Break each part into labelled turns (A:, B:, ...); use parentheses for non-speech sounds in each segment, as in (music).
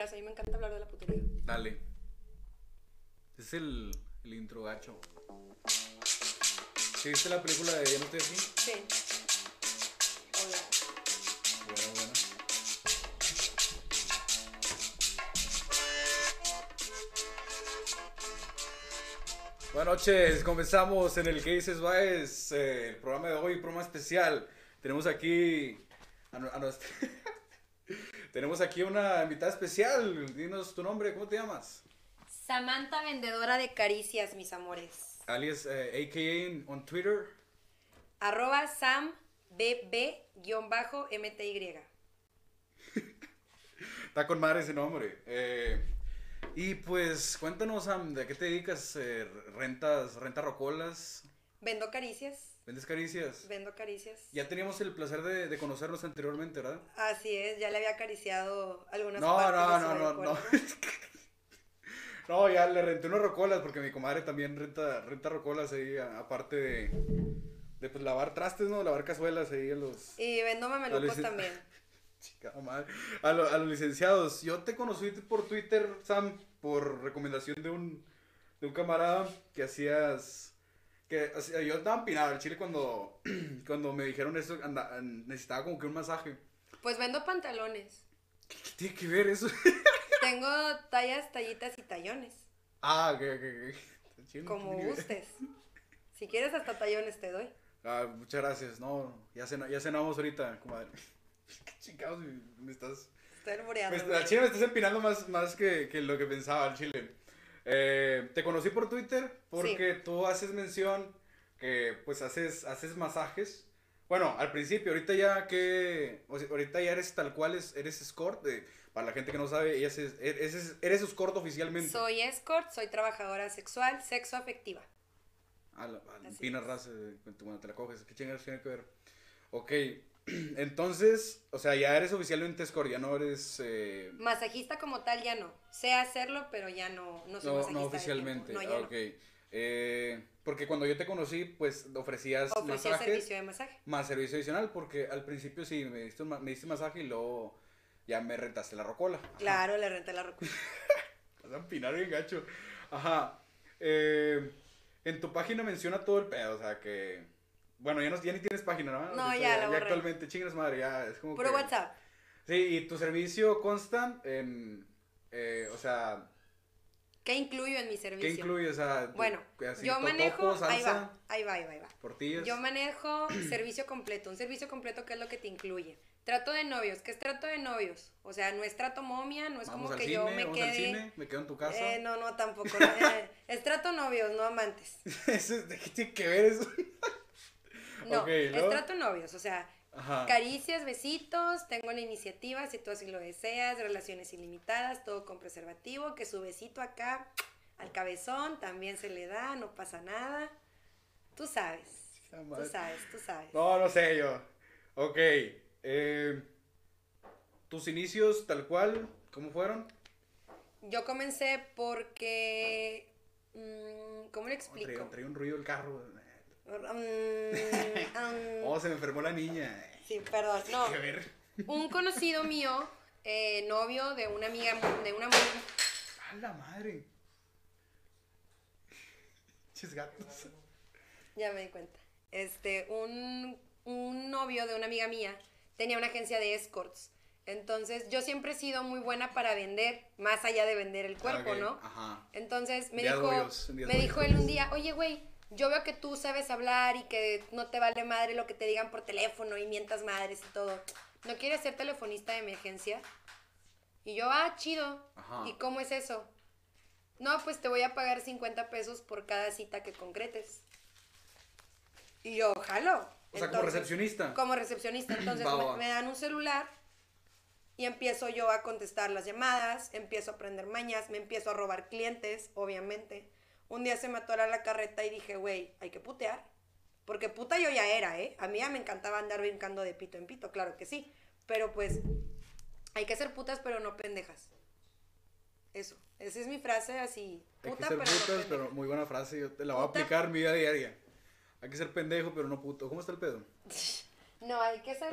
A: puterías. A mí me encanta hablar de la putería.
B: Dale. Es el, el intro gacho. ¿Sí viste la película de Ya no estoy así?
A: Sí. Obvio.
B: Bueno, bueno. Buenas noches, comenzamos en el que dices Baez, eh, el programa de hoy, programa especial. Tenemos aquí a, nu- a nuestra- (laughs) Tenemos aquí una invitada especial. Dinos tu nombre, ¿cómo te llamas?
A: Samantha, vendedora de caricias, mis amores.
B: Alias eh, AKA on Twitter.
A: Arroba sambb-mty.
B: Está con madre ese nombre. Eh, y pues cuéntanos, Sam, ¿de qué te dedicas? Eh, ¿Rentas, rentas rocolas?
A: Vendo caricias.
B: ¿Vendes caricias?
A: Vendo caricias.
B: Ya teníamos el placer de, de conocernos anteriormente, ¿verdad?
A: Así es, ya le había acariciado algunas
B: No,
A: partes.
B: no,
A: de su
B: no, no,
A: aeropuerto.
B: no. No, ya le renté unas rocolas porque mi comadre también renta, renta rocolas ahí, a- aparte de, de pues lavar trastes, ¿no? Lavar cazuelas ahí a los...
A: Y
B: (laughs)
A: vendo mamelucos
B: Alicia-
A: también.
B: Chingada madre. A, lo- a los licenciados. Yo te conocí por Twitter, Sam, por recomendación de un, de un camarada que hacías. Que, hacía- yo estaba empinado al chile cuando, (clears throat) cuando me dijeron eso. anda- necesitaba como que un masaje.
A: Pues vendo pantalones.
B: ¿Qué tiene que ver eso? (laughs)
A: Tengo tallas, tallitas y tallones.
B: ah, que, que, que- chile, no
A: Como
B: tiene que ver.
A: gustes. Si quieres, hasta tallones te doy.
B: Ah, muchas gracias. No, ya, cena- ya cenamos ahorita, comadre. (laughs) ¿Qué chingados me- me estás.?
A: Estoy alboreando.
B: Pues,
A: güey.
B: al chile me estás empinando más, más que, que lo que pensaba al chile. Eh, te conocí por Twitter porque tú haces mención que pues haces, haces masajes. Bueno, al principio, ahorita ya que, o sea, ahorita ya eres tal cual, es, eres escort. eh, para la gente que no sabe, ella es- es- eres, eres escort oficialmente.
A: Soy escort, soy trabajadora sexual, sexo afectiva.
B: A la, a la
A: Así
B: pina
A: es.
B: raza, eh, cuando te la coges, ¿qué chingados tiene que ver? Ok, (clears throat) entonces, o sea, ya eres oficialmente escort, ya no eres... eh,
A: Masajista como tal ya no. Sé hacerlo, pero ya no, no soy
B: No,
A: masajista.
B: no
A: de
B: oficialmente.
A: tiempo. No, ya
B: ah,
A: no.
B: ok. Eh, porque cuando yo te conocí, pues ofrecías
A: Ofrecía
B: masajes
A: servicio de masaje.
B: más servicio adicional, porque al principio sí me diste, un ma- me diste masaje y luego ya me rentaste la rocola. Ajá.
A: Claro, le renté la ropa.
B: (laughs) Vas a empinar bien gacho. Ajá. Eh, en tu página menciona todo el pedo, o sea que. Bueno, ya, no, ya ni tienes página, ¿no?
A: No,
B: Ahorita
A: ya la borré.
B: actualmente, chingas madre, ya es como.
A: Puro
B: que-
A: WhatsApp.
B: Sí, y tu servicio consta en. eh, o sea,
A: ¿Qué incluyo en mi
B: ¿qué
A: servicio?
B: incluye? O sea, tu-
A: Bueno,
B: así,
A: yo
B: totopo,
A: manejo. ahí
B: salsa.
A: va, ahí va, ahí va, ahí va.
B: Tortillas.
A: Yo manejo (clears throat) servicio completo. Un servicio completo, ¿qué es lo que te incluye? Trato de novios. ¿Qué es trato de novios? O sea, no es trato momia, no es como que yo me
B: vamos al
A: quede.
B: cine, me quedo en tu casa.
A: Eh, no, no, tampoco. no, eh, es trato novios, no amantes.
B: (laughs) Eso es- ¿de ¿Qué tiene que ver eso?
A: No,
B: Ok,
A: es
B: luego.
A: trato novios. O sea,
B: Ajá.
A: caricias, besitos, tengo la iniciativa, si tú así lo deseas, relaciones ilimitadas, todo con preservativo, que su besito acá al cabezón también se le da, no pasa nada. Tú sabes,
B: Ah,
A: tú
B: madre.
A: sabes, tú sabes.
B: No, no sé yo. Ok. eh, Tus inicios tal cual, ¿cómo fueron?
A: Yo comencé porque... mm, ¿Cómo le
B: Oh, traía,
A: explico?
B: traía un ruido el carro.
A: Mm,
B: (laughs) Oh,
A: um,
B: se me enfermó la niña.
A: sí, perdón, no.
B: Qué ver.
A: Un conocido mío, eh, novio de una amiga, mu- de una mu-
B: A la madre. Chis gatos.
A: Ya me di cuenta. Este, un, un novio de una amiga mía tenía una agencia de escorts. Entonces, yo siempre he sido muy buena para vender, más allá de vender el cuerpo,
B: Ah, ok,
A: ¿no?
B: Ajá.
A: Entonces, me
B: Días
A: dijo,
B: novios, días
A: me dijo
B: novios.
A: él un día, oye, güey, yo veo que tú sabes hablar y que no te vale madre lo que te digan por teléfono y mientas madres y todo. ¿No quieres ser telefonista de mi agencia? Y yo, ah, chido.
B: Ajá.
A: ¿Y cómo es eso? No, pues te voy a pagar 50 pesos por cada cita que concretes. Y yo, jalo.
B: O sea, como
A: Entonces,
B: recepcionista.
A: Como recepcionista. Entonces
B: Va,
A: me,
B: va.
A: me dan un celular y empiezo yo a contestar las llamadas, empiezo a aprender mañas, me empiezo a robar clientes, obviamente. Un día se me atora la carreta y dije, güey, hay que putear. Porque puta yo ya era, ¿eh? A mí ya me encantaba andar brincando de pito en pito, claro que sí. Pero pues, hay que ser putas, pero no pendejas. Eso. Esa es mi frase así.
B: Hay que
A: Puta,
B: ser
A: pero no
B: putas,
A: pendeja. (laughs)
B: pero muy buena frase, yo te la voy a
A: Puta.
B: aplicar en mi vida diaria. Hay que ser pendejo, pero no puto. ¿Cómo está el pedo?
A: No, hay que ser.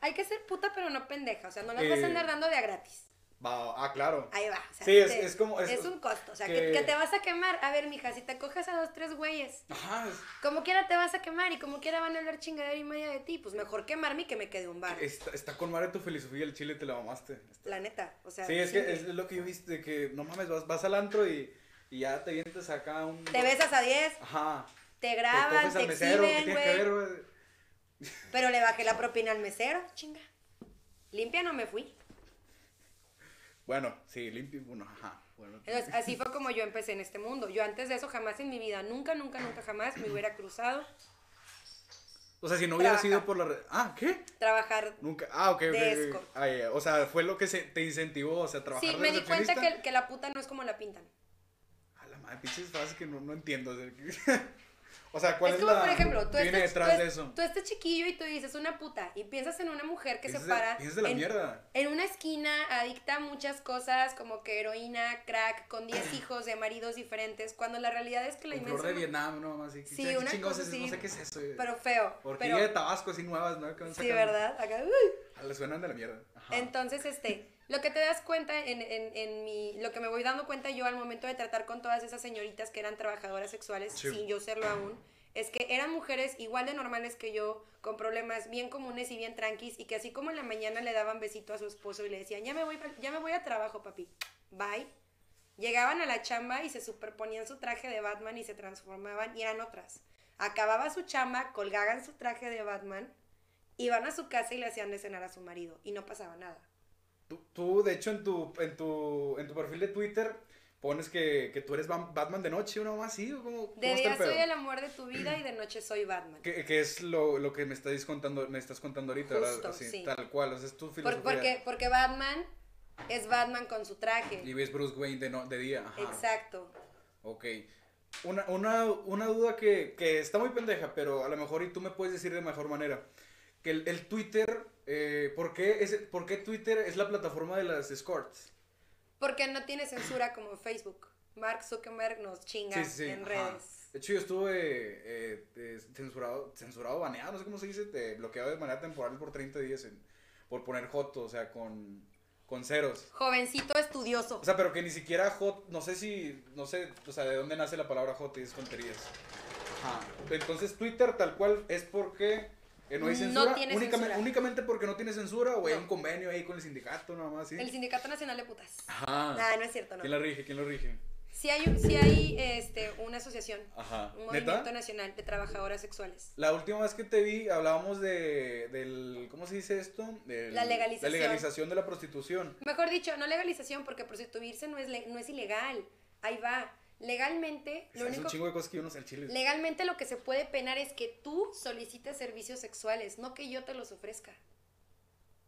A: hay que ser puta, pero no pendeja. O sea, no las vas
B: Eh,
A: a andar dando de a gratis.
B: Va, ah, claro.
A: Ahí va. o sea,
B: Sí, es-
A: te-
B: es como- es-
A: Es un costo. O sea, que...
B: que-
A: que te vas a quemar. A ver, mija, si te coges a dos, tres güeyes,
B: Ajá, es-
A: como quiera te vas a quemar y como quiera van a hablar chingadera y media de ti. Pues mejor quemarme y que me quede un bar.
B: está, está con madre tu filosofía, el chile te la mamaste. Está-
A: La neta. O sea,
B: Sí, es
A: sí.
B: que es lo que yo viste, de que no mames, vas, vas al antro y, y ya te vienes acá un...
A: Te besas a 10,
B: Ajá.
A: te
B: Te
A: graban,
B: coges
A: te
B: al mesero, ¿qué
A: exhiben,
B: tiene que ver,
A: güey.
B: güey?
A: Pero le bajé la propina al mesero, chinga. Limpia no me fui.
B: Bueno, sí, limpio, bueno, ajá. Bueno,
A: Entonces, así fue como yo empecé en este mundo. Yo antes de eso jamás en mi vida, nunca, nunca, nunca jamás me hubiera cruzado
B: o sea, si no hubiera
A: trabaja.
B: sido por la... re- Ah, ¿qué?
A: trabajar.
B: Nunca. Ah, ok, ok,
A: De
B: ok.
A: escort.
B: Ah, ya, O sea, fue lo que se, te incentivó, o sea, trabajar
A: Sí,
B: de
A: me di cuenta
B: recepcionista.
A: que, que la puta no es como la pintan.
B: A la madre, pinches frases que no, no entiendo. O sea, que- (laughs) o sea, ¿cuál
A: es
B: es,
A: como,
B: la...
A: por ejemplo, tú
B: que viene
A: estás, tú
B: detrás
A: es-
B: de eso?
A: tú estás chiquillo y tú dices una puta y piensas en una mujer que
B: Piensas
A: se
B: de-
A: para
B: piensas de la
A: en,
B: mierda.
A: en una esquina adicta a muchas cosas como que heroína, crack, con
B: (clears throat)
A: 10 hijos de maridos diferentes, cuando la realidad es que la
B: Con flor
A: inmensa...
B: de Vietnam, no, mamá, así.
A: Sí,
B: ¿qué
A: una
B: chingados
A: cosa
B: es eso?
A: así,
B: No sé qué es eso. güey.
A: Pero feo.
B: Porque
A: pero,
B: ya de Tabasco así nuevas, ¿no? Que van
A: Sí,
B: sacando.
A: ¿verdad? Acá, uy.
B: Ah, Le suenan de la mierda. Ajá.
A: Entonces, este, lo que te das cuenta en, en, en mi, lo que me voy dando cuenta yo al momento de tratar con todas esas señoritas que eran trabajadoras sexuales,
B: Sí.
A: sin yo serlo aún, es que eran mujeres igual de normales que yo, con problemas bien comunes y bien tranquis, y que así como en la mañana le daban besito a su esposo y le decían, ya me voy, pa- ya me voy a trabajo, papi, bye. Llegaban a la chamba y se superponían su traje de Batman y se transformaban y eran otras. Acababa su chamba, colgaban su traje de Batman, iban a su casa y le hacían de cenar a su marido y no pasaba nada.
B: Tú, tú, de hecho, en tu, en, tu, en tu perfil de Twitter pones que, que tú eres Bam- Batman de noche, ¿no? Más así, ¿o ¿cómo, cómo
A: De
B: está
A: día
B: el pedo?
A: soy el amor de tu vida y de noche soy Batman.
B: Que, que es lo, lo que me estás contando, me estás contando ahorita,
A: Justo,
B: ¿verdad? Así,
A: sí.
B: Tal cual, o sea, es tu
A: Por-
B: filosofía.
A: porque, porque Batman es Batman con su
B: Y
A: traje.
B: ves Bruce Wayne de, no- de día. Ajá.
A: Exacto.
B: Ok. Una, una, una duda que, que está muy pendeja, pero a lo mejor y tú me puedes decir de mejor manera. Que el, el Twitter, eh, ¿por, qué es, ¿por qué Twitter es la plataforma de las escorts?
A: Porque no tiene censura como Facebook. Mark Zuckerberg nos chinga en
B: ajá.
A: redes.
B: De hecho, yo estuve eh, eh, censurado, censurado, baneado, no sé cómo se dice, de- bloqueado de manera temporal por 30 días en- por poner joto, o sea, con, con ceros.
A: Jovencito estudioso.
B: O sea, pero que ni siquiera hot, no sé si, no sé, o sea, de dónde nace la palabra hot y es tonterías. Ajá. Entonces Twitter tal cual es porque eh, no hay
A: No
B: censura.
A: tiene
B: únicamente,
A: censura.
B: únicamente porque no tiene censura o hay
A: No.
B: un convenio ahí con el sindicato, nada más, ¿sí?
A: El Sindicato Nacional de Putas.
B: Ajá.
A: Nah, no es cierto, no.
B: ¿Quién lo rige? ¿Quién lo rige?
A: Sí hay, un- sí hay este, una asociación,
B: Ajá.
A: un movimiento
B: ¿Neta?
A: nacional de trabajadoras sexuales.
B: La última vez que te vi hablábamos de, del, ¿cómo se dice esto? Del-
A: La legalización.
B: La legalización de la prostitución.
A: Mejor dicho, no legalización porque prostituirse no es, le- no es ilegal. Ahí va. Legalmente, lo
B: es un
A: único
B: chingo de cosas que yo no sé al chile.
A: Legalmente lo que se puede penar es que tú solicites servicios sexuales, no que yo te los ofrezca.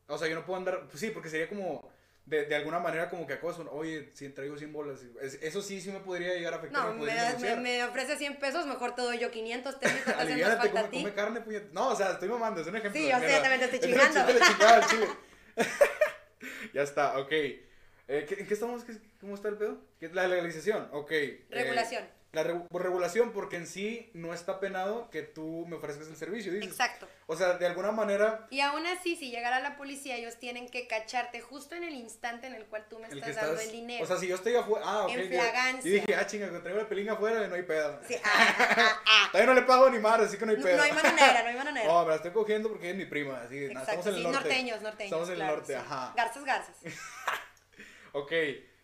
B: O sea, yo no puedo andar. Pues sí, porque sería como. De, de alguna manera, como que acoso. Oye, si traigo 100 bolas. es- eso sí, sí me podría llegar a afectar.
A: No,
B: me
A: me,
B: podría
A: me,
B: (laughs) denunciar.
A: me ofrece 100 pesos, mejor te doy yo 500, te te
B: (laughs)
A: hacen más
B: Aliviárate,
A: falta a
B: come,
A: ti.
B: come carne, puñet. No, o sea, estoy mamando, es un ejemplo.
A: Sí,
B: de
A: yo sé,
B: mierda.
A: también te estoy
B: (laughs) Es un
A: chingando.
B: chiste de chingada,
A: (laughs)
B: al chile. (laughs) ya está, ok. Eh, ¿qué- ¿En qué estamos? ¿Qué- ¿Cómo está el pedo? ¿Qué es la legalización? Ok. eh,
A: Regulación.
B: la re- regulación, porque en sí no está penado que tú me ofrezcas el servicio, dices.
A: Exacto.
B: O sea, de alguna manera,
A: Y aún así, si llegara la policía, ellos tienen que cacharte justo en el instante en el cual tú me
B: el
A: estás
B: que
A: dando
B: estás.
A: el dinero.
B: O sea, si yo estoy afuera. Ah, ok.
A: En
B: yo-
A: flagrancia.
B: Y dije, ah, chinga, que traigo la pelinga afuera y no hay pedo. (laughs)
A: Sí, ah, ah, ah, ah.
B: Todavía no le pago ni madre, así que no hay
A: No,
B: pedo.
A: no hay mano negra, no hay mano
B: (laughs)
A: negra.
B: No, me la estoy cogiendo porque es mi prima, así que Oh, nada,
A: Exacto,
B: estamos en el
A: sí,
B: norte.
A: norteños, norteños.
B: Estamos en el
A: claro,
B: norte,
A: sí.
B: ajá.
A: Garzas, garzas.
B: Ok,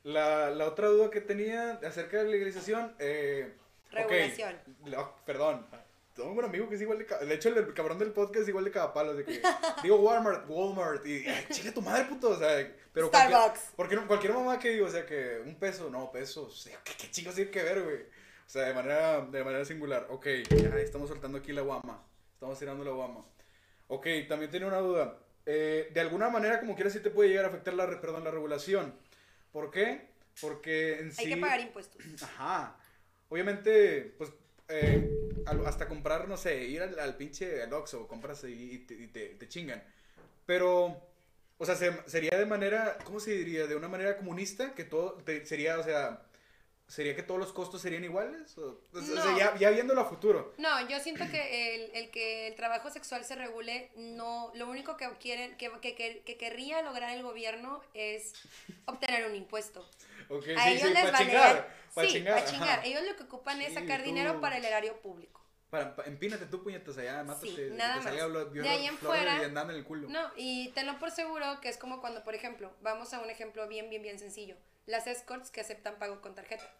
B: la, la otra duda que tenía acerca de la legalización. Eh, ok,
A: Regulación.
B: la- perdón. Tengo un amigo que es igual de. ca- De hecho, el, el cabrón del podcast es igual de cada palo.
A: (laughs)
B: De que digo Walmart, Walmart. Y ay, chinga tu madre, puto. O sea, pero. cualquier-
A: Starbucks.
B: Porque no- cualquier mamá que digo, o sea, que un peso, no, pesos. o sea, ¿Qué, qué chingos tiene que ver, güey? O sea, de manera, de manera singular. Ok, ya estamos soltando aquí la guama. Estamos tirando la guama. Ok, también tenía una duda. Eh, de alguna manera, como quieras, sí te puede llegar a afectar la, re- perdón, la regulación. ¿Por qué? Porque en
A: Hay
B: sí...
A: que pagar impuestos.
B: Ajá. Obviamente, pues, eh, al- hasta comprar, no sé, ir al, al pinche al Oxxo, compras y, y te, y te- te chingan. Pero, o sea, se- sería de manera, ¿cómo se diría? De una manera comunista, que todo te- sería, o sea, ¿Sería que todos los costos serían iguales? O, o sea,
A: No.
B: ya, ya viéndolo a futuro.
A: No, yo siento que el, el que el trabajo sexual se regule, no, lo único que quieren, que, que, que, que querría lograr el gobierno es obtener un impuesto.
B: Ok,
A: A
B: sí,
A: ellos
B: sí,
A: les
B: para
A: vale.
B: chingar. Para
A: sí,
B: chingar.
A: a
B: ajá.
A: chingar. Ellos lo que ocupan es
B: Sí,
A: sacar
B: tú.
A: dinero para el erario público.
B: Para, pa- empínate tú, puñetas, allá, mátate.
A: Sí, nada
B: te
A: más.
B: salga lo-
A: De
B: viola-
A: ahí en
B: flor
A: fuera-
B: Y andame en el culo.
A: No, y tenlo por seguro que es como cuando, por ejemplo, vamos a un ejemplo bien, bien, bien sencillo. Las escorts que aceptan pago con tarjeta.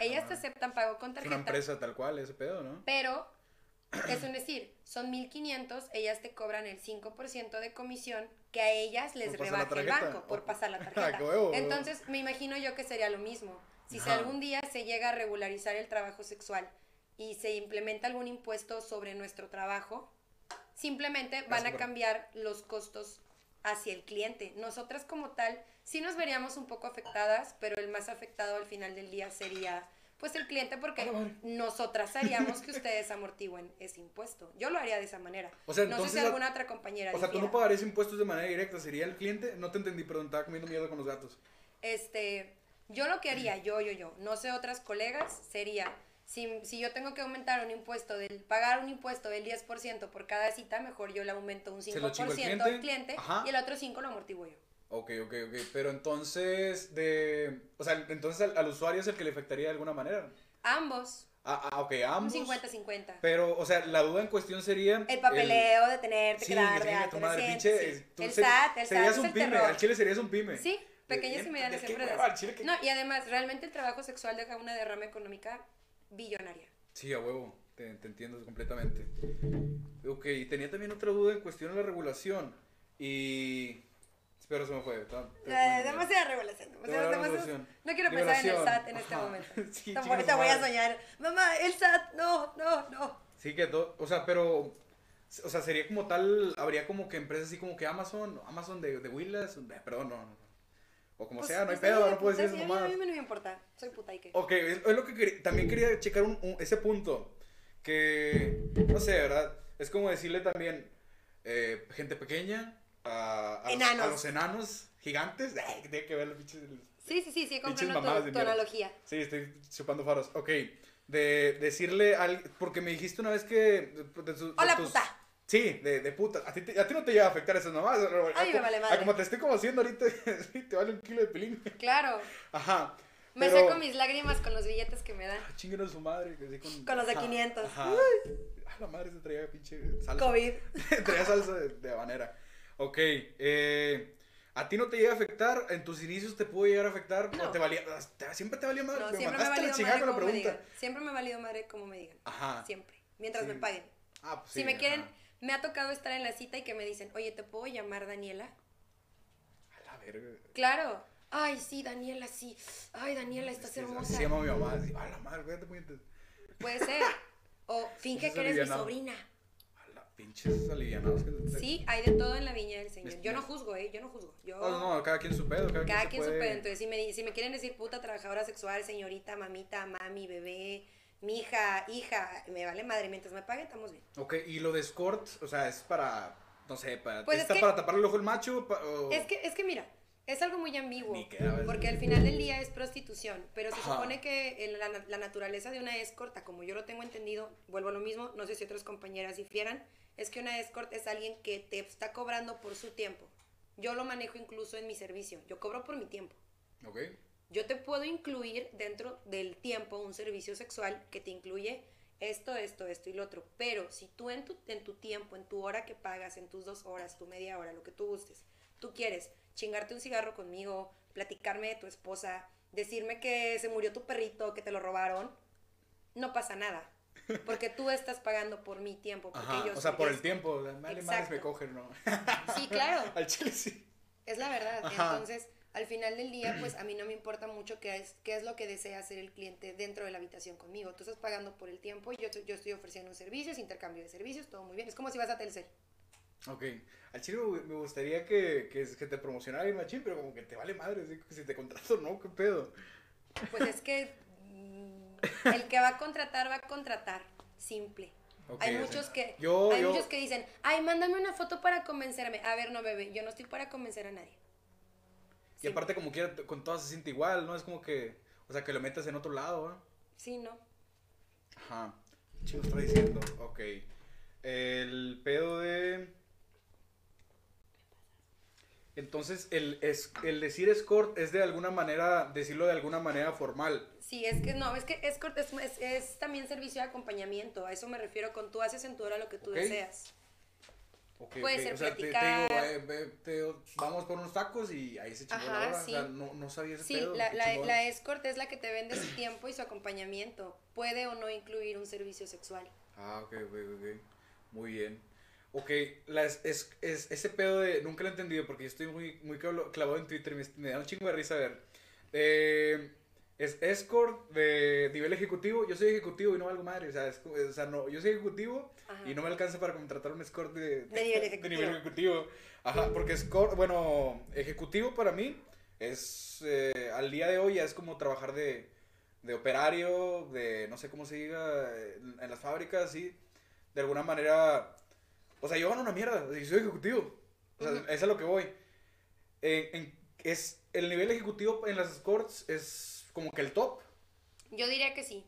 A: Ellas te
B: Ah.
A: aceptan pago con
B: es una
A: tarjeta,
B: empresa tal cual, ese pedo, ¿no?
A: pero es un decir, son 1500, ellas te cobran el 5% de comisión que a ellas les
B: Por pasar la
A: rebaja el
B: tarjeta.
A: banco por pasar
B: (laughs)
A: la
B: Ah, qué
A: tarjeta.
B: huevo.
A: Entonces, me imagino yo que sería lo mismo. Si se-
B: Ajá.
A: algún día se llega a regularizar el trabajo sexual y se implementa algún impuesto sobre nuestro trabajo, simplemente van a
B: súper.
A: cambiar los costos hacia el cliente. Nosotras como tal sí nos veríamos un poco afectadas, pero el más afectado al final del día sería pues el cliente porque
B: A la madre.
A: nosotras haríamos
B: (laughs)
A: que ustedes amortigüen ese impuesto. Yo lo haría de esa manera.
B: O sea,
A: no sé si
B: entonces,
A: alguna otra compañera
B: O sea, tú
A: difiera.
B: no pagarías impuestos de manera directa, sería el cliente. No te entendí, perdón, estaba comiendo mierda con los gatos.
A: este, yo lo que haría, yo, yo, yo, no sé otras colegas, sería, si, si yo tengo que aumentar un impuesto, del, pagar un impuesto del 10% por cada cita, mejor yo le aumento un
B: Se lo
A: 5%
B: chingo al
A: al
B: cliente,
A: cliente
B: ajá.
A: y el otro 5% lo amortiguo yo.
B: Ok, ok, ok. Pero entonces, de. O sea, entonces al, al usuario es el que le afectaría de alguna manera.
A: Ambos,
B: Ah, ah, ok, ambos.
A: un 50-50.
B: Pero, o sea, la duda en cuestión sería.
A: El papeleo de tenerte
B: Sí,
A: que dar de
B: chinga
A: alta
B: tu madre,
A: reciente,
B: pinche,
A: ah, sí.
B: eh, tú
A: El
B: ser-
A: SAT, el SAT
B: Serías
A: es
B: un
A: el
B: pyme,
A: terror.
B: al chile serías un pyme.
A: Sí, pequeñas y
B: Bien,
A: medianas
B: qué
A: empresas.
B: hueva, al chile, qué-
A: No, y además, realmente el trabajo sexual deja una derrama económica billonaria.
B: Sí, a huevo, te, te entiendo completamente. Ok, y tenía también otra duda en cuestión de la regulación. Y. Pero se me fue. ta- te-
A: Eh,
B: bueno, ya.
A: demasiada regulación. demasiada-
B: Demasiada
A: demasiada-
B: regulación.
A: No quiero pensar en el
B: Liberación,
A: SAT en este
B: ajá.
A: momento.
B: (laughs)
A: Tampoco
B: Sí, chinga su
A: ahorita voy a
B: madre.
A: soñar. Mamá, el SAT, no, no, no.
B: Sí, que todo. O sea, pero. O sea, sería como tal. Habría como que empresas así como que Amazon. Amazon de, de Willas. eh, perdón, no. no. O como
A: Pues,
B: sea, no hay
A: pues, soy
B: pedo,
A: de
B: no puedo decir Oh,
A: putas
B: eso
A: y a mí- A mí no me importa. Soy puta y qué.
B: Ok, es, es lo que quería- también quería checar un- un- ese punto. Que, no sé, ¿verdad? Es como decirle también eh, gente pequeña a, a, los- a
A: Enanos.
B: Los, enanos gigantes. (laughs) Ay, que tiene que ver los pinches.
A: Sí, sí, sí, sí,
B: Pinches
A: comprendo
B: mamadas
A: tu,
B: de
A: tu
B: mierda.
A: analogía.
B: Sí, estoy chupando faros. Ok, de decirle al. Porque me dijiste una vez que. de- de su- de
A: Hola,
B: tus-
A: puta.
B: Sí, de, de puta. A ti, te- a ti no te llega a afectar esas nomás.
A: A mí me vale madre.
B: como te estoy como haciendo ahorita, (laughs) sí, te vale un kilo de pelín.
A: Claro.
B: Ajá.
A: Me
B: pero-
A: saco mis lágrimas con los billetes que me dan.
B: Ah, chinguen a su madre. que así con...
A: Con los de
B: Ajá,
A: 500.
B: Ajá. Ah, la madre se traía pinche salsa.
A: COVID.
B: (laughs) traía salsa de, de habanera. Ok, eh, ¿a ti no te llega a afectar? ¿En tus inicios te pudo llegar a afectar? ¿O
A: No.
B: te valía? te- siempre te valía madre.
A: No,
B: me
A: siempre me ha
B: mandaste a la
A: valido
B: chingada
A: madre
B: con la
A: como me
B: pregunta.
A: digan. Siempre me ha valido madre como me digan.
B: Ajá.
A: Siempre. Mientras
B: Sí.
A: me paguen.
B: Ah, pues
A: si
B: sí,
A: me quieren,
B: ajá.
A: me ha tocado estar en la cita y que me dicen, oye, ¿te puedo llamar Daniela?
B: A la verga.
A: Claro. Ay, sí, Daniela, sí. Ay, Daniela,
B: Es
A: estás
B: que
A: hermosa.
B: Así se llama mi mamá. así, a la madre, cuídate, puñetas.
A: Puede ser.
B: (laughs)
A: O finge
B: Eso es
A: que eres mi
B: alivianado.
A: sobrina.
B: A la pinches alivianados que te-
A: Sí, hay de todo en la viña del Señor.
B: Es-
A: Yo no juzgo, ¿eh? Yo no juzgo. Yo,
B: Oh, no, cada quien su pedo. Cada,
A: cada
B: se
A: quien su
B: puede-
A: pedo. Entonces, si me, di- si me quieren decir puta, trabajadora sexual, señorita, mamita, mami, bebé, mija, hija, me vale madre. Mientras me paguen, estamos bien.
B: Ok, y lo de escort, o sea, es para. No sé, para.
A: Pues es
B: ¿Está
A: que-
B: para tapar el ojo el macho? pa- o-
A: Es que, es que mira, es algo muy ambiguo.
B: Ni queda, ¿ves?
A: Porque al final del día es prostitución. Pero se
B: Ajá.
A: supone que el- la, la naturaleza de una escort, a como yo lo tengo entendido, vuelvo a lo mismo, no sé si otras compañeras difieran, es que una escort es alguien que te está cobrando por su tiempo. Yo lo manejo incluso en mi servicio. Yo cobro por mi tiempo.
B: Ok.
A: Yo te puedo incluir dentro del tiempo un servicio sexual que te incluye esto, esto, esto y lo otro. Pero si tú en tu, en tu tiempo, en tu hora que pagas, en tus dos horas, tu media hora, lo que tú gustes, tú quieres chingarte un cigarro conmigo, platicarme de tu esposa, decirme que se murió tu perrito, que te lo robaron, no pasa nada. Porque tú estás pagando por mi tiempo. Porque
B: Ajá,
A: yo
B: o sea,
A: soy
B: por el
A: esto.
B: tiempo. o sea, Vale, madres
A: Exacto.
B: me cogen, ¿no? (laughs)
A: Sí, claro.
B: Al chile sí.
A: Es la verdad.
B: Ajá.
A: Entonces, al final del día, pues a mí no me importa mucho qué es, qué es lo que desea hacer el cliente dentro de la habitación conmigo. Tú estás pagando por el tiempo y yo, te- yo estoy ofreciendo un servicio, es intercambio de servicios, todo muy bien. Es como si vas a Telcel.
B: Ok. Al chile me me gustaría que, que, que te promocionara bien machín, pero como que te vale madre. así que Si te contrato o no, qué pedo.
A: Pues es que mm, el que va a contratar, va a contratar. Simple.
B: Ok,
A: hay
B: o sea,
A: muchos que
B: yo-
A: hay
B: yo-
A: muchos que dicen, ay, mándame una foto para convencerme. A ver, no, bebé, yo no estoy para convencer a nadie.
B: Y aparte, como quiera, t- con todas se siente igual, ¿no? Es como que. O sea, que lo metas en otro lado, ¿ah?
A: Sí, ¿no?
B: Ajá. Chico está diciendo. Ok. El pedo de. Entonces, el, es, el decir escort es de alguna manera, decirlo de alguna manera formal.
A: Sí, es que no, es que escort es, es, es también servicio de acompañamiento. A eso me refiero con tú haces en tu hora lo que tú
B: Ok.
A: deseas.
B: Okay,
A: Puede
B: ok,
A: ser
B: o sea, te- te,
A: platicar.
B: digo, eh, ve- te- vamos por unos tacos y ahí se chingó
A: Ajá,
B: la hora.
A: sí.
B: O sea, no, no sabía ese
A: Sí,
B: pedo.
A: la,
B: qué
A: la,
B: chingón.
A: la escort es la que te vende su tiempo y su acompañamiento. Puede o no incluir un servicio sexual.
B: Ah, ok, ok, ok. Muy bien. Ok, las, es, es- ese pedo de. Nunca lo he entendido porque yo estoy muy, muy clavado clavado en Twitter. Me, me da un chingo de risa ver. Eh, es escort de nivel ejecutivo. Yo soy ejecutivo y no valgo madre. O sea, es como- o sea, no, yo soy ejecutivo
A: Ajá.
B: y no me alcanza para contratar un escort de,
A: De nivel
B: de
A: ejecutivo.
B: nivel ejecutivo. Ajá, porque escort, bueno, ejecutivo para mí es. eh, al día de hoy ya es como trabajar de de operario, de no sé cómo se diga, en, en las fábricas, sí. De alguna manera, o sea, yo gano una mierda, o sea, yo soy ejecutivo. O sea,
A: Ujú.
B: eso es a lo que voy. En- en- es, el nivel ejecutivo en las escorts es como que el top.
A: Yo diría que sí,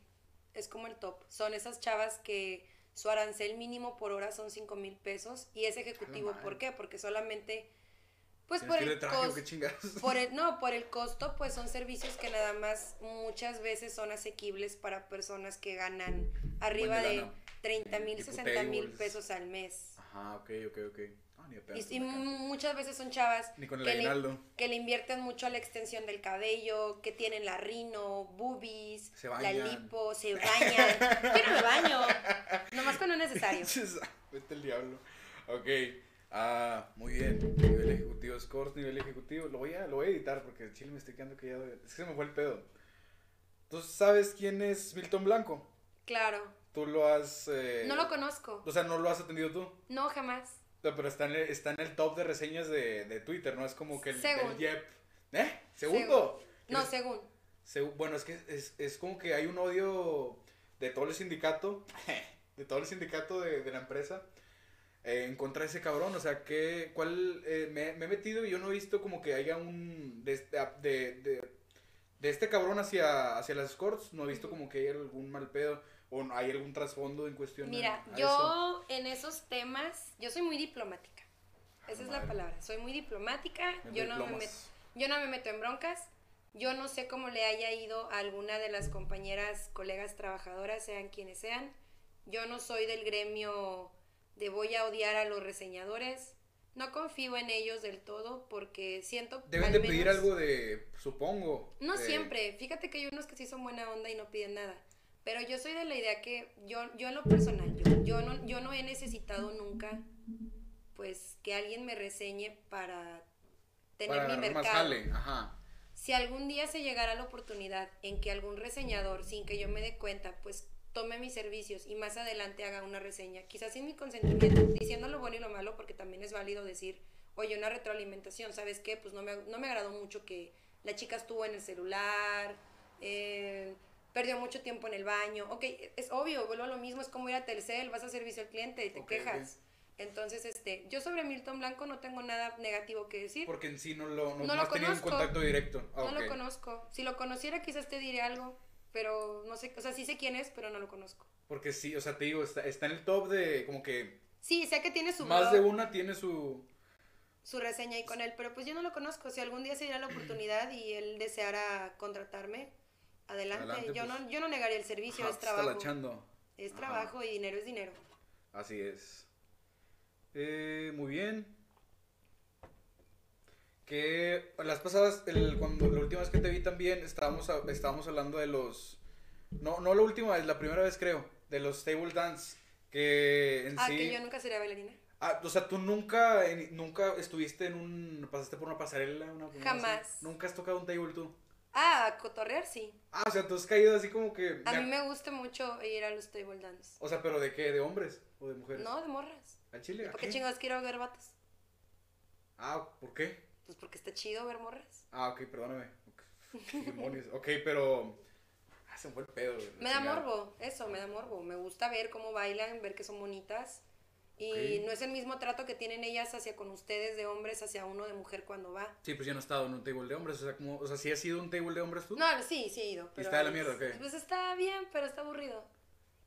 A: es como el top. Son esas chavas que su arancel mínimo por hora son 5 mil pesos y es ejecutivo.
B: madre.
A: ¿Por qué? Porque solamente, pues por
B: Tienes que ir de
A: el
B: traje, o
A: costo.
B: qué chingados.
A: Por el, no, por el costo, pues son servicios que nada más muchas veces son asequibles para personas que ganan arriba
B: Buena
A: de
B: lana.
A: 30
B: Sí,
A: mil,
B: tipo
A: 60 mil
B: tables.
A: pesos al mes.
B: Ajá, ok, ok, ok. Ah, ni de pedo,
A: Y, y
B: me cago.
A: muchas veces son chavas
B: Ni con el
A: que le-
B: aguinaldo.
A: que le invierten mucho a la extensión del cabello, que tienen la rino, boobies,
B: Se
A: la
B: bañan.
A: lipo, se
B: (laughs)
A: bañan. Yo no me baño, nomás cuando es necesario.
B: Pinches- Vete el diablo. Ok. Ah, muy bien. Nivel ejecutivo, scores, nivel ejecutivo. Lo voy a, lo voy a editar porque el chile me estoy quedando callado. Es que se me fue el pedo. ¿Tú sabes quién es Milton Blanco?
A: Claro,
B: Tú lo has. eh,
A: no lo conozco,
B: O sea, no lo has atendido tú.
A: no jamás.
B: No, Pero está en el, está en el top de reseñas de, de Twitter, ¿no? Es como que el,
A: Según.
B: el Yep. ¿Eh? ¿Segundo?
A: No,
B: ¿Quieres-
A: según.
B: Segu- bueno, es que es, es como que hay un odio de todo el sindicato, de todo el sindicato de, de la empresa, eh, en contra de ese cabrón. O sea, que, ¿cuál? eh, me, me he metido y yo no he visto como que haya un... De, este- de, de- de este cabrón hacia, hacia las escorts, no he visto
A: Ujú.
B: como que haya algún mal pedo o no- hay algún trasfondo en cuestión.
A: Mira,
B: a- a eso.
A: yo en esos temas, yo soy muy diplomática. Esa es la
B: Madre.
A: palabra, soy muy diplomática, yo no me meto.
B: Diplomas.
A: Yo no me meto en broncas. Yo no sé cómo le haya ido a alguna de las compañeras, colegas trabajadoras, sean quienes sean. Yo no soy del gremio de voy a odiar a los reseñadores. No confío en ellos del todo porque siento...
B: Deben
A: al
B: de pedir
A: menos-
B: algo de, supongo.
A: No
B: de-
A: siempre. Fíjate que hay unos que sí son buena onda y no piden nada. Pero yo soy de la idea que yo, yo en lo personal, yo, yo, no, yo no he necesitado nunca pues que alguien me reseñe para tener
B: para
A: mi
B: agarrar más
A: mercado.
B: jale, Ajá.
A: Si algún día se llegara la oportunidad en que algún reseñador, sin que yo me dé cuenta, pues tome mis servicios y más adelante haga una reseña, quizás sin mi consentimiento, diciendo lo bueno y lo malo, porque también es válido decir, oye, una retroalimentación, ¿sabes qué? Pues no me, no me agradó mucho que la chica estuvo en el celular, eh, perdió mucho tiempo en el baño. Ok, es obvio, vuelvo a lo mismo, es como ir a Telcel, vas a servicio al cliente y te
B: Ok,
A: quejas. Entonces, este, yo sobre Milton Blanco no tengo nada negativo que decir.
B: Porque en sí no lo, no,
A: No
B: no
A: lo
B: has tenido un
A: conozco.
B: contacto directo. Ah,
A: No
B: ok.
A: lo conozco. Si lo conociera quizás te diré algo, pero no sé, o sea, sí sé quién es, pero no lo conozco.
B: Porque sí, o sea, te digo, está, está en el top de como que
A: Sí, sé que tiene su
B: más
A: blog,
B: de una tiene su...
A: su reseña ahí con él, pero pues yo no lo conozco. Si algún día se diera la oportunidad y él deseara contratarme, adelante.
B: Adelante,
A: yo
B: pues.
A: no yo no negaría el servicio,
B: Ajá,
A: es
B: te está
A: trabajo.
B: lachando.
A: Es
B: Ajá.
A: trabajo y dinero es dinero.
B: Así es. Eh, muy bien. Que las pasadas, el, cuando la última vez que te vi también, estábamos, a- estábamos hablando de los... No, no la última vez, la primera vez creo, de los table dance. Que en
A: Ah,
B: sí...
A: que yo nunca sería bailarina.
B: Ah, o sea, tú nunca, en- nunca estuviste en un... Pasaste por una pasarela, una... una-
A: Jamás.
B: Nunca has tocado un table tú.
A: Ah, a cotorrear sí.
B: Ah, o sea, tú has caído así como que...
A: A
B: de-
A: mí me gusta mucho ir a los table dance.
B: O sea, pero ¿de qué? ¿De hombres o de mujeres?
A: No, de morras.
B: ¿Al chile? ¿A
A: ¿Por qué
B: qué?
A: chingados quiero ver vatos?
B: Ah, ¿por qué?
A: Pues porque está chido ver morras.
B: Ah, ok, perdóname.
A: (laughs)
B: Ok, ¿Qué demonios? Ok, pero... Ah, se me fue el pedo. güey, la
A: Me da
B: chingada.
A: morbo, eso, me da morbo. Me gusta ver cómo bailan, ver que son bonitas. Y
B: Ok.
A: no es el mismo trato que tienen ellas hacia con ustedes de hombres hacia uno de mujer cuando va.
B: Sí, pues yo no he estado en un table de hombres. O sea, como, o sea ¿sí has sido un table de hombres tú?
A: No, sí, sí he ido. Pero
B: está de la
A: es-
B: mierda o qué?
A: Pues está bien, pero está aburrido.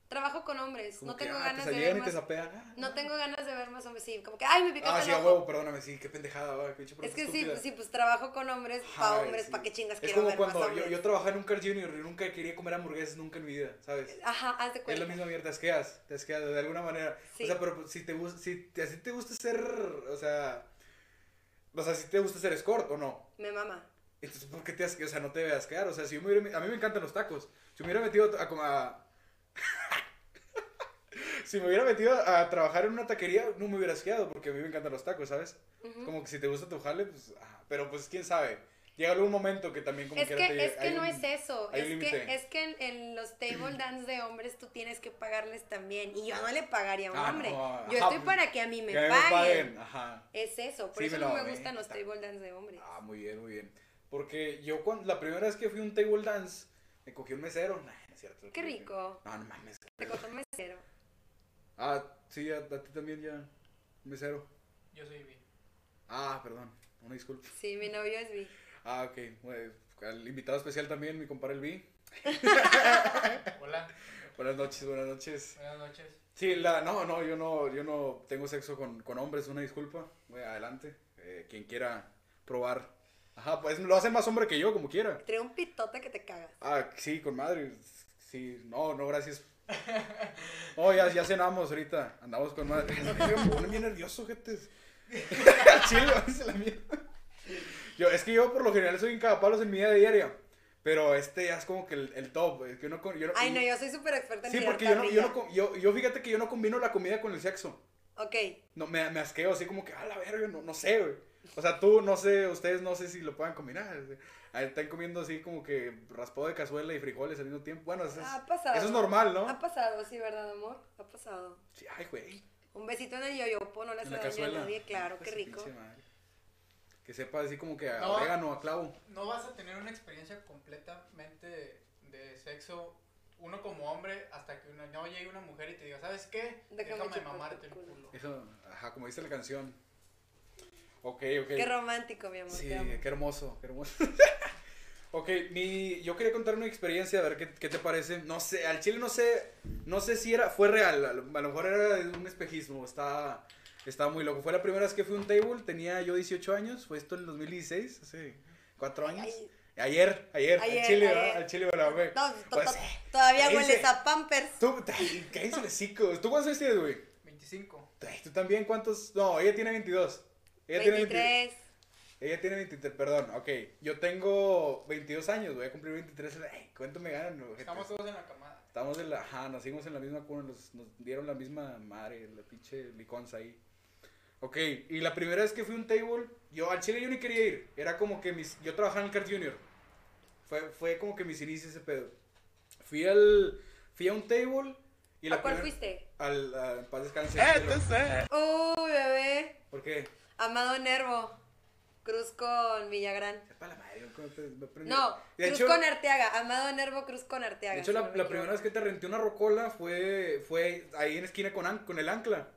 A: Trabajo con hombres,
B: Como
A: pues, no
B: que,
A: tengo
B: ah,
A: ganas
B: te
A: de
B: salieron
A: ver
B: y te
A: más.
B: sapean. ah,
A: No
B: no.
A: tengo ganas de ver más hombres, sí, como que, ay, me picaste
B: Ah,
A: el
B: sí, a
A: ojo".
B: huevo, perdóname, sí, qué pendejada, va, qué pinche
A: Es
B: pregunta
A: que sí,
B: estúpida.
A: pues, sí, pues trabajo con hombres,
B: Ay,
A: pa' hombres,
B: sí.
A: pa' qué chingas
B: Es
A: quiero
B: como
A: ver más
B: cuando yo,
A: hombres.
B: yo trabajaba en un Carl Junior y nunca quería comer hamburguesas nunca en mi vida, ¿sabes?
A: Ajá, haz de
B: Es
A: cuenta.
B: la misma mierda, te asqueas, te asqueas de alguna manera.
A: Sí.
B: O sea, pero pues, si te gusta, si te- así te gusta ser, o sea, o sea, si te gusta ser escort o no.
A: Me mama.
B: Entonces, ¿por qué te asqueas? O sea, no te veas quedar. O sea, si yo me hubiera, a mí me encantan los tacos. Si me hubiera metido a, como a- (laughs) si me hubiera metido a trabajar en una taquería, no me hubiera asqueado porque a mí me encantan los tacos, ¿sabes?
A: Ujú.
B: Como que si te gusta tu jale, pues, ah, pero pues quién sabe. Llega algún momento que también como
A: Es
B: quiera te
A: que,
B: llegue-
A: es que
B: hay
A: no
B: un-
A: es eso,
B: hay
A: es
B: un
A: que,
B: límite.
A: es que en, en los
B: (clears throat)
A: table dance de hombres tú tienes que pagarles también. Y yo no le pagaría a un
B: Ah,
A: hombre.
B: no,
A: yo
B: ajá,
A: estoy
B: pues,
A: para que a mí me,
B: que a mí
A: paguen.
B: Ajá.
A: Es eso, por
B: Sí,
A: eso
B: me
A: no
B: lo
A: me
B: mamé.
A: gustan los
B: Está-
A: table dance de hombres.
B: Ah, muy bien, muy bien. Porque yo cuando, la primera vez que fui a un table dance, me cogió un mesero. Nah, no es cierto.
A: Qué rico.
B: No, no mames.
A: Te contó un mesero.
B: Ah, sí, a, a ti también ya. Un mesero.
C: Yo soy bien.
B: Ah, perdón. Una disculpa.
A: Sí, mi novio es bi.
B: Ah, ok. Bueno, al invitado especial también, mi compadre El B.
C: Hola,
B: Buenas noches, buenas noches.
C: buenas noches.
B: Sí, la, no, no, yo no, yo no tengo sexo con, con hombres, una disculpa. Güey, adelante. Eh, quien quiera probar. Ajá, pues lo hace más hombre que yo, como quiera.
A: Trae un pitote que te cagas.
B: Ah, sí, con madre. Sí, no, no, (laughs) gracias. No, ya, ya cenamos ahorita. Andamos con madre. No, que Me pone bien nervioso, (laughs) gente. Chile, váyanse a la mierda. Yo, es que yo por lo general soy incapapalos en mi vida diaria. Pero este ya es como que el, el top. Es que yo no, con- yo no-
A: Ay, no, yo soy súper experta en
B: Sí,
A: tirar
B: porque yo no, yo
A: carrilla.
B: no, com- yo, yo fíjate que yo no combino la comida con el sexo.
A: Ok,
B: No, me, me asqueo así como que, a la verga, no, no sé, güey. O sea, tú, no sé, ustedes no sé si lo puedan combinar. Ahí Están comiendo así como que raspado de cazuela y frijoles al mismo tiempo. Bueno, eso es,
A: ha pasado.
B: eso es normal,
A: Ha
B: ¿no?
A: pasado, sí, ¿verdad, amor? Ha pasado.
B: Sí, ay, güey.
A: Un besito en el yoyopo, no le
B: En
A: hace
B: la
A: daño a
B: cazuela.
A: nadie, claro, qué
B: Pues,
A: rico.
B: pinche madre. Que sepa así como que a
C: No.
B: orégano, a clavo.
C: No vas a tener una experiencia completamente de, de sexo, uno como hombre, hasta que una- no llegue una mujer y te diga, ¿sabes qué?
A: Déjame
C: Déjame,
A: chupar tu
C: mamarte el
A: culo".
C: culo.
B: Eso, ajá, como dice la canción. Ok, ok.
A: Qué romántico, mi amor.
B: Sí,
A: te amo.
B: qué hermoso,
A: (laughs)
B: qué hermoso. ok, mi, yo quería contar una experiencia, a ver qué, qué te parece. No sé, al chile no sé, no sé si era, fue real, a lo, a lo mejor era de un espejismo, estaba, estaba muy loco. Fue la primera vez que fui a un table, tenía yo 18 años, fue esto en el 2016, hace 4 años.
A: Ay,
B: Ayer, ayer,
A: Ayer,
B: al chile,
A: ayer.
B: ¿verdad? al chile me la mamé.
A: no, to-
B: Pues,
A: to- todavía
B: ese-
A: hueles a Pampers.
B: Tú, (laughs) cállense el hocico. ¿Tú cuántos años tienes, güey?
C: 25.
B: Ay, ¿Tú también cuántos? No, ella tiene 22. Ella tiene 22.
A: 23.
B: Ella tiene 23, perdón, ok. Yo tengo 22 años, voy a cumplir 23. Ay, ¿Cuánto me ganan? ojete?
C: Estamos todos en la camada.
B: Estamos en la... Ajá, nacimos en la misma cuna, nos, nos dieron la misma madre, la pinche liconza ahí. Ok, y la primera vez que fui a un table, yo al Chile yo ni quería ir. Era como que mis... Yo trabajaba en el Card Junior. Fue, fue como que mis inicios ese pedo. Fui al... Fui a un table y la
A: ¿A cuál
B: primer-
A: fuiste? Eh,
B: Al, al Paz Descanse.
A: Uy, bebé.
B: ¿Por qué?
A: Amado Nervo. Cruz con Villagrán.
B: Sepa la madre, ¿cómo te- me aprendí?
A: No,
B: De
A: Cruz
B: hecho-
A: con Arteaga. Amado Nervo, Cruz con Arteaga.
B: De hecho,
A: si
B: la,
A: no me
B: la
A: equivoco.
B: primera vez que te renté una rocola fue, fue ahí en esquina con, an- con el ancla.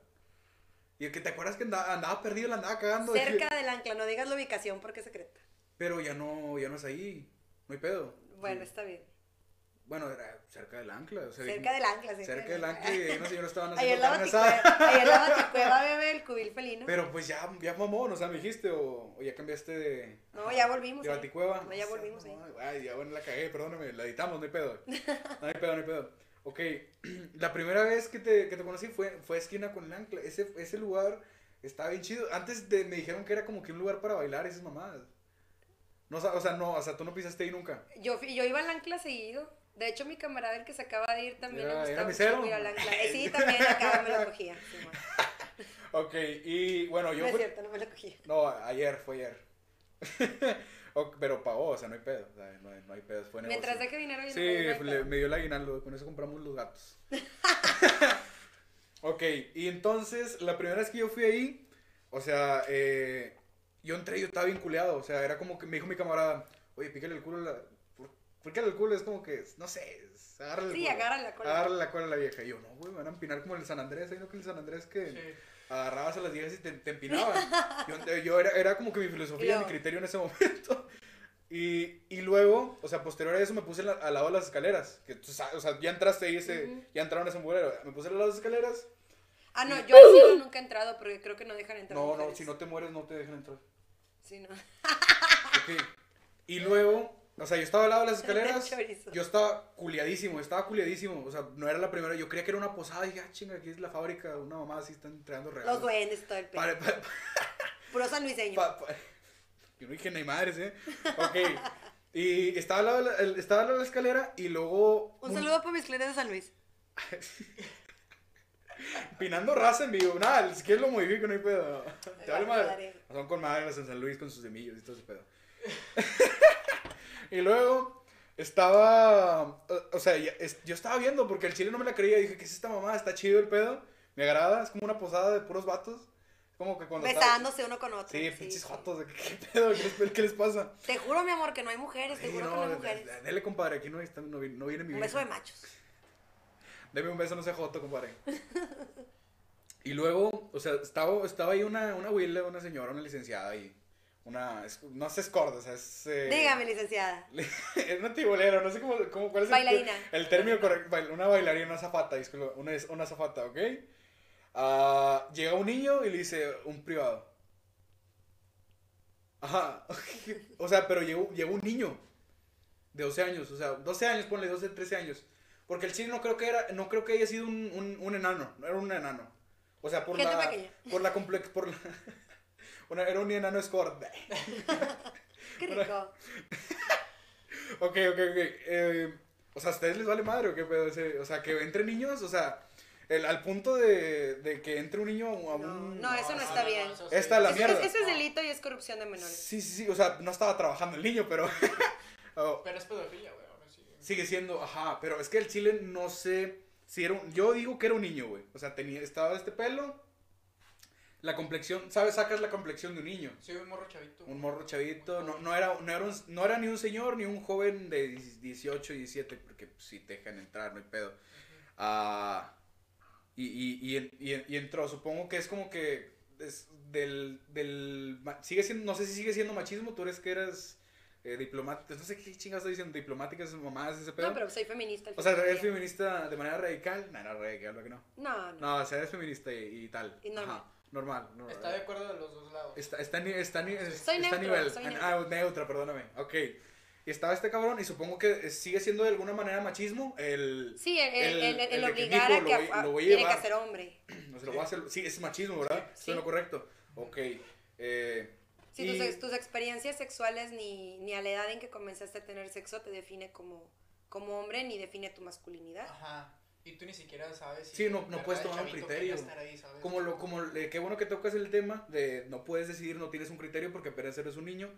B: Y el que te acuerdas que andaba, andaba perdido, la andaba cagando. de que-
A: Cerca del ancla, no digas la ubicación porque es secreta.
B: Pero ya no, ya no es ahí. No hay pedo.
A: Bueno,
B: Sí.
A: está bien.
B: Bueno, era cerca del ancla. o sea,
A: Cerca del ancla,
B: cerca del ancla.
A: (laughs)
B: Y ahí no sé, yo no estaba
A: Ahí en
B: haciendo
A: la
B: carne asada.
A: baticueva, ahí en la baticueva, bebé, el cubil felino.
B: Pero pues ya, ya mamón, o sea, me dijiste, o, o ya cambiaste de.
A: No, ya volvimos,
B: De
A: eh.
B: Baticueva.
A: No, ya volvimos, eh.
B: Ay, ya bueno, la cagué, perdóname, la editamos, no hay pedo. No hay pedo, no hay pedo. Ok, (clears throat) la primera vez que te, que te conocí fue, fue esquina con el ancla. Ese, ese lugar estaba bien chido. Antes de- me dijeron que era como que un lugar para bailar esas mamadas. No, o sea- o sea, no, o sea, tú no pisaste ahí nunca.
A: Yo, fui- yo iba al ancla seguido. De hecho, mi camarada, el que se acaba de ir, también
B: Era-
A: le
B: era
A: gustaba mucho
B: mesero.
A: ir al
B: (laughs)
A: ancla. Eh, sí, también acá me lo cogía. sí, ma.
B: Ok, y bueno, yo
A: no es
B: fui-
A: cierto, no me lo cogía.
B: No, ayer, fue ayer. (laughs) Ok, pero pagó, o sea, no hay pedo. o sea, no, hay, no hay pedo, fue negocio.
A: Mientras deje dinero, yo
B: Sí,
A: no me lo
B: le-
A: meto.
B: me dio el aguinaldo, con eso compramos
A: (laughs)
B: los gatos. ok, y entonces, la primera vez que yo fui ahí, o sea, eh, yo entré y yo estaba vinculado, o sea, era como que me dijo mi camarada, oye, pícale el culo a la... por- Porque el culo es como que, no sé, agarra
A: Sí, agarra la cola.
B: Agarra la cola a la vieja. Y yo, no, güey, me van a empinar como el San Andrés. Hay no que el San Andrés que
C: Sí.
B: agarrabas a las viejas y te, te
A: (laughs)
B: empinaban. Yo, yo era, era como que mi filosofía,
A: Yo.
B: mi criterio en ese (laughs) momento. Y, y luego, o sea, posterior a eso me puse la- al lado de las escaleras. Que, tú sa- o sea, ya entraste ahí, ese,
A: Ujú.
B: ya entraron ese mugrero. Me puse al lado de las escaleras.
A: Ah, no, yo al cielo nunca he entrado porque creo que no dejan entrar.
B: No, no,
A: mujeres.
B: si no te mueres no te dejan entrar.
A: Sí,
B: (laughs)
A: no.
B: Ok. Y luego, o sea, yo estaba al lado
A: (laughs)
B: de las escaleras.
A: Chorizo.
B: Yo estaba culiadísimo, estaba culiadísimo. O sea, no era la primera. Yo creía que era una posada. Y dije, ah, chinga, aquí es la fábrica. Una mamá así están entregando regalos.
A: Los duendes, todo el pedo.
B: Pare- pa-
A: Puro sanluiseño.
B: pa- pa- Yo no dije ni madres, ¿eh? Ok. Y estaba al lado de la, el- estaba al lado de la escalera y luego.
A: Un saludo para mis clientes de San Luis.
B: Pinando raza en vivo. Nada, si quieres lo modifico, no hay pedo. Te
A: vale
B: vale madre.
A: madre.
B: Son con madres en San Luis con sus semillos y todo ese pedo. (laughs) y luego estaba. o- O sea, ya- es- yo estaba viendo porque el chile no me la creía. Dije, ¿qué es esta mamá? Está chido el pedo. Me agrada. Es como una posada de puros vatos. Como que cuando. estaba-
A: Besándose uno con otro.
B: Sí, pinches jotos. de que, ¿Qué pedo? ¿Qué les, qué les pasa?
A: Te juro, mi amor, que no hay mujeres. Te
B: Sí,
A: juro que no hay mujeres.
B: de- Dele, compadre. Aquí no, está- no, vi- no viene mi
A: Un
B: vieja.
A: beso de machos.
B: Deme un beso, no sea joto, compadre.
A: (laughs)
B: Y luego, o sea, estaba, estaba ahí una, una huila, una señora, una licenciada ahí. Una, es- no sé, es corda, o sea, es... eh,
A: Dígame, licenciada.
B: Es una tibolera, (laughs) no sé cómo, cómo cuál es el-
A: Bailarina.
B: El, término correcto. bail- Una bailarina, una zapata, disculpa, una, es- una zapata, ¿ok? Ah, llega un niño y le dice, un privado. Ajá, (laughs) o sea, pero llegó, llegó un niño de 12 años, o sea, 12 años, ponle 12, 13 años. Porque el chile no creo que era, no creo que haya sido un, un, un enano, no era un enano. O sea, por
A: Gente
B: la.
A: pequeña.
B: Por la complex. Por la, (laughs) una- era un enano escort.
A: Qué rico.
B: Ok, ok, ok. Eh, o sea, ¿a ustedes les vale madre o qué pedo? ese? O sea, que entre niños, o sea, el, al punto de, de que entre un niño a un... Ah,
A: No, eso no está bien.
C: Ah, sí.
B: Esta la
A: Eso-
B: mierda.
A: Eso es delito y es corrupción de menores.
B: Sí, sí, sí, o sea, no estaba trabajando el niño, pero... (laughs) oh,
C: Pero es pedofilia, güey. ahora sí.
B: sigue siendo, ajá, pero es que el chile no sé si era un... Yo digo que era un niño, güey. O sea, tenía, estaba este pelo, la complexión, ¿sabes? Sacas la complexión de un niño.
C: Sí, un morro chavito.
B: Un morro chavito, no, no, era, no, era un, no era ni un señor ni un joven de 18, 17, porque pues, si te dejan entrar, no hay pedo. Ah, y, y, y, y- y entró, supongo que es como que es del, del, ma- sigue siendo, no sé si sigue siendo machismo, tú eres que eras eh, diplomática, no sé qué chingas estoy diciendo, diplomáticas, mamadas, ese pedo.
A: No, pero soy feminista. al
B: o sea,
A: final del
B: eres
A: día.
B: feminista de manera radical, no, no, radical, lo que no.
A: No, no.
B: No, o sea, eres feminista y, y tal.
A: Y normal.
B: Ajá, normal. no,
C: Está de acuerdo de los dos lados.
B: Está, está, ni- está, ni-
A: Soy
B: está
A: neutra,
B: nivel.
A: soy
B: Ah,
A: neutra.
B: ah, neutra, perdóname. Ok. Y estaba este cabrón y supongo que eh, sigue siendo de alguna manera machismo el...
A: Sí, el, el, el, el
B: de que,
A: obligar
B: "Mijo,
A: a que
B: lo voy-
A: a-
B: lo voy a
A: tiene que
B: llevar".
A: hacer hombre.
B: No se lo voy a hacer. Sí, es machismo, ¿verdad?
A: Sí.
B: Eso es lo correcto. Ok. eh,
A: Sí,
B: y-
A: tus, ex- tus experiencias sexuales ni, ni a la edad en que comenzaste a tener sexo te define como, como hombre ni define tu masculinidad.
C: Ajá. Y tú ni siquiera sabes si.
B: Sí, no- no
C: en verdad
B: puedes
C: el
B: tomar un
C: chavito quería
B: criterio.
C: estar ahí, ¿sabes?
B: Como lo, como, le- qué bueno que tocas el tema de no puedes decidir, no tienes un criterio porque apenas eres un niño.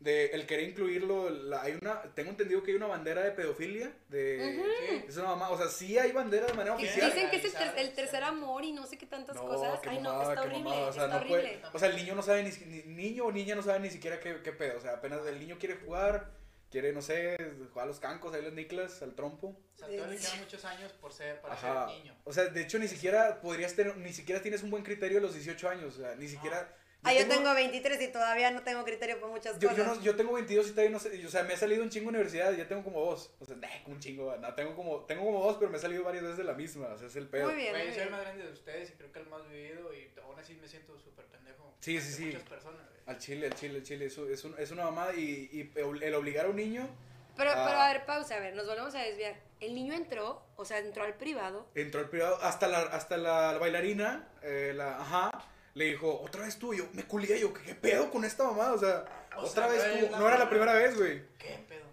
B: De el querer incluirlo, la- hay una, tengo entendido que hay una bandera de pedofilia, de...
A: Ujú.
C: Sí.
B: Es una mamá, o sea, Ah, sí hay bandera de manera
C: Sí,
B: oficial.
A: Dicen que es el, ter-
C: Analizar,
A: el tercer
C: sí.
A: amor y no sé qué tantas
B: No,
A: cosas.
B: qué
A: Ay, no,
B: mamada,
A: está
B: qué
A: horrible.
B: mamada, o sea,
A: está
B: no puede-
A: horrible.
B: o sea, el niño no sabe ni, si- ni- niño o niña no sabe ni siquiera qué, qué pedo, o sea, apenas el niño quiere jugar, quiere, no sé, jugar a los cancos, ahí las niclas, al trompo.
C: O sea, todavía le quedan muchos años por ser, para
B: Ajá.
C: ser niño.
B: O sea, de hecho ni siquiera podrías tener, ni siquiera tienes un buen criterio a los 18 años, o sea, ni siquiera
A: Ah, yo tengo 23 y todavía no tengo criterio por muchas
B: yo,
A: cosas.
B: yo no- yo tengo 22 y todavía no sé, o sea, me he salido un chingo de universidades, ya tengo como dos, o sea, nah, como un chingo, no, tengo como, tengo como dos, pero me he salido varias veces de la misma, o sea, es el pedo.
A: Muy bien.
C: Güey,
A: muy
C: soy el
A: bien.
C: más grande de ustedes y creo que el más vivido y aún así me siento súper pendejo.
B: Sí, sí,
C: ante
B: sí.
C: Muchas personas, güey.
B: Al chile, al chile, al chile, eso es, un- es una mamada y, y el obligar a un niño
A: Pero,
B: Ah.
A: pero a ver, pausa, a ver, nos volvemos a desviar. El niño entró, o sea, entró al privado.
B: Entró el privado, hasta la, hasta la bailarina, eh, la, ajá, le dijo, otra vez tú, Y yo me culié, yo, ¿qué, qué pedo con esta mamá? O sea,
C: O
B: otra
C: sea,
B: vez
C: no
B: tú,
C: es la
B: no era la
C: primera-
B: primera vez, güey.
C: ¿Qué pedo?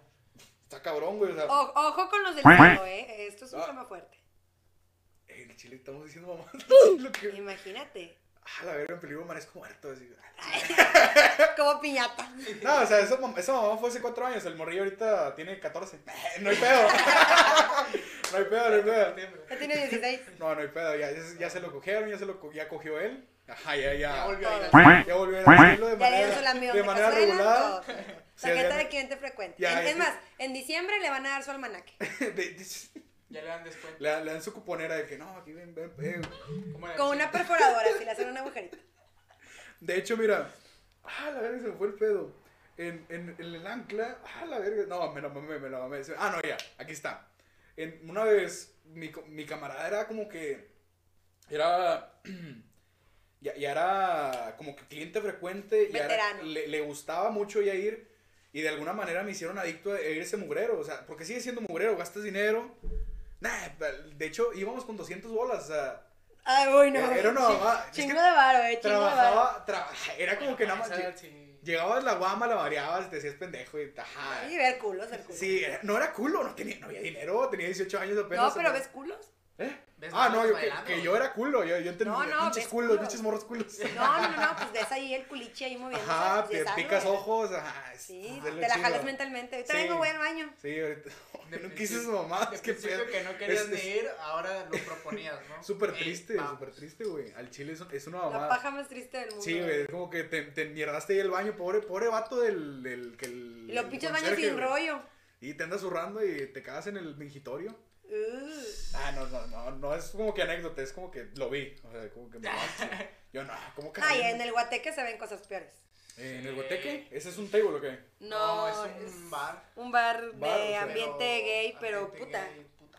B: Está cabrón, güey, o sea,
A: O- ojo con los del privado, ¿eh? Esto es un
B: Ah.
A: tema fuerte.
B: el chile estamos diciendo mamá, (laughs) lo que,
A: Imagínate.
B: ah, la verga, en peligro amanezco muerto, así.
A: Como piñata.
B: No, o sea, esa, mam- esa mamá fue hace cuatro años, el morrillo ahorita tiene 14, (laughs) no hay pedo, no hay pedo, no hay pedo.
A: Ya tiene 16.
B: No, no hay pedo, ya, ya, se- ya se lo cogieron, ya se lo co- ya cogió él, ajá, ya, ya.
C: Ya volvió a ir
A: Ah, Todo.
C: al-
B: Ya volvió a ir al cielo
A: Ya
B: de
A: le
B: manera,
A: dio su lambión
B: de manera
A: cazuela,
B: (laughs) regulada.
A: todo. Tarjeta
B: ya-
A: de cliente frecuente.
B: Ya,
A: En-
B: ya
A: es
B: te-
A: más, en diciembre le van a dar su
B: (laughs)
A: almanaque.
C: Ya le dan descuento.
B: le, le dan su cuponera de que no, aquí ven, eh". ven, ven.
C: Como la
A: Con
C: de-
A: una perforadora, si le hacen un agujerito.
B: De hecho, mira, ah, la verga se me fue el pedo. En, en, en el ancla, ah, la verga, no, me la mamé, me la mamé. Se- Ah, no, ya, aquí está. En, una vez, mi, co- mi camarada era como que, era, (clears throat) ya, ya era como que cliente frecuente. ya era-
A: Veterano.
B: le, le gustaba mucho ya ir y de alguna manera me hicieron adicto a ir ese mugrero. O sea, porque sigue siendo mugrero, gastas dinero. Nah, de hecho, íbamos con 200 bolas, o sea,
A: Ay, uy, no.
B: Era una
A: Chi-
B: mamá. Es
A: Chingo
B: que
A: de varo, eh, chingo de varo.
B: trabajaba, tra- (laughs) era como que nada
A: Ah,
B: más...
C: Esa,
B: lleg-
C: sí.
B: Llegabas la guama, la variabas, te decías pendejo y ajá.
A: Y ver culos, ver culos.
B: Sí, era- no era culo, no, tenía, no había dinero, tenía 18 años apenas.
A: no, pero ves culos.
B: ¿Eh?
C: ¿Ves
B: Ah, no,
C: morros
B: yo, que,
C: bailando?
B: que yo era culo, yo, yo entendía
A: No, no,
B: pinches
A: ves
B: culos,
A: culos.
B: pinches morros culos.
A: (laughs) No, no, no, no, pues ves ahí el culichi ahí moviéndose.
B: Ajá,
A: pues,
B: te
A: es algo,
B: picas
A: eh.
B: ojos, ajá. es-
A: Sí,
B: es de
A: te
B: lo
A: la
B: chido.
A: jalas mentalmente. Ahorita
B: Sí.
A: vengo, voy al baño.
B: Sí, ahorita. (laughs)
C: De
B: no quise esas
C: principio-
B: mamadas,
C: de
B: qué
C: principio
B: pedo.
C: que no querías
B: Es-
C: ni
B: es
C: ir, ahora lo proponías, ¿no?
B: Súper
A: (laughs)
C: Ey,
B: triste,
C: vamos.
B: súper triste, güey. Al chile es, es una
A: La
B: mamada.
A: paja más triste del mundo.
B: Sí, güey, es como que te, te mierdaste ahí el baño, pobre, pobre vato del, del que el.
A: Y los
B: el
A: pinches baños
B: conserje,
A: sin
B: güey.
A: rollo.
B: Y te andas zurrando y te cagas en el mingitorio.
A: Uh.
B: Ah, no, no, no, no es como que anécdota, es como que lo vi. O sea, como
A: (laughs)
B: que me mamaste. Yo no, como que.
A: Ay, en el guateque se ven cosas peores.
B: ¿En el guateque? ¿Ese es un table o qué?
A: No,
C: es un bar.
A: un bar de
B: Bar, o sea,
A: ambiente
C: pero-
A: gay, pero
C: ambiente
A: puta.
C: gay, puta.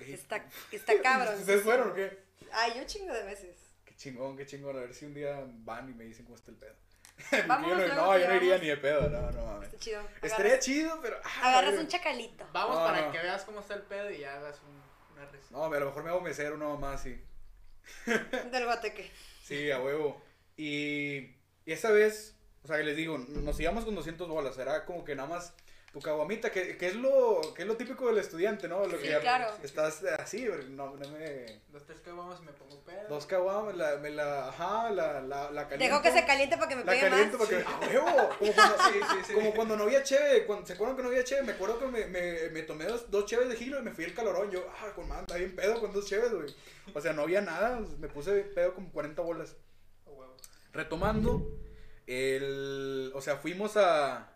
A: Está,
B: (laughs)
A: está cabrón.
B: ¿Ustedes fueron o qué?
A: Ay, yo chingo de veces.
B: Qué chingón, qué chingón. A ver si un día van y me dicen cómo está el pedo. (laughs) Porque yo
A: Vámonos,
B: no,
A: luego
B: no,
A: que
B: yo no iría
A: vamos.
B: ni de pedo, no, no mames.
A: Está chido. Agarras,
B: Estaría chido, pero. ah,
A: agarras
B: verga.
A: un
B: (laughs)
A: chacalito.
C: Vamos
B: No,
C: para
B: no.
C: que veas cómo está el pedo y ya hagas un, una res-
B: No, a lo mejor me hago mesero, una mamá así.
A: Del guateque.
B: Sí, a huevo. Y, y esa vez, o sea, que les digo, nos íbamos con 200 bolas, era como que nada más tu caguamita, que, que es lo que es lo típico del estudiante, ¿no? Lo
A: Sí,
B: que
A: claro.
B: Estás así, pero no, no me...
C: Dos, tres que vamos y me pongo pedo.
B: Dos caguamas, la, me la, ajá, la, la, la caliento.
A: Dejo que se caliente para que me
B: La
A: pegue
B: caliento
A: más.
B: porque, a huevo, como
A: (laughs)
B: cuando,
C: Sí, sí, sí.
B: como cuando no había cheve, cuando, ¿se acuerdan que no había cheve? Me acuerdo que me, me, me tomé dos, dos cheves de giro y me fui al calorón, yo, ah, con man, está bien pedo con dos cheves, güey. O sea, no había nada, me puse pedo como 40 bolas.
C: A huevo.
B: Retomando, el, o sea, fuimos a,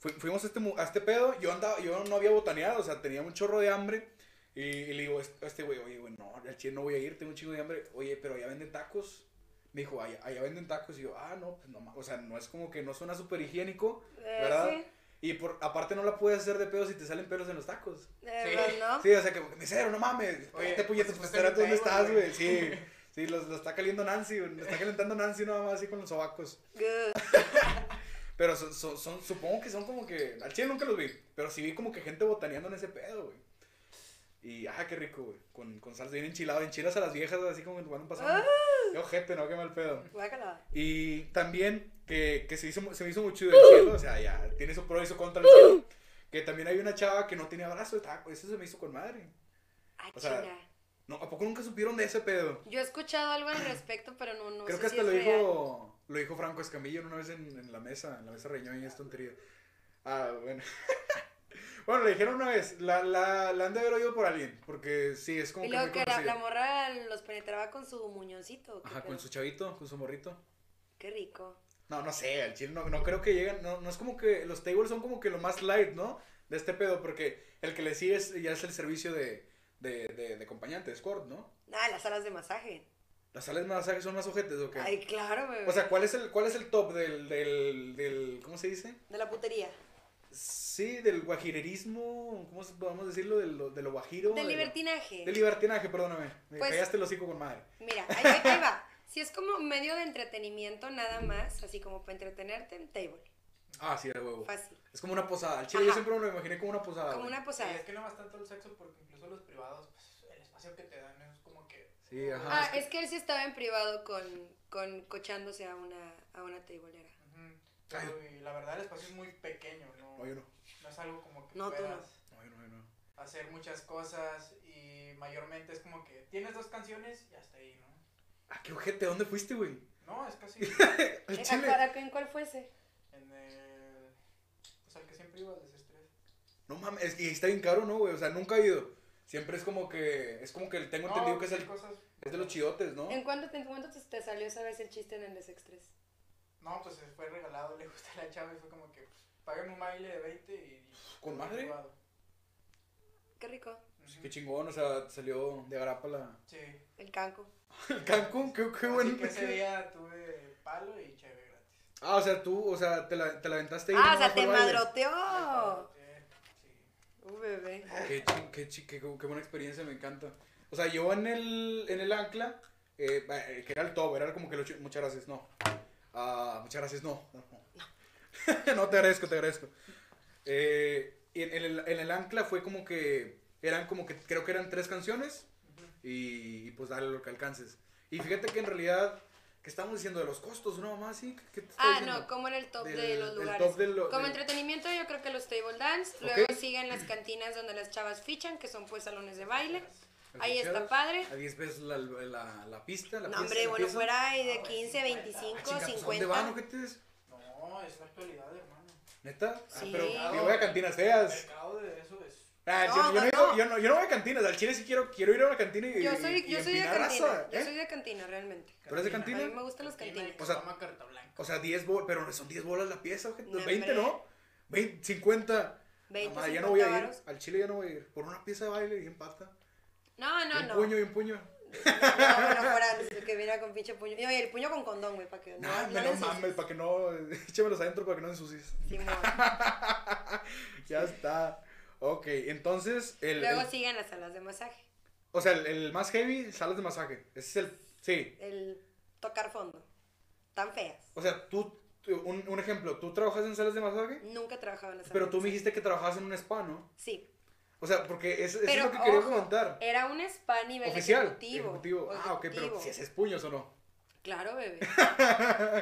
B: fui- fuimos a este, mu- a este pedo, yo andaba, yo no había botaneado, o sea, tenía un chorro de hambre, y, y le digo, a este güey, oye, güey, no, al chile no voy a ir, tengo un chingo de hambre, oye, pero allá venden tacos, me dijo, allá, allá venden tacos, y yo, ah, no, pues no, ma- o sea, no es como que no suena súper higiénico,
A: Eh,
B: ¿verdad?
A: sí.
B: y por, aparte no la puedes hacer de pedo si te salen pelos en los tacos.
A: Eh,
C: Sí.
A: ¿no?
B: Sí, o sea, que mesero, no mames.
C: Ah. Oye,
B: Oye, te puñetas, pues
C: pues, espérate
B: espérate dónde
C: un
B: estás,
C: table,
B: güey. Sí,
C: (laughs)
B: sí, los, los está caliendo Nancy, güey, los está calentando Nancy nada más así con los sobacos.
A: Good.
B: Pero son, son, son- supongo que son como que. Al chile nunca los vi, pero sí vi como que gente botaneando en ese pedo, güey. Y, ajá, qué rico, güey. Con, con salsa bien enchilado, enchilas a las viejas, así como en un pasado. Yo, gente, no, qué mal pedo.
A: Guácala.
B: Y también que, que se, hizo, mu- se me hizo mucho del cielo, o sea, ya tiene su pro y su contra el cielo. Que también hay una chava que no tiene abrazo de taco, eso se me hizo con madre.
A: Ah,
B: O sea,
A: chinga.
B: No, ¿a poco nunca supieron de ese pedo?
A: Yo he escuchado algo al respecto, pero no, no
B: Creo
A: sé
B: que
A: si es
B: hasta lo
A: real.
B: dijo, lo dijo Franco Escamillo una vez en, en la mesa, en la mesa Reñón y es tontería. Ah, bueno. (laughs) bueno, le dijeron una vez, la, la, la han de haber oído por alguien, porque sí, es como
A: Y
B: que muy
A: luego que la,
B: conocida.
A: la morra los penetraba con su muñoncito. ¿qué
B: Ajá,
A: pedo?
B: con su chavito, con su morrito.
A: Qué rico.
B: No, no sé, al chile no, no creo que lleguen, no, no es como que, los tables son como que lo más light, ¿no? De este pedo, porque el que le sigue es- ya es el servicio de, de, de, de acompañante, de escort, ¿no?
A: Ah, las salas de masaje.
B: Las salas de masaje son más ojetes, ¿o qué?
A: Ay, claro, bebé.
B: O sea, ¿cuál es el, cuál es el top del, del, del, ¿cómo se dice?
A: de la putería.
B: Sí, del guajirerismo, ¿cómo se- podemos decirlo? De lo, de lo guajiro.
A: Del
B: de lo-
A: libertinaje.
B: Del libertinaje, perdóname. Me
A: Pues-
B: callaste el hocico con madre.
A: Mira, ahí, ahí- ahí va. Si es como medio de entretenimiento nada más, así como para entretenerte en table.
B: Ah, sí, era huevo.
A: Fácil.
B: Es como una posada. Al chile
A: Pues- Ajá.
B: yo siempre me lo imaginé como una posada.
A: Como
B: güey.
A: una
C: Sí,
A: posada.
C: es que no más tanto el sexo porque incluso los privados, pues, el espacio que te dan es como que...
B: Sí, ajá.
A: Ah,
B: es
A: es que él sí estaba en privado con, con cochándose a una, a una tableera.
C: Ujú. Pero, y la verdad el espacio es muy pequeño,
B: que-
C: ¿no?
B: No, yo no.
C: No es algo como que
A: No, tú no.
C: puedas
B: No, yo no, yo no.
C: hacer muchas cosas y mayormente es como que tienes dos canciones y hasta ahí, ¿no?
B: Ah, qué ojete, ¿dónde fuiste, güey?
C: No, es
B: (laughs) Al
C: casi
A: Eh,
B: chile.
A: ¿a- a- ¿En cuál fue ese?
C: en el... Pues al que siempre iba al desestrés.
B: No mames, es- y está bien caro, ¿no, güey? O sea, nunca he ido. Siempre es como que, es como que tengo entendido que es, el,
C: pues, hay cosas
B: es de los chidotes, ¿no?
A: ¿En cuánto, en cuánto te, te salió esa vez el chiste en el de Sex 3?
C: No, pues se fue regalado, le gusta la chava y fue como que págame un baile de 20 y. y
B: ¿Con madre?
C: privado.
A: Qué rico.
B: Pues,
C: Ujú.
B: qué chingón, o sea, salió de agrapa la...
C: Sí.
A: El canco.
B: (laughs) El Cancún, qué, qué
C: Así
B: bueno.
C: que ese día tuve palo y chévere gratis.
B: Ah, o sea, tú, o sea, te la, te la aventaste ahí
A: Ah, o
B: nomás
A: sea,
B: al
A: te
B: baile.
A: Oh. madroteó.
C: Sí.
A: Uh, bebé.
B: Qué, chi- qué, chi- qué, qué buena experiencia, me encanta. O sea, yo en el, en el ancla, eh, eh, que era el top, era como que lo chi- muchas gracias, no. Ah, muchas gracias, no. no, (laughs) te agradezco, te agradezco. Eh, y en, en el, en el ancla fue como que, eran como que, creo que eran tres canciones y, y pues dale lo que alcances. Y fíjate que en realidad, ¿qué estamos diciendo de los costos? No, mamá, sí. ¿Qué te está
A: Ah,
B: diciendo?
A: no, como en el top de
B: Del-
A: los
B: el
A: lugares.
B: top de lo-
A: como
B: del-
A: entretenimiento yo creo que los table dance,
B: Ok.
A: luego siguen las cantinas donde las chavas fichan, que son pues salones de baile. Ahí está
B: Ficheras,
A: padre.
B: A 10 veces la, la, la pista,
A: No,
B: la pieza,
A: hombre,
B: la
A: bueno,
B: pieza.
A: fuera hay de
C: Ah,
A: 15,
C: bueno,
A: 25,
B: Ah, chinga, pues, ¿a ¿Dónde van,
A: 50.
B: ojetes?
C: No, es la actualidad, hermano.
B: ¿Neta? Ah,
A: Sí.
B: pero yo voy a cantinas feas.
C: mercado de eso es.
B: Ah,
A: No,
B: yo, yo no,
A: no,
B: he ido-
A: no.
B: yo no- yo no voy a cantinas. Al chile sí quiero, quiero ir a una cantina y.
A: Yo soy,
B: y
A: yo soy de
B: empinar
A: cantina,
B: raza,
A: yo
B: ¿eh?
A: soy de cantina realmente.
B: ¿Tú eres de
A: A mí
B: cantina?
A: me gustan las cantinas.
B: O
C: O
B: sea-
C: sea, toma carta blanca.
B: O sea, 10 bolas, pero no son 10 bolas la pieza, ojete.
A: No,
B: 20,
A: hombre.
B: ¿no? 20, 50.
A: 20,
B: Mamá, ya
A: 50
B: no voy a ir.
A: varos.
B: Al chile ya no voy a ir. Por una pieza de baile y empata.
A: No,
B: pata.
A: no,
B: un
A: no.
B: puño y un puño.
A: No, bueno, fuera el que viene con pinche puño. Y, Oye, el puño con condón, güey, para que
B: No,
A: no, no,
B: me
A: le
B: no
A: ensucies.
B: mames, para que no. (laughs) Échamelos adentro para que no ensucies. (laughs)
A: Simón.
B: Ya está. Ok, entonces. El, el-
A: Luego siguen las salas de masaje,
B: O sea, el, el más heavy, salas de masaje. Ese es el. Sí.
A: el tocar fondo. Tan feas.
B: O sea, tú. tú- Un, un ejemplo, tú trabajas en salas de masaje,
A: Nunca he trabajado en las salas.
B: pero
A: de
B: tú me
A: masaje.
B: dijiste que trabajabas en un spa, ¿no? Sí.
A: Sí.
B: O sea, porque eso, eso
A: Pero,
B: es lo que quería
A: ojo,
B: comentar.
A: Era un spa a nivel
B: Oficial.
A: ejecutivo.
B: Ah, ok, pero
A: ejecutivo.
B: si haces puños o no.
A: Claro,
B: (laughs)
A: bebé.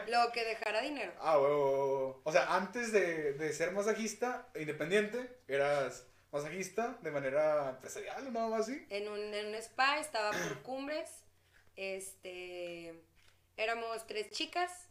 A: Lo que dejara dinero.
B: Ah, huevo, huevo, huevo. O sea, antes de, de ser masajista independiente, eras masajista de manera empresarial o nada más así.
A: En un, en un spa estaba
B: (clears throat)
A: por cumbres. Este. Éramos tres chicas.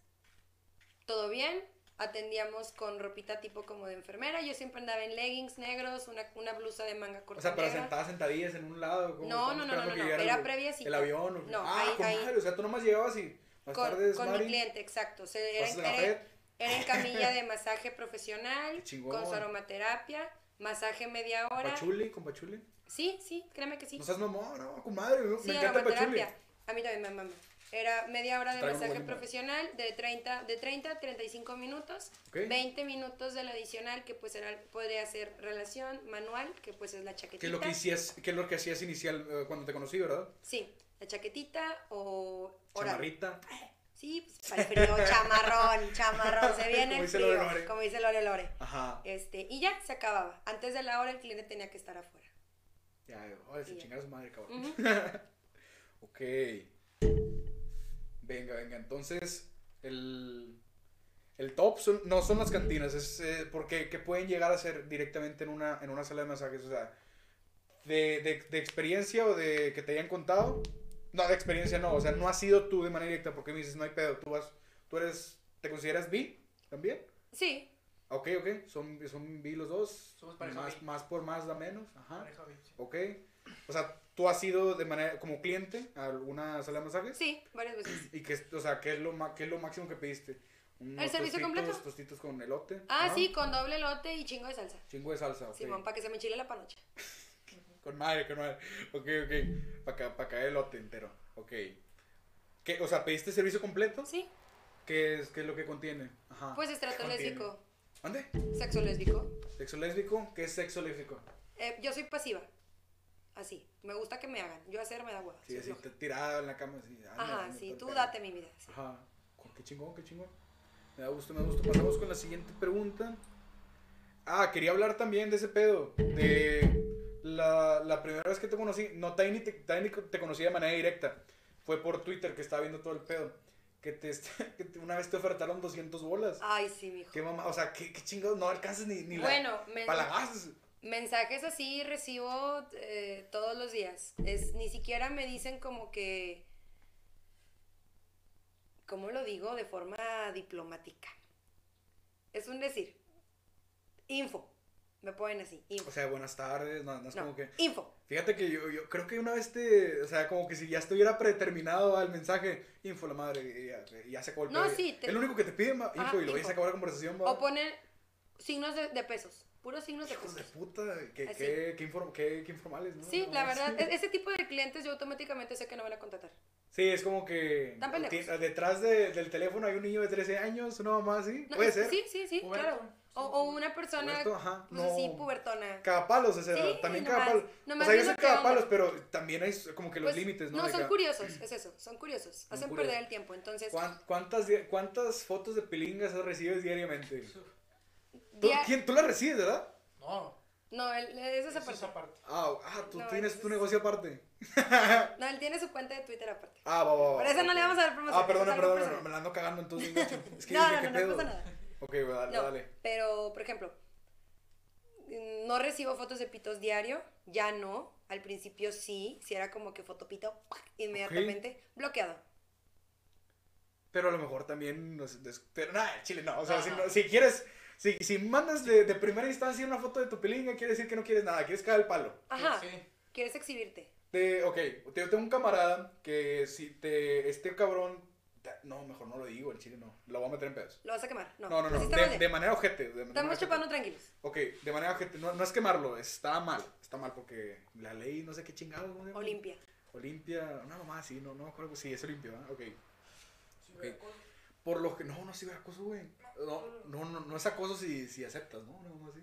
A: Todo bien. Atendíamos con ropita tipo como de enfermera. Yo siempre andaba en leggings negros, una, una blusa de manga corta.
B: O sea, para
A: negra.
B: sentadas sentadillas en un lado. como
A: No,
B: estamos
A: no, no,
B: esperando
A: no,
B: que
A: no,
B: llegara
A: era
B: el-
A: previa cita.
B: El avión. o qué.
A: No,
B: ah,
A: ahí-
B: con
A: ahí-
B: madre, o sea, tú nomás llegabas y. Más
A: Con,
B: tardes,
A: con mi
B: Mari,
A: cliente, exacto. O sea, era,
B: pasas el
A: era-
B: café.
A: era en camilla
B: (laughs)
A: de masaje profesional,
B: Qué chingón.
A: con su aromaterapia, masaje media hora.
B: Pachuli, con Pachuli.
A: Sí, sí, créeme que sí.
B: No seas mamón, no, comadre, me,
A: Sí,
B: me encanta Pachuli.
A: aromaterapia. A mí también me mama. Era media hora de
B: Traigo un
A: masaje
B: buen-
A: profesional de 30, de 30 a 35 minutos,
B: Ok.
A: 20 minutos del adicional que pues era, podría ser relación manual, que pues es la chaquetita.
B: Que es lo que hacías, que es lo que hacías inicial eh, cuando te conocí, ¿verdad?
A: Sí, la chaquetita o oral.
B: Chamarrita.
A: Sí, pues para el frío, chamarrón, chamarrón, se viene
B: (laughs) Como
A: el
B: dice
A: frío,
B: Lore Lore.
A: como dice Lore Lore.
B: Ajá.
A: Este, y ya se acababa. Antes de la hora el cliente tenía que estar afuera.
B: Ya, ahora se
A: Y ya.
B: chingar a su madre, cabrón.
A: Ujú.
B: Ok. Venga, venga. Entonces, el, el top son- no son las cantinas, es eh, porque que pueden llegar a ser directamente en una, en una sala de masajes. O sea, de, de- de experiencia o de que te hayan contado. No, de experiencia no. O sea, no has sido tú de manera directa porque me dices, no hay pedo. Tú vas, tú eres, ¿te consideras bi también?
A: (laughs) Sí,
B: Ah, Ok, ok. Son, son bi los dos.
C: Somos pareja
B: más,
C: bi.
B: más por más da menos. Ajá.
C: Pareja bien, sí.
B: Ok. O sea, tú has ido de manera como cliente a alguna sala de masajes.
A: sí, varias veces.
B: Y que, es- o sea, ¿qué es lo, ma- qué es lo máximo que pediste? Unos
A: ¿El servicio
B: tostitos-
A: completo?
B: Tostitos con elote.
A: Ah,
B: ajá,
A: sí, con doble lote y chingo de salsa.
B: Chingo de salsa, ok.
A: Simón, para que se me chile la panocha.
B: Con madre, con madre. Ok, ok. Para acá, para acá elote entero. Ok. ¿Qué, o sea, ¿pediste servicio completo?
A: Sí,
B: ¿Qué es, qué es lo que contiene? Ajá.
A: pues estrato
B: Contiene.
A: lésbico,
B: ¿Dónde?
A: sexo lésbico.
B: ¿Sexo lésbico? ¿Qué es sexo lésbico?
A: Eh, yo soy pasiva. Así, me gusta que me hagan. Yo hacer me da hueva.
B: Sí,
A: soy
B: así,
A: floja.
B: te- ah, tirada en la cama. Así,
A: Ajá, sí, tú date mi vida. sí.
B: Ajá. Con- Qué chingón, qué chingón. Me da gusto, me da gusto. Pasamos con la siguiente pregunta. Ah, quería hablar también de ese pedo. De la, la primera vez que te conocí. No, Tiny te, Tiny te conocí de manera directa. Fue por Twitter que estaba viendo todo el pedo. Que, te, (laughs) que te- una vez te ofertaron 200 bolas.
A: Ay, sí, mijo.
B: Qué mamá, o sea, qué, qué chingados. No alcanzas ni, ni la.
A: Bueno, pues, me,
B: Para la gas.
A: Mensajes así recibo eh, todos los días. Es, ni siquiera me dicen como que... ¿Cómo lo digo? De forma diplomática. Es un decir. Info. Me ponen así, info.
B: O sea, buenas tardes, no, no es
A: No,
B: como que...
A: info.
B: Fíjate que yo, yo creo que una vez te... O sea, como que si ya estuviera predeterminado al mensaje, info la madre, y ya, y ya se golpea.
A: No, sí, te-
B: El único que te pide ma- info
A: Ajá,
B: y lo
A: info.
B: dice acabó la conversación, va.
A: O ponen signos de, de pesos, puros signos de
B: Hijos de
A: pesos.
B: puta, qué,
A: Así.
B: qué, qué, inform- qué- qué informales, ¿no?
A: Sí,
B: No,
A: la
B: sí.
A: verdad, e- ese tipo de clientes yo automáticamente sé que no van a contratar.
B: Sí, es como que...
A: Están pendejos.
B: ti- Detrás de- del teléfono hay un niño de 13 años, una mamá así,
A: No,
B: puede
A: es-
B: ser.
A: Sí, sí, sí,
C: Puberto.
A: claro. O, o una persona,
B: Puberto, ajá,
A: pues
B: no.
A: así, pubertona.
B: Cagapalos, o sea,
A: Sí,
B: también
A: nomás-
B: cagapalos.
A: nomás
B: o sea, yo
A: digo
B: sé
A: que
B: cagapalos,
A: hombre.
B: pero también hay su- como que los
A: Pues,
B: límites, ¿no?
A: No,
B: De
A: son
B: cada- (clears throat)
A: curiosos, es eso, son curiosos. Hacen
B: curiosos.
A: perder el tiempo, entonces...
B: ¿Cuán- ¿Cuántas, di- ¿Cuántas fotos de pilingas recibes diariamente? ¿Tú,
A: dia-
B: quién, tú las recibes, verdad?
C: No,
A: No, él, es
B: (laughs)
A: esa
C: eso es
A: persona.
C: aparte.
B: Ah, ah, tú
A: No,
B: tienes
A: eso
B: tu
A: es-
B: negocio aparte.
A: No, él tiene su cuenta de Twitter aparte.
B: Ah, va, va, va.
A: Por eso no
B: ok.
A: le vamos a dar promoción.
B: Ah, perdona,
A: es algo
B: perdona,
A: personal.
B: me la ando cagando entonces. gacho. Es
A: (laughs)
B: que
A: no,
B: dije,
A: no,
B: ¿qué
A: no, no
B: pedo?
A: pasa nada.
B: Ok, va, dale,
A: No,
B: dale.
A: pero, por ejemplo, mm, no recibo fotos de pitos diario, ya no. Al principio sí, si era como que fotopito, ¡pac! inmediatamente bloqueado.
B: Pero a lo mejor también. no sé, des- Pero nada, el chile no. O sea,
C: Ajá.
B: si, no- si quieres. Si, si mandas de, de primera instancia una foto de tu pilinga, quiere decir que no quieres nada, quieres caer el palo.
A: Ajá,
C: Sí.
A: quieres exhibirte.
B: De, ok, yo tengo un camarada que si te. Este cabrón. da- No, mejor no lo digo, el chile no. Lo voy a meter en pedazos.
A: Lo vas a quemar. No,
B: No, no, no.
A: así está
B: De,
A: mal.
B: de manera ojete. de manera
A: Estamos
B: ojete.
A: chupando tranquilos.
B: Ok, de manera ojete. No, no es quemarlo, está mal. Está mal porque la ley, no sé qué chingado. ¿cómo se llama?
A: Olimpia.
B: Olimpia. Una mamá, sí, no, no me acuerdo. Sí, es Olimpia, ¿verdad? Ok.
C: Sí, güey, cosa-
B: Por lo que. No, no sí, acoso, güey. No, no, no, no es acoso si, si aceptas, ¿no? Una mamá así.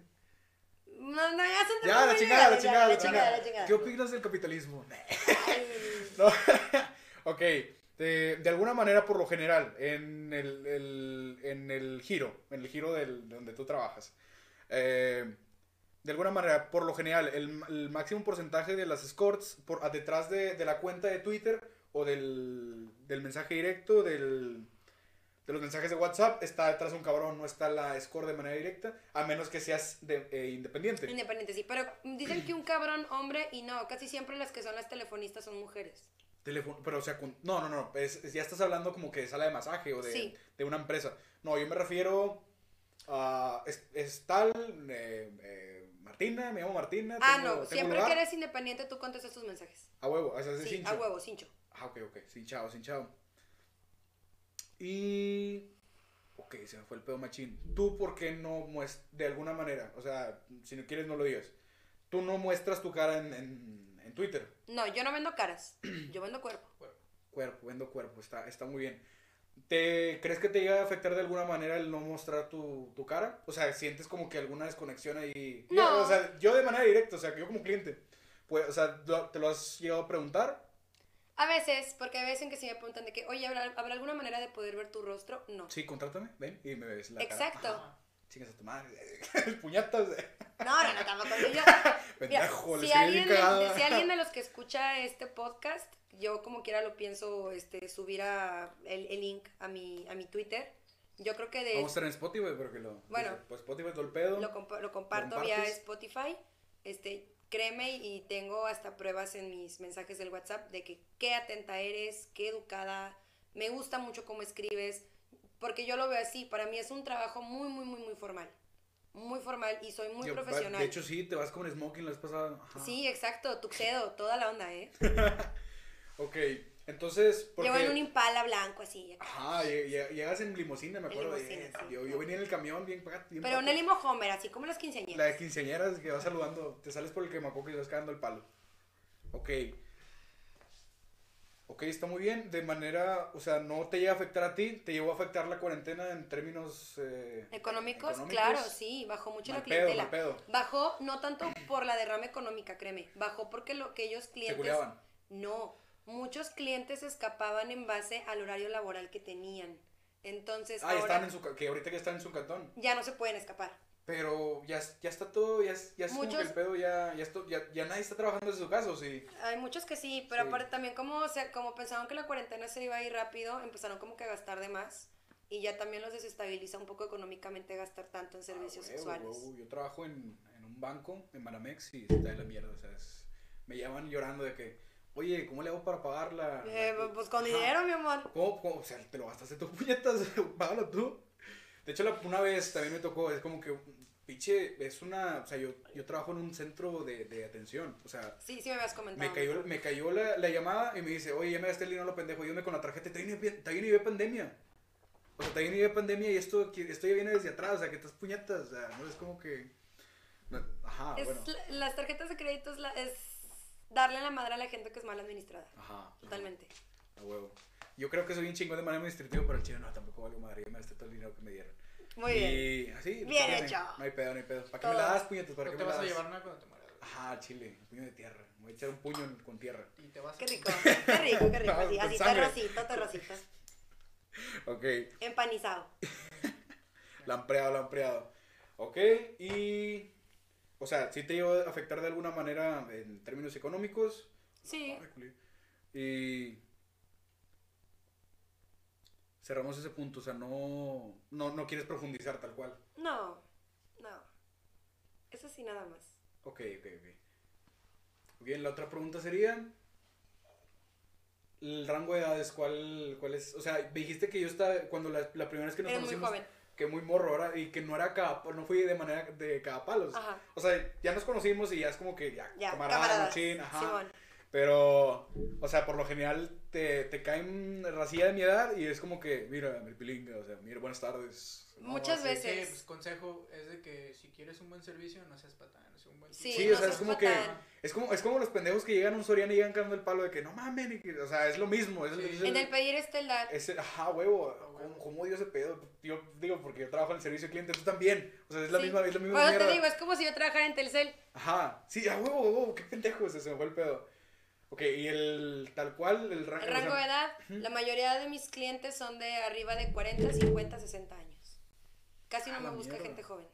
A: No, no, ya son
B: Ya, la chingada, la chingada, la chingada.
A: la chingada.
B: ¿Qué opinas del capitalismo? (laughs) No. ok. De, de alguna manera, por lo general, en el, el- en el giro, en el giro del, de donde tú trabajas, eh, de alguna manera, por lo general, el, el máximo porcentaje de las escorts por, a- detrás de, de la cuenta de Twitter o del, del mensaje directo, del, de los mensajes de WhatsApp, está detrás un cabrón, no está la escort de manera directa, a menos que seas de- eh, independiente.
A: Independiente, sí. Pero dicen que un cabrón hombre y no, casi siempre las que son las telefonistas son mujeres.
B: Teléfono, pero o sea, con- no, no, no, es- es- ya estás hablando como que de sala de masaje o de,
A: Sí.
B: de una empresa. No, yo me refiero a, es, es tal, eh, eh, Martina, me llamo Martina.
A: Ah,
B: tengo-
A: no,
B: tengo
A: siempre
B: lugar.
A: que eres independiente tú contestas tus mensajes.
B: A huevo, o sea, es de
A: Sí,
B: cincho.
A: a huevo, cincho.
B: Ah, ok, ok, sin chao, sin chao. Y... Ok, se me fue el pedo machín. ¿Tú por qué no muestras, de alguna manera, o sea, si no quieres no lo digas, tú no muestras tu cara en, en, en Twitter?
A: No, yo no vendo caras, yo vendo cuerpo.
B: Cuerpo, vendo cuerpo, está, está muy bien. ¿Te crees que te llega a afectar de alguna manera el no mostrar tu, tu cara? O sea, ¿sientes como que alguna desconexión ahí?
A: No.
B: Yo, o sea, yo de manera directa, o sea, que yo como cliente, pues, o sea, lo- ¿te lo has llegado a preguntar?
A: A veces, porque a veces en que sí me preguntan de que, oye, ¿habrá, habrá alguna manera de poder ver tu rostro? No.
B: Sí, contrátame, ven y me ves la cara.
A: Exacto.
C: Ajá.
B: Chingas a tu madre. (laughs) Puñatas.
A: No, no, no, tampoco. Yo, yo- mira,
B: Pendejo, le
A: si,
B: escribí bien
A: alguien de,
B: cagada.
A: si
B: (laughs)
A: alguien de los que escucha este podcast, yo como quiera lo pienso este, subir a el, el link a mi, a mi Twitter. Yo creo que de
B: Vamos a estar en Spotify, pero que lo...
A: Bueno.
B: Pues Spotify todo el pedo.
A: lo, compa- lo comparto
B: compartes.
A: vía Spotify. Este, créeme y tengo hasta pruebas en mis mensajes del WhatsApp de que qué atenta eres, qué educada, me gusta mucho cómo escribes, porque yo lo veo así, para mí es un trabajo muy, muy, muy, muy formal. Muy formal y soy muy
B: Yo-
A: profesional.
B: De hecho, sí, te vas con smoking la vez pasada. Ajá.
A: sí, exacto,
B: (laughs)
A: tuxedo, toda la onda, ¿eh?
B: Ok, entonces... porque-
A: Llevan un impala blanco así. acá.
B: Ajá, lle- lle- llegas en limosina, me
A: En
B: acuerdo.
A: limusina,
B: eh,
A: sí.
B: yo, yo venía en el camión bien, pa-
A: Pero
B: bien pato.
A: una limo Homer, así como las
B: La
A: quinceañeras.
B: de quinceañeras que va saludando, te sales por el quemacoco y vas cagando el palo. Ok. Ok, está muy bien. De manera, o sea, no te llega a afectar a ti, te llegó a afectar la cuarentena en términos eh,
A: ¿Económicos? Claro, sí, bajó mucho
B: Mal
A: la
B: pedo,
A: clientela.
B: mal pedo.
A: Bajó no tanto por la derrama económica, créeme, bajó porque lo que ellos
B: Se
A: clientes
B: culeaban.
A: no, muchos clientes escapaban en base al horario laboral que tenían. Entonces
B: Ah, ya
A: ahora
B: están en su, ca- que ahorita que están en su cantón.
A: ya no se pueden escapar.
B: Pero ya, es- ya está todo, ya, es- ya es como que
A: Muchos-
B: el pedo, ya, ya, esto- ya, ya nadie está trabajando desde su casa, ¿o sí?
A: Hay muchos que sí, pero
B: Sí.
A: aparte también como se- como pensaban que la cuarentena se iba a ir rápido, empezaron como que a gastar de más y ya también los desestabiliza un poco económicamente gastar tanto en servicios
B: Ah, huevo,
A: sexuales.
B: huevo. Yo trabajo en, en un banco, en Banamex, y está de la mierda. O sea, es- me llaman llorando de que, oye, ¿cómo le hago para pagar la.
A: Eh,
B: la-
A: pues con
B: Ajá.
A: dinero, mi amor.
B: ¿Cómo, cómo? O sea, (laughs) te lo gastaste tú, puñetas, págalo tú. De hecho, la- una vez también me tocó, es como que Piche, es una. O sea, yo, yo trabajo en un centro de, de atención. O sea,
A: Sí, sí me habías comentado.
B: me cayó, me cayó la, la llamada y me dice, oye, ya me gasté el dinero, lo pendejo, ayúdame con la tarjeta. Está bien, está bien y ve pandemia. O sea, está bien y ve pandemia y esto, que- esto ya viene desde atrás, o sea, que estás puñetas. O sea, no es como que. no- Ajá,
A: Es
B: bueno.
A: la- las tarjetas de crédito es, la- es darle la madre a la gente que es mal administrada.
B: Ajá.
A: Totalmente.
B: A huevo. Yo creo que soy un chingón de manera administrativa, pero el chile no, tampoco valgo madre, yo me gasté todo el dinero que me dieron.
A: Muy
B: y, (laughs)
A: bien.
B: Así, pues,
A: Bien
B: también,
A: hecho.
B: No hay pedo, no hay pedo. ¿Para qué
A: Todo.
B: me la das, puñetas? ¿Para
C: No
B: qué
C: te
B: me la
C: vas a
B: das?
C: llevar una cuando te mueras, güey.
B: Ajá, chile, puño de tierra. Me voy a echar un puño en- con tierra.
C: Y te vas a-
A: Qué rico, qué rico, qué rico.
B: No,
A: Así,
B: con
A: así
B: sangre.
A: terracito, terracito.
B: Ok,
A: Empanizado.
B: lampreado, lampreado. Ok, y. O sea, sí te iba a afectar de alguna manera en términos económicos.
A: Sí.
B: Ay, culé. Y. Cerramos ese punto, o sea, no, no, no quieres profundizar tal cual.
A: No, no. Eso sí, nada más.
B: Ok, ok, ok. Bien, la otra pregunta sería. El rango de edades, ¿cuál, cuál es? O sea, me dijiste que yo estaba, cuando la, la primera vez que nos
A: Eres muy
B: conocimos,
A: joven.
B: que muy morro ahora, y que no era cada, no fui de manera de cada palos.
A: Ajá.
B: O sea, ya nos conocimos y ya es como que ya,
A: Ya,
B: camarada,
A: camaradas.
B: machín, ajá.
A: Simón.
B: Pero, o sea, por lo general te, te caen racía de mi edad y es como que, mira, mi pilinga, o sea, mira, buenas tardes.
C: No,
A: Muchas
C: así que,
A: veces.
C: pues, consejo es de que si quieres un buen servicio, no seas patán, es un buen
A: Sí,
B: Sí,
A: no
B: o sea,
A: seas
B: es como
A: patán.
B: que. Es como, es como los pendejos que llegan a un Soriana y llegan cagando el palo de que no mamen. y que- o sea, es lo mismo. Es,
C: Sí.
B: es
A: En el pedir este está el dar.
B: es el- ajá, huevo.
C: Ah, huevo.
B: ¿Cómo, cómo odio ese pedo? Yo digo, porque yo trabajo en el servicio al cliente, tú también. O sea, es la
A: Sí.
B: misma, es la misma
A: Bueno,
B: mierda.
A: te digo, es como si yo trabajara en Telcel.
B: Ajá. Sí, a huevo, huevo, qué pendejo. o sea, se me fue el pedo. Ok, y el tal cual, el, ra-
A: El
B: o
A: rango
B: sea,
A: de edad, la mayoría de mis clientes son de arriba de 40, 50, 60 años. Casi
B: A
A: no me
B: la
A: busca
B: Ah, mierda.
A: gente joven.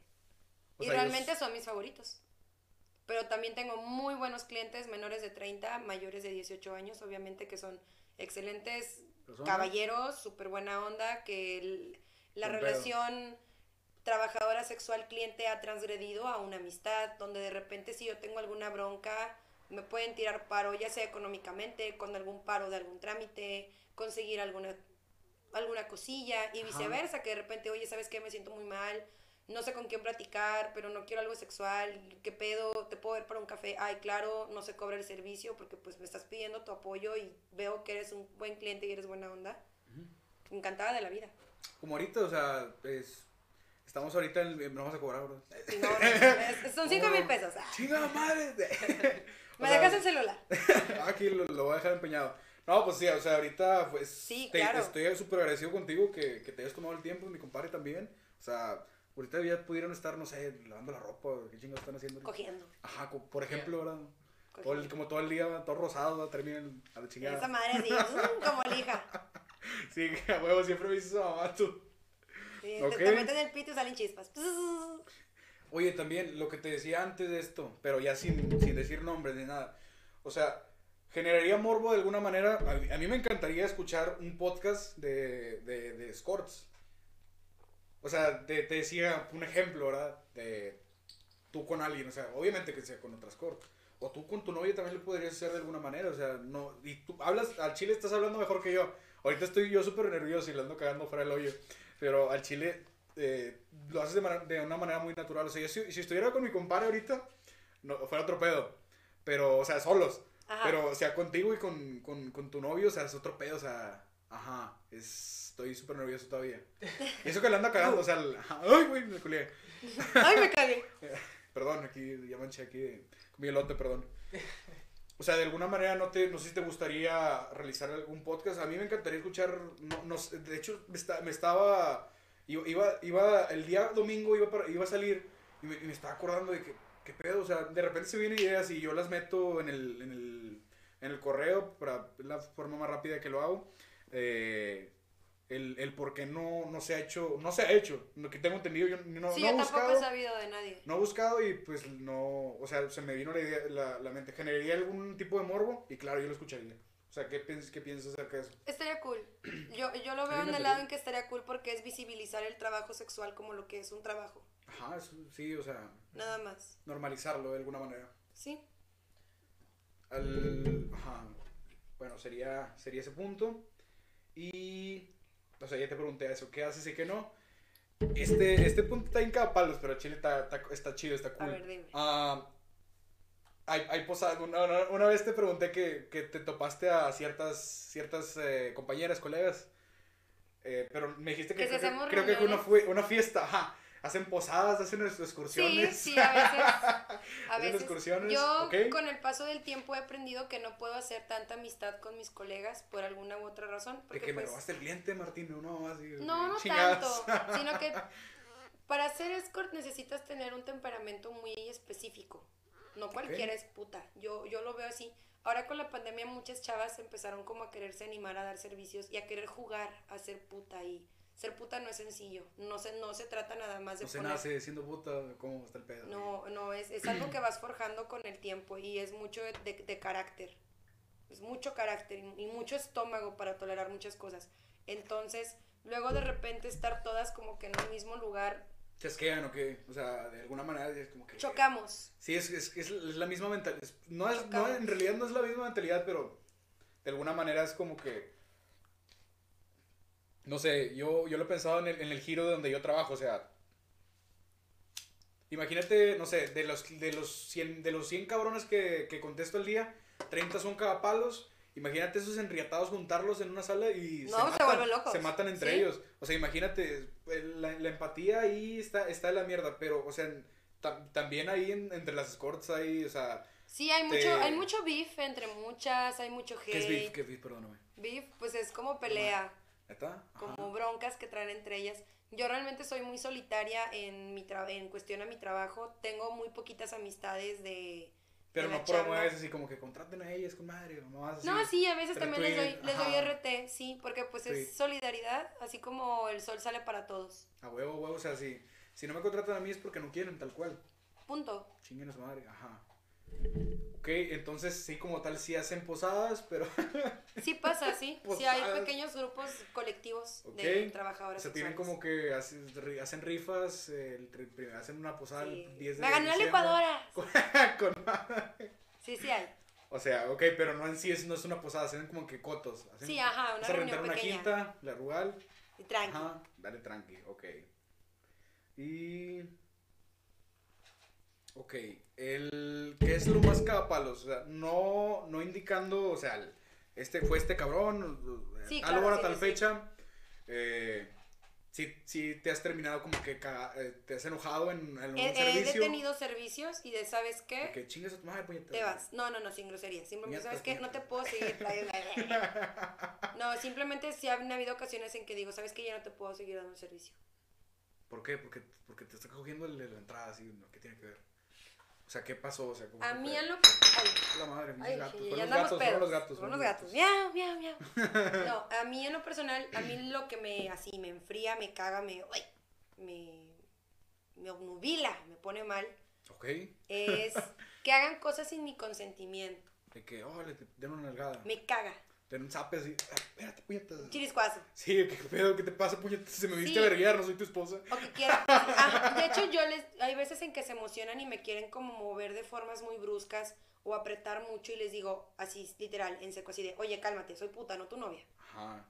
B: o
A: Y
B: sea,
A: realmente
B: ellos-
A: son mis favoritos. Pero también tengo muy buenos clientes menores de 30, mayores de 18 años, obviamente que son excelentes
B: los hombres.
A: caballeros, súper buena onda, que el- la
B: Buen pedo.
A: relación trabajadora sexual cliente ha transgredido a una amistad, donde de repente si yo tengo alguna bronca, me pueden tirar paro, ya sea económicamente, con algún paro de algún trámite, conseguir alguna, alguna cosilla y
B: Ajá.
A: viceversa, que de repente, oye, ¿sabes qué? Me siento muy mal, no sé con quién platicar, pero no quiero algo sexual, ¿qué pedo? ¿Te puedo ver para un café? Ay, claro, no se cobra el servicio porque pues me estás pidiendo tu apoyo y veo que eres un buen cliente y eres buena onda. Encantada de la
B: (laughs)
A: vida.
B: Como ahorita, o sea, es- Estamos ahorita en. en- No vamos a cobrar, bro.
A: Y no, no, es- son cinco
B: Oh.
A: mil pesos. ah.
B: ¡Chinga madre! (laughs) O
A: Me
B: sea,
A: dejas el
B: (laughs)
A: celular.
B: Aquí lo, lo voy a dejar empeñado. No, pues sí, o sea, ahorita pues
A: Sí,
B: te-
A: claro.
B: estoy súper agradecido contigo que, que te hayas tomado el tiempo, mi compadre también. O sea, ahorita ya pudieron estar, no sé, lavando la ropa, o qué chingados están haciendo.
A: Cogiendo.
B: Ajá, co- por ejemplo, ¿verdad? Todo el-
A: cogiendo.
B: como todo el día, todo rosado, terminan a la
A: Esa
B: chingada.
A: madre
B: (laughs)
A: así, mm, como lija.
B: Sí, (laughs) a huevo, siempre me dices esa mamá tú.
A: Sí,
B: Ok.
A: te, te meten el pito y salen chispas. (laughs)
B: Oye, también lo que te decía antes de esto, pero ya sin, sin decir nombres ni nada. O sea, generaría morbo de alguna manera. A mí, a mí me encantaría escuchar un podcast de, de, de escorts. O sea, te, te decía un ejemplo, ¿verdad? De tú con alguien, o sea, obviamente que sea con otra escort. O tú con tu novia también lo podrías hacer de alguna manera, o sea, no. Y tú hablas, al chile estás hablando mejor que yo. Ahorita estoy yo súper nervioso y le ando cagando fuera del hoyo. Pero al chile eh, lo haces de, mara- de una manera muy natural. O sea, yo si, si estuviera con mi compadre ahorita, no, fuera otro pedo. Pero, o sea, solos.
A: Ajá.
B: Pero, o sea, contigo y con, con, con tu novio, o sea, es otro pedo, o sea, ajá, es- estoy súper nervioso todavía. Y eso que le anda cagando, o sea, el- ajá, ay, güey, me culé.
A: Ay, me cagué.
B: Perdón, aquí, ya manché aquí, de- con mi elote, perdón. O sea, de alguna manera, no, te, no sé si te gustaría realizar algún podcast. A mí me encantaría escuchar, no, no sé, de hecho, me, esta- me estaba, iba, iba- iba, el día domingo iba, para- iba a salir y me, y me estaba acordando de que, qué pedo, o sea, de repente se vienen ideas y yo las meto en el, en el, en el correo, para es la forma más rápida que lo hago. Eh, el, el por qué no, no se ha hecho, no se ha hecho, lo que tengo entendido, yo no,
A: sí,
B: no he
A: yo tampoco he
B: buscado.
A: sabido de nadie.
B: No he buscado y pues no, o sea, se me vino la idea, la, la mente, generaría algún tipo de morbo y claro, yo lo escucharía. O sea, ¿qué, piens- qué piensas acerca de eso?
A: Estaría cool. Yo, yo lo
B: me
A: veo en el
B: encantaría.
A: lado en que estaría cool porque es visibilizar el trabajo sexual como lo que es un trabajo.
B: Ajá, eso sí, o sea,
A: Nada más.
B: normalizarlo de alguna manera.
A: ¿Sí?
B: Al, ajá, bueno, sería, sería ese punto. Y, o sea, ya te pregunté eso, ¿qué haces y qué no? Este, este punto está en cada palos, pero Chile está, está, está chido, está cool.
D: A ver, dime.
B: Ah, hay, hay posadas. Una, una- una vez te pregunté que, que te topaste a ciertas, ciertas eh, compañeras, colegas. eh, pero me dijiste que,
A: Que si
B: creo, que-
A: hacemos
B: creo que fue una,
A: reuniones.
B: fue una fiesta. Ajá. Hacen posadas, hacen ex-
A: Sí,
B: excursiones. (laughs)
A: sí, a veces. A
B: Hacen
A: veces.
B: excursiones.
A: Yo
B: ok.
A: con el paso del tiempo he aprendido que no puedo hacer tanta amistad con mis colegas por alguna u otra razón.
B: De
A: Porque
B: que me
A: pues,
B: robaste el cliente, Martín. No, así,
A: No, no
B: chingadas.
A: tanto, sino
B: (laughs)
A: que para ser escort necesitas tener un temperamento muy específico. No cualquiera es puta. Yo, yo lo veo así. Ahora con la pandemia muchas chavas empezaron como a quererse animar a dar servicios y a querer jugar a ser puta y ser puta no es sencillo. No se, no (laughs) se trata nada más de
B: No se
A: poner-
B: nace siendo puta, ¿cómo está el pedo?
A: No, no, es, es algo que vas forjando con el tiempo y es mucho de, de- de carácter. Es mucho carácter y, y mucho estómago para tolerar muchas cosas. Entonces, luego de repente estar todas como que en el mismo lugar,
B: Chasquean o qué, o sea, de alguna manera es como que...
A: chocamos.
B: Sí, es, es, es la misma mentalidad. No es, no,
A: Chocamos.
B: en realidad no es la misma mentalidad, pero de alguna manera es como que... No sé, yo, yo lo he pensado en el, en el giro de donde yo trabajo, o sea... Imagínate, no sé, de los, de los, 100, de los 100 cabrones que, que contesto al día, 30 son cagapalos. Imagínate esos enriatados juntarlos en una sala y
A: No, se vuelven locos.
B: se matan entre
A: Sí.
B: ellos. O sea, imagínate, el- la, la empatía ahí está, está de la mierda, pero, o sea, tam- también ahí en- entre las escorts hay, o sea,
A: Sí, hay
B: Te-
A: mucho, hay mucho beef entre muchas, hay mucho hate.
B: ¿qué es beef? ¿Qué es beef? Perdóname.
A: Beef, pues es como pelea,
B: ¿Neta? Ajá.
A: como broncas que traen entre ellas. Yo realmente soy muy solitaria en, mi tra- en cuestión a mi trabajo. Tengo muy poquitas amistades de...
B: Pero
A: en la
B: no
A: chamba.
B: promueves así como que contraten a ellas con madre o no así.
A: No, sí, a veces también les doy,
B: Retweet,
A: les doy
B: ajá.
A: RT, sí, porque pues
B: Sí.
A: es solidaridad, así como el sol sale para todos.
B: A huevo, a huevo, o sea, si, si no me contratan a mí es porque no quieren, tal cual.
A: Punto.
B: Chinguen a su madre, ajá. Ok, entonces sí, como tal, sí hacen posadas, pero
A: Sí pasa, sí.
B: (laughs) Pues,
A: sí, hay
B: ah,
A: pequeños grupos colectivos de
B: ok,
A: trabajadores.
B: (laughs) se tienen
A: sexuales.
B: como que hacen, ri- hacen rifas, el tri- pri- hacen una posada
A: Sí.
B: el 10 de
A: Me gané la
B: diciembre.
A: licuadora.
B: (laughs) Con-
A: Sí, sí hay.
B: O sea, ok, pero no en sí es, no es una posada, hacen como que cotos. Hacen,
A: Sí, ajá, una
B: o sea, rentar
A: reunión
B: una
A: pequeña.
B: quinta, la rural.
A: Y tranqui.
B: Ajá, dale tranqui, ok. Y. Ok, el. ¿Qué es lo más cagapalos? O sea, no, no indicando, o sea, el- este fue este cabrón,
A: Sí,
B: tal
A: claro,
B: hora,
A: sí,
B: tal
A: sí, sí.
B: fecha. Eh, si, si te has terminado como que caga- eh, te has enojado en, en algún
A: He, he
B: servicio.
A: detenido servicios y de, ¿sabes qué?
B: de Que chingas a tu madre, puñetas.
A: Te vas. No, no, no, sin grosería. Simplemente,
B: Mierdas,
A: ¿sabes qué? No
B: mierdas.
A: te puedo
B: (laughs)
A: seguir. bla, bla, bla. No, simplemente sí han habido ocasiones en que digo, ¿sabes qué? Ya no te puedo seguir dando el servicio.
B: ¿Por qué? Porque, porque te está cogiendo el- la entrada, así, ¿no? ¿qué tiene que ver? O sea, ¿qué pasó? O sea, ¿cómo
A: A
B: fue?
A: mí a lo... ay.
B: La madre, mis
A: Ay,
B: gatos.
A: dije,
B: Fueron
A: ya
B: los
A: andamos pedos.
B: gatos, fueron los gatos.
A: Fueron
B: fueron
A: los gatos. Miau, miau, miau.
B: (laughs)
A: No, a mí en lo personal, a mí lo que me así me enfría, me caga, me, uy, me, me obnubila, me pone mal,
B: Ok. (laughs)
A: es que hagan cosas sin mi consentimiento.
B: De que, oh, le te- den una nalgada.
A: Me caga.
B: Den un zape así. Ah, espérate, puñetas.
A: un Chiriscuazo.
B: Sí, qué pedo, ¿qué te pasa, puñetas? Se me viste
A: Sí.
B: a verguiar, no soy tu esposa.
A: O que quieran. Ah, de hecho, yo les. Hay veces en que se emocionan y me quieren como mover de formas muy bruscas o apretar mucho y les digo así, literal, en seco, así de, oye, cálmate, soy puta, no tu novia.
B: Ajá.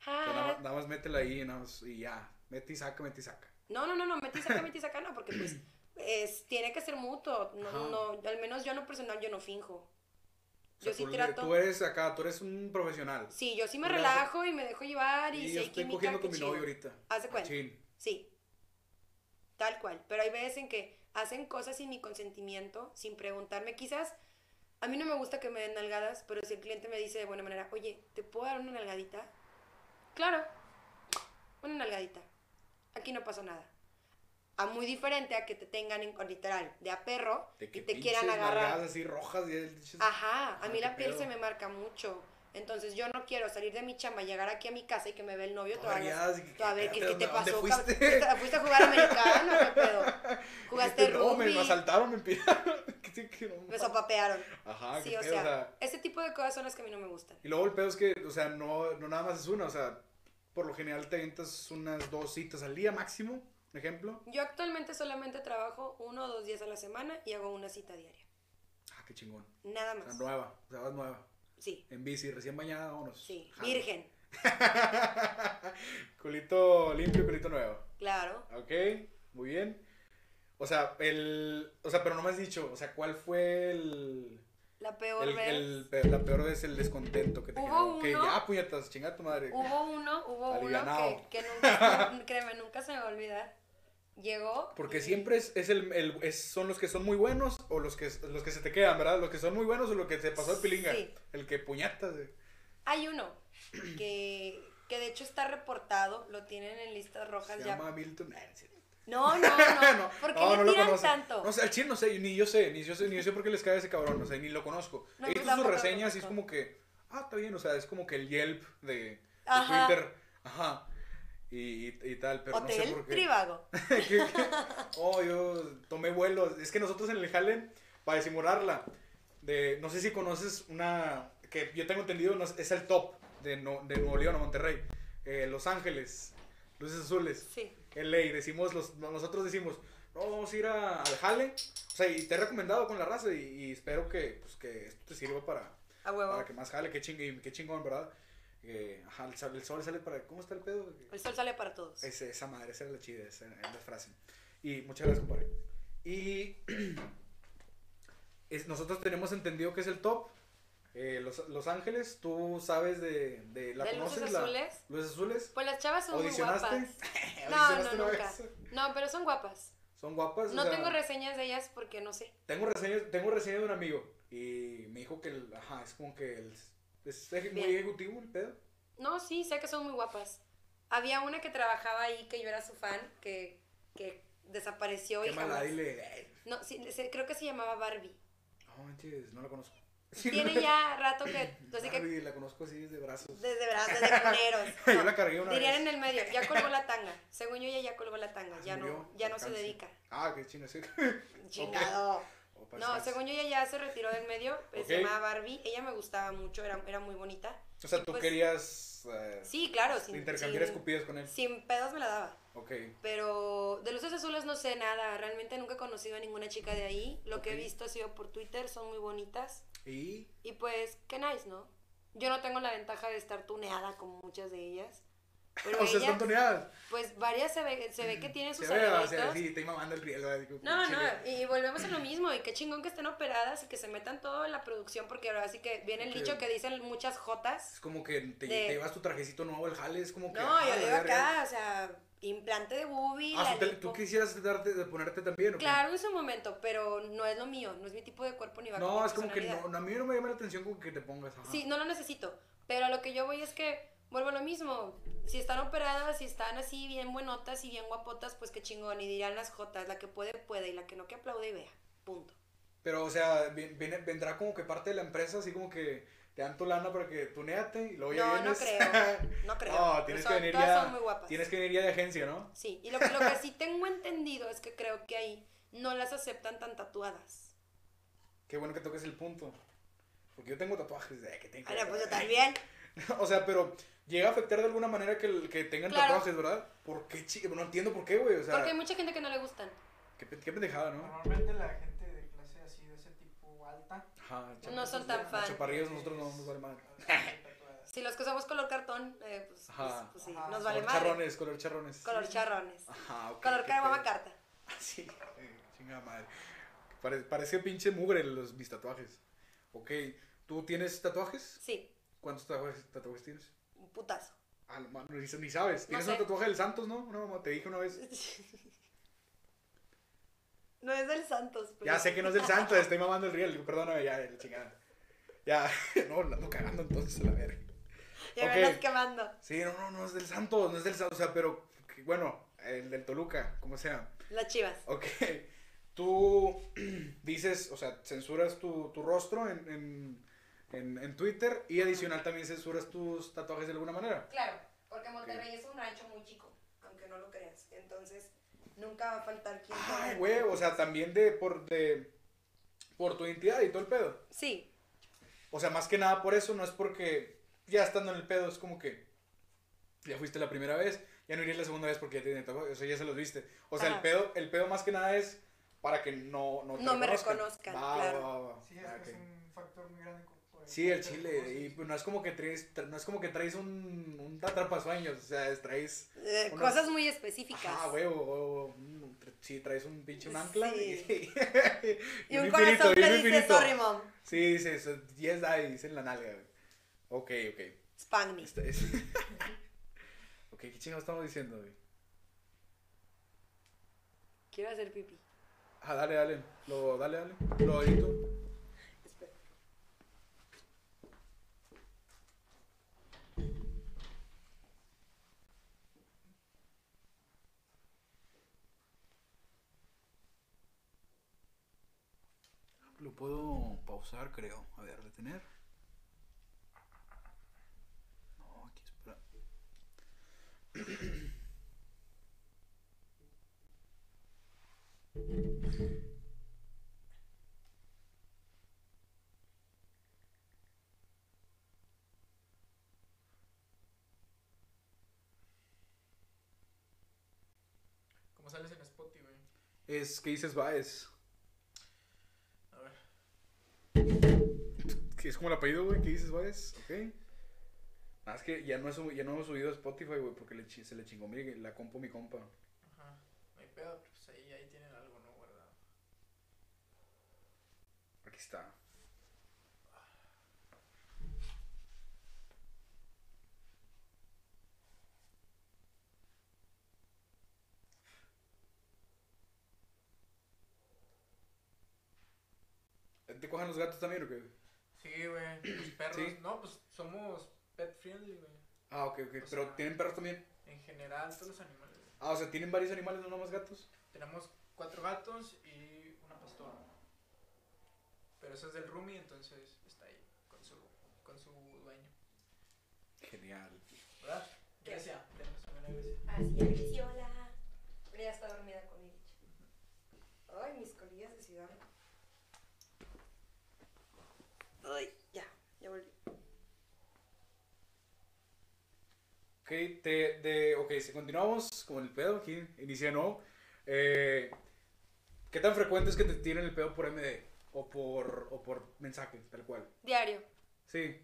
B: O sea, nada,
A: Ah,
B: más- nada más métela ahí nada más, y ya. Mete y saca, mete y saca.
A: No, no, no, no, mete y saca, mete y saca, no, porque pues es, tiene que ser mutuo.
B: Ajá.
A: No, no, al menos yo en lo personal yo no finjo.
B: O sea,
A: Yo sí
B: tú, le-
A: trato.
B: Tú eres acá, tú eres un profesional.
A: Sí, yo sí me
B: Tú le
A: relajo y me dejo llevar y,
B: Y
A: si
B: yo
A: hay
B: estoy
A: química,
B: cogiendo
A: qué
B: con mi
A: chido.
B: novio ahorita.
A: Haz de cuenta.
B: Machín.
A: Sí. Tal cual. Pero hay veces en que hacen cosas sin mi consentimiento, sin preguntarme. Quizás a mí no me gusta que me den nalgadas, pero si el cliente me dice de buena manera, oye, ¿te puedo dar una nalgadita? Claro, una nalgadita. Aquí no pasó nada. A muy diferente a que te tengan en con literal de a perro
B: De
A: y te quieran
B: pinches
A: agarrar.
B: nalgadas así rojas. Y el-
A: Ajá, a
B: Ah,
A: mí
B: qué
A: la piel
B: pedo.
A: se me marca mucho. Entonces yo no quiero salir de mi chamba, llegar aquí a mi casa y que me ve el novio
B: Toda
A: todavía.
B: vergueadas, y que-
A: A ver, ¿qué, qué
B: espérate,
A: te
B: ¿dónde
A: pasó? cabrón?
B: fuiste? (laughs)
A: ¿Fuiste, fuiste a jugar americano? ¿Qué pedo? ¿Jugaste
B: No, me
A: rugby?
B: me asaltaron, me empezaron. (laughs) ¿Qué- qué- no,
A: Me sopapearon.
B: Ajá,
A: sí,
B: Ah, qué
A: o
B: pedo,
A: sea, ese tipo de cosas son las que a mí no me gustan.
B: Y luego el pedo es que, o sea, no, no nada más es una, o sea, por lo general te avientas unas dos citas al día máximo, por ejemplo.
A: Yo actualmente solamente trabajo uno o dos días a la semana y hago una cita diaria.
B: Ah, qué chingón.
A: Nada
B: O sea,
A: más.
B: nueva, o sea, vas nueva.
A: Sí,
B: En bici, recién bañada, vámonos.
A: sí.
B: Jalo.
A: Virgen.
B: culito limpio, culito nuevo.
A: Claro.
B: Ok, muy bien. O sea, el. O sea, pero no me has dicho, o sea, ¿cuál fue el.
A: La peor
B: el,
A: vez.
B: el- pe- la peor vez el descontento que te
A: Hubo
B: generó? Que
A: uno-
B: ya, puñetas, chinga tu madre.
A: Hubo uno, hubo uno
B: Alivianao.
A: que, que nunca, (laughs) no, créeme, nunca se me va a olvidar. Llegó.
B: Porque
A: y-
B: siempre es, es el, el- es- son los que son muy buenos o los que, los que se te quedan, ¿verdad? Los que son muy buenos o los que se pasó el pilinga.
A: Sí.
B: El que puñetas. eh.
A: Hay uno que, que de hecho está reportado, lo tienen en listas rojas
B: Se
A: ya.
B: llama Milton. Nah, no es cierto.
A: No, no, no, no. ¿Por qué
B: (laughs) no,
A: le
B: no lo
A: tiran
B: conoce.
A: tanto?
B: No sé, al chile no sé, ni yo sé, ni yo sé, ni yo sé por qué les cae a ese cabrón, o sea, ni lo conozco.
A: No,
B: He
A: yo
B: visto sus
A: tampoco lo
B: reseñas y es
A: conozco.
B: como que, ah, está bien, o sea, es como que el Yelp de, de
A: Ajá.
B: Twitter, ajá, y, y- y tal, pero no sé
A: Hotel
B: por qué.
A: Trivago.
B: Que- que- (laughs) oh, yo tomé vuelos, es que nosotros en el Jalen, para disimularla, de, no sé si conoces una, que yo tengo entendido, no sé, es el top de, no- de Nuevo León a Monterrey, eh, Los Ángeles, Luces Azules.
A: Sí.
B: En ley, decimos, los, nosotros decimos, no, vamos a ir a- al jale. O sea, y te he recomendado con la raza y, y espero que, pues, que esto te sirva para,
A: A huevo.
B: para que más jale, que, chingue, que chingón, ¿verdad? Eh, ajá, el, sol, el sol sale para... ¿Cómo está el pedo?
A: El sol sale para todos.
B: Ese- esa madre, esa era la chida, esa era la frase. Y muchas gracias, compadre. Y (clears throat) es- nosotros tenemos entendido que es el top. Eh, los, Los Ángeles, tú sabes de... de ¿La
A: ¿De Luces
B: conoces? la-
A: Azules?
B: Luces Azules. (laughs)
A: Pues las chavas son muy
B: ¿Audicionaste?
A: guapas. No, no,
B: ¿Audicionaste una
A: nunca.
B: vez?
A: No, pero son guapas.
B: Son guapas. Pues, o
A: No
B: sea,
A: tengo reseñas de ellas porque no sé.
B: Tengo reseñas, tengo reseñas de un amigo y me dijo que, el- ajá, es como que el, es eje- muy
A: Bien.
B: ejecutivo el pedo.
A: No, sí, sé que son muy guapas. Había una que trabajaba ahí que yo era su fan, que, que desapareció y
B: Qué mala,
A: jamás.
B: dile. "Ey,
A: No, sí, se- creo que se llamaba Barbie.
B: No manches, no la conozco.
A: Tiene
B: (laughs)
A: ya rato que, pues, así que
B: Barbie, la conozco así de brazos.
A: desde brazos, de cuneros.
B: (laughs) Yo la cargué una
A: Dirían
B: vez.
A: en el medio, ya colgó la tanga. Según yo, ella ya colgó la tanga,
B: Ah,
A: ya no,
B: murió,
A: ya no se
B: cáncer.
A: dedica.
B: Ah, qué chingas.
A: (laughs) Chingado.
B: Oh, parece
A: No,
B: que-
A: según yo, ella ya se retiró del medio. pues, Se
B: Ok.
A: llamaba Barbie. Ella me gustaba mucho, era, era muy bonita.
B: O sea,
A: y
B: tú
A: pues-
B: querías eh,
A: Sí, claro, sin,
B: intercambiar
A: sin-
B: escupidas con él.
A: sin pedos me la daba.
B: Ok.
A: Pero de luces azules no sé nada, realmente nunca he conocido a ninguna chica de ahí. Lo que
B: Ok.
A: he visto ha sido por Twitter, son muy bonitas.
B: Y
A: Y pues, qué nice, ¿no? Yo no tengo la ventaja de estar tuneada como muchas de ellas. Pero
B: (laughs) o sea,
A: ellas,
B: están toneadas.
A: pues varias se ve, se ve que tienen
B: Se
A: sus
B: ve, o sea,
A: amiguitos.
B: sí, te iba mamando el riel. ¿verdad? Digo,
A: No, no,
B: chile.
A: y volvemos a lo mismo, y qué chingón que estén operadas y que se metan todo en la producción, porque ahora sí que viene el
B: Ok.
A: dicho que dicen muchas
B: Es
A: jotas.
B: como que
A: De-
B: te, te llevas tu trajecito nuevo al jale, es como que...
A: No,
B: ah,
A: yo
B: la
A: digo
B: verga.
A: acá, o sea, implante de boobie,
B: Ah,
A: la
B: si te-
A: lipo.
B: tú quisieras darte, de ponerte también, ¿o qué?
A: Claro, en su momento, pero no es lo mío, no es mi tipo de cuerpo ni va con
B: No,
A: mi
B: es como que
A: personalidad.
B: no, no, a mí no me llama la atención con que te pongas. ajá.
A: Sí, no lo necesito, pero a lo que yo voy es que vuelvo a lo mismo. Si están operadas, si están así bien buenotas y bien guapotas, pues qué chingón. Y dirán las jotas, la que puede, puede, y la que no, que aplaude y vea. Punto.
B: Pero, o sea, vi- viene- vendrá como que parte de la empresa, así como que te dan tu lana para que tuneate y luego ya
A: no,
B: vienes.
A: no creo. No creo.
B: No,
A: Pero
B: tienes
A: son-
B: que venir
A: todas
B: ya.
A: son muy guapas.
B: (laughs) Tienes que venir ya de agencia, ¿no?
A: Sí, y lo, que- lo que sí tengo entendido es que creo que ahí no las aceptan tan tatuadas.
B: Qué bueno que toques el punto. Porque yo tengo tatuajes de que tengo.
A: Ahora, pues yo también.
B: (laughs) o sea, pero llega a afectar de alguna manera que, el- que tengan
A: Claro.
B: tatuajes, ¿verdad? ¿Por qué, chi- No entiendo por qué, güey. O sea,
A: Porque hay mucha gente que no le gustan.
B: qué, pe- qué pendejada, ¿no?
C: Normalmente la gente de clase así, de ese tipo alta.
B: Ajá,
A: No son tan
B: los
A: fan.
B: chaparrillos, nosotros no nos vale
C: (laughs)
B: madre.
A: Si los que usamos color cartón, eh, pues, pues,
B: Ajá.
A: pues sí,
C: Ajá,
A: nos vale
B: color
A: madre.
B: charrones, color charrones.
A: Color charrones.
B: Ajá, ok.
A: Color
B: qué
A: caguama
B: pedo.
A: carta.
B: (laughs) Sí, eh, chingada madre. Pare- parecía pinche mugre los, mis tatuajes. Ok, ¿tú tienes tatuajes?
A: Sí,
B: ¿Cuántos tatuajes, tatuajes tienes?
A: un putazo.
B: Ah, no, mames, ni, ni sabes.
A: No
B: ¿Tienes
A: sé.
B: un tatuaje del Santos, no? No, mamá, te dije una vez.
A: (laughs) No es del Santos, pero.
B: Ya sé que no es del Santos, estoy mamando el riel. Perdóname, ya, la chingada. Ya, (laughs) no, la ando cagando entonces, a la verga.
A: Ya me
B: Ok.
A: andas quemando.
B: Sí, no, no, no es del Santos, no es del Santos, o sea, pero, que- bueno, el del Toluca, como sea.
A: Las chivas.
B: Ok, (laughs) tú (clears throat) dices, o sea, censuras tu, tu rostro en, en, en, en Twitter y adicional también censuras tus tatuajes de alguna manera.
A: Claro, porque Monterrey es un rancho muy chico, aunque no lo creas. Entonces, nunca va a faltar quien.
B: Ay, güey, o sea, también de por, de, por tu identidad y todo el pedo.
A: Sí,
B: O sea, más que nada por eso, no es porque ya estando en el pedo, es como que ya fuiste la primera vez, ya no irías la segunda vez porque ya tienes tatuajes, o sea, ya se los viste. O sea, el
A: Ajá.
B: pedo, el pedo más que nada es para que no, no, te
A: No me
B: reconozcan.
A: reconozcan,
B: Va,
A: claro.
B: va, va, va.
C: Sí, es,
B: Ah,
C: es
B: ok.
C: un factor muy grande. como por
B: Sí, el chile. Y pues, no es como que traes, tra- no es como que traes un, un atrapasueños, o sea, es- traes.
E: Eh,
B: unas-
E: Cosas muy específicas.
B: Ah, huevo, huevo, mm, tra- sí, traes un pinche un ancla
E: Sí.
B: (laughs) y,
E: y un corazón que dice, sorry mom,
B: Sí, dice eso, 10 dice en la nalga, güey. Ok, ok.
E: spank me.
B: Esta es- (laughs) ok, ¿qué chingados estamos diciendo, güey?
A: Quiero hacer pipí.
B: Ah, dale, dale. Lo, dale, dale. Lo edito.
E: Espera.
B: Lo puedo pausar, creo. A ver, detener. No, aquí espera.
C: ¿Cómo sales en Spotify, güey?
B: Es que dices Baez.
C: A ver.
B: Que es como el apellido, güey, que dices Baez. Ok. Nada, es que ya no, he subi- ya no hemos subido a Spotify, güey, porque le chi- se le chingó mi, la compu mi compa.
C: Ajá. No hay pedo, pero pues ahí, ahí tienen algo, ¿no? Guardado.
B: Aquí está. ¿Te cojan los gatos también o qué?
C: Sí, güey. Los perros.
B: Sí.
C: No, pues somos pet friendly, güey.
B: Ah, ok, ok.
C: O
B: Pero
C: sea-
B: tienen perros también.
C: En general, todos los animales. güey.
B: Ah, o sea, tienen varios animales, no nomás gatos.
C: Tenemos cuatro gatos y una pastora. Pero esa es del roomie, entonces está ahí con su, con su dueño.
B: Genial.
C: ¿Verdad? Grecia. Tenemos también a Grecia.
E: Así es, Grisiola. Pero ya está dormida con mi bicho. Ay, mis colillas de ciudad. Ay, ya, ya volví.
B: Ok, te, de, ok, si continuamos con el pedo, aquí inicia de nuevo. Eh, ¿Qué tan frecuente es que te tiren el pedo por MD? O por, o por mensaje, tal cual.
A: Diario.
B: Sí.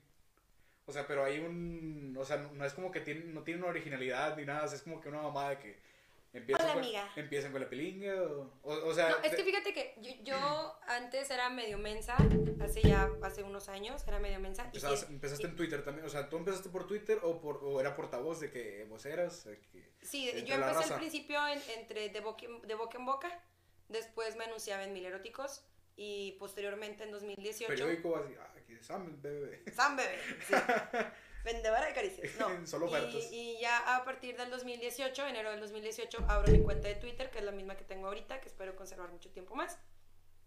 B: O sea, pero hay un. O sea, no es como que tiene, no tiene una originalidad ni nada. o sea, es como que una mamá de que. Empiezan,
E: Hola,
B: con,
E: amiga.
B: empiezan con la pilinga. O, o, o sea.
A: No, es
B: te-
A: que fíjate que yo, yo antes era medio mensa, hace ya, hace unos años, era medio mensa. y
B: empezabas-
A: que-
B: empezaste en Twitter también. O sea, ¿tú empezaste por Twitter o, por, o era portavoz de que vos eras? De que-
A: Sí,
B: entre
A: yo
B: la
A: empecé
B: raza.
A: al principio en- entre de boca, en, de boca en boca, después me anunciaba en Mil Eróticos y posteriormente en 2018...
B: periódico así. Ah, aquí examen, bebé.
A: San Bebé,
B: (laughs)
A: sí. Vendedora de caricias, no.
B: Solo
A: Y-
B: ofertas.
A: Y, ya a partir del 2018, enero del 2018, abro mi cuenta de Twitter, que es la misma que tengo ahorita, que espero conservar mucho tiempo más.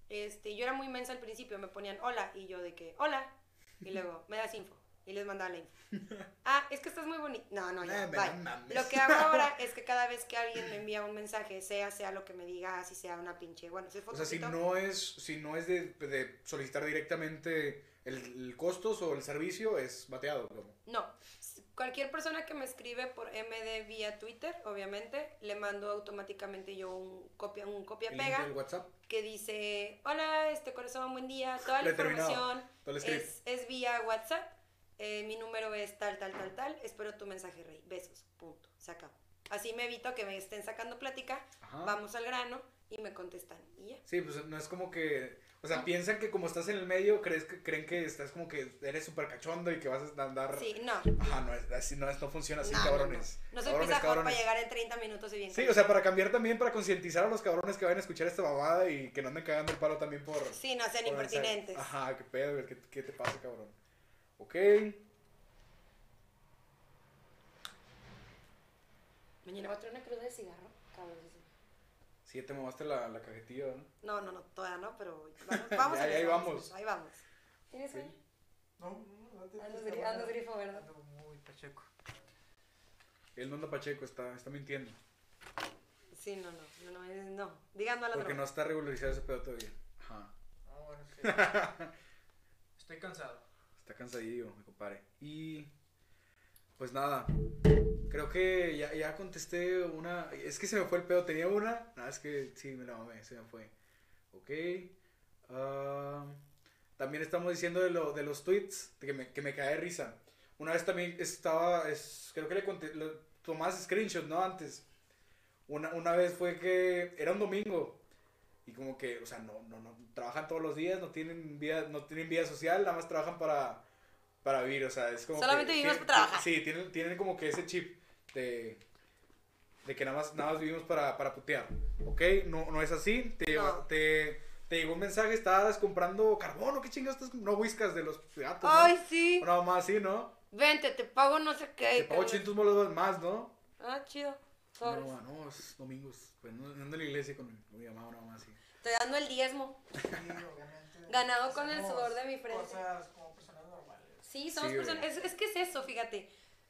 A: Este, yo era muy mensa al principio, me ponían hola, y yo de que hola,
B: (laughs)
A: y luego me das info, y les mandaba la info. Ah, es que estás muy bonita. No, no, ya,
B: (laughs) Nah, Eh, me
A: bye.
B: no mames.
A: Lo que hago
B: (laughs)
A: ahora es que cada vez que alguien me envía un mensaje, sea, sea lo que me diga, si sea una pinche, bueno, si es
B: O sea, si
A: fotocito,
B: no es, si no es de, de solicitar directamente el, el costos o el servicio, es bateado. como.
A: No, s- cualquier persona que me escribe por MD vía Twitter, obviamente, le mando automáticamente yo un copia, un copia
B: El link
A: pega
B: del WhatsApp.
A: que dice, hola, este corazón, buen
B: (laughs)
A: día, toda la
B: Le he terminado.
A: información
B: Todo el script.
A: es, es vía WhatsApp, eh, mi número es tal, tal, tal, tal, espero tu mensaje, rey, besos, punto, se acabó. Así me evito que me estén sacando plática,
B: Ajá.
A: vamos al grano y me contestan y ya.
B: Sí, pues no es como que. O sea, piensan que como estás en el medio, crees que, creen que estás como que eres súper cachondo y que vas a andar.
A: Sí, no.
B: Ajá, no, es, así, no, es- no funciona así,
A: no, no, no.
B: cabrones.
A: No, soy
B: cabrones,
A: pizza Hut para
B: cabrones.
A: llegar en 30 minutos y bien.
B: Sí, o sea, para cambiar también, para concientizar a los cabrones que vayan a escuchar esta babada y que no anden cagando el palo también por.
A: Sí, no sean
B: por mensaje.
A: impertinentes.
B: Ajá, qué pedo, güey, ¿qué, qué te pasa, cabrón? Ok.
A: Mañana va a traer una cruda de cigarro, cabrón.
B: Sí, te mamaste la, la cajetilla, ¿no?
A: No, no, no, todavía no, (laughs) pero vamos, vamos
B: Ya,
A: a
B: ya, ahí
A: ver,
B: vamos.
A: Ahí vamos. ¿Tienes
B: Sí.
A: sueño?
C: No, no, no. antes
A: Andas,
C: estaba-
A: gri- andas grifo, ¿verdad?
C: Ando muy pacheco.
B: El Nonda Pacheco está, está mintiendo.
A: Sí, no, no, no, no, es- no. Digan no a la
B: Porque
A: droga.
B: no está regularizado ese pedo todavía. Ajá.
C: No, bueno, (laughs) sí. Estoy cansado.
B: Está cansadillo, mi compadre. Y pues nada, creo que ya, ya contesté una... Es que se me fue el pedo, tenía una. Nada, es que sí, me la mamé, se me fue. Ok. Ah, también estamos diciendo de, lo, de los tweets, que me, que me cae de risa. Una vez también estaba, es, creo que le conté, lo- tomás screenshot, ¿no? Antes. Una, una vez fue que era un domingo y como que, o sea, no, no, no, trabajan todos los días, no tienen vida, no tienen vida social, nada más trabajan para, para vivir, o sea, es como que-
F: Solamente
B: que-
F: vivimos
B: que-
F: para trabajar.
B: Sí, tienen, tienen como que ese chip de, de que nada más, nada más vivimos para, para putear, ¿ok? No, no es así, te, lleva-
F: No.
B: te, te llegó un mensaje, estabas comprando carbono, ¿qué chingas estás? No whiskas de los gatos, ¿no?
A: Ay, sí. Eh,
B: Una mamá así, ¿no?
A: Vente, te pago no sé qué.
B: Te pago
A: cabrón.
B: 800 bolas más, ¿no?
A: Ah, chido. Sobres.
B: No, no, es domingos. Pues no, no ando en la iglesia con mi, con mi mamá o nada más. sí.
A: Te dando el diezmo. Ganado con el sudor de mi frente.
C: Cosas como personas normales.
A: Sí, somos
B: Sí, güey.
A: personas. Es, es que es eso, fíjate.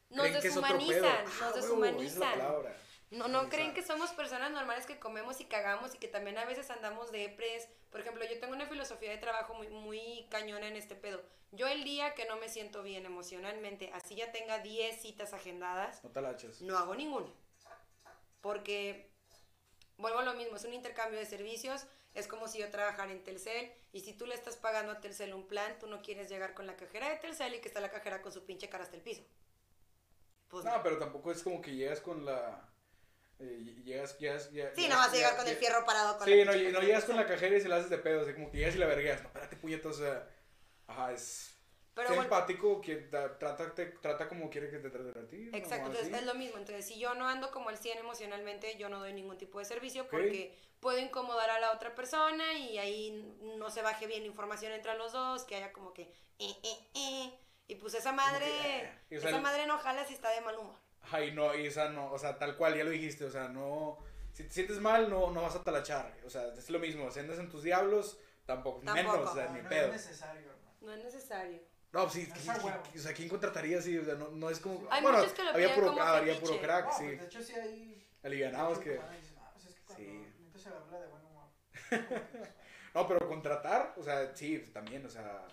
A: Nos
B: Creen que es otro pedo.
A: deshumanizan,
B: Ah,
A: nos
B: huevo, esa es la
A: deshumanizan.
B: palabra.
A: No, no creen
B: Humanizar.
A: que somos personas normales que comemos y cagamos y que también a veces andamos depres. Por ejemplo, yo tengo una filosofía de trabajo muy, muy cañona en este pedo. Yo el día que no me siento bien emocionalmente, así ya tenga 10 citas agendadas,
B: No te la haches.
A: no hago ninguna. Porque, vuelvo a lo mismo, es un intercambio de servicios, es como si yo trabajara en Telcel y si tú le estás pagando a Telcel un plan, tú no quieres llegar con la cajera de Telcel y que está la cajera con su pinche cara hasta el piso. Pues no.
B: No, pero tampoco es como que llegas con la. eh, ll- llegas, llegas, ya-
A: Sí,
B: llegas-
A: no vas a llegar
B: ya-
A: con el
B: ya-
A: fierro parado con
B: Sí,
A: la
B: no,
A: pinche
B: lle- no
A: cajera.
B: llegas con la cajera y se la haces de pedo. Así como que llegas y la vergueas. No, espérate, puñetas. O sea, ajá, es.
A: Pero
B: sé
A: bueno,
B: empático, quien da- trata, te- trata como quiere que te trate a ti. mamá,
A: Exacto, entonces
B: así.
A: es lo mismo. Entonces, si yo no ando como al 100 emocionalmente, yo no doy ningún tipo de servicio
B: Ok.
A: porque puedo incomodar a la otra persona y ahí no se baje bien la información entre los dos, que haya como que. eh, eh, eh. Y pues esa madre.
B: que, eh, y, o sea,
A: esa
B: el-
A: madre no jala si está de mal humor.
B: Ay, no, y esa no, o sea, tal cual, ya lo dijiste, o sea, no, si te sientes mal, no, no vas a talachar, o sea, es lo mismo, si andas en tus diablos, tampoco,
A: Tampoco.
B: menos, o sea,
C: No,
B: ni
C: Ah, no
B: pedo.
C: es necesario, hermano.
A: No es necesario.
B: No, pues sí,
C: No
B: ¿quién-
C: sea
B: quién-
C: huevo.
B: o sea, ¿quién contrataría así? O sea, no, no es como,
A: Hay
B: bueno,
A: muchos que lo
B: había
A: pillan
B: puro,
A: como
B: ah, había
A: fetiche.
B: puro crack,
C: No,
B: sí,
C: pues, de hecho, sí hay.
B: alivianados que,
C: Ah, dices, "Ah, pues, es que cuando
B: Sí.
C: neta se habla de
B: (laughs)
C: buen humor. Como que,
B: no, pero contratar, o sea, sí, también, o sea,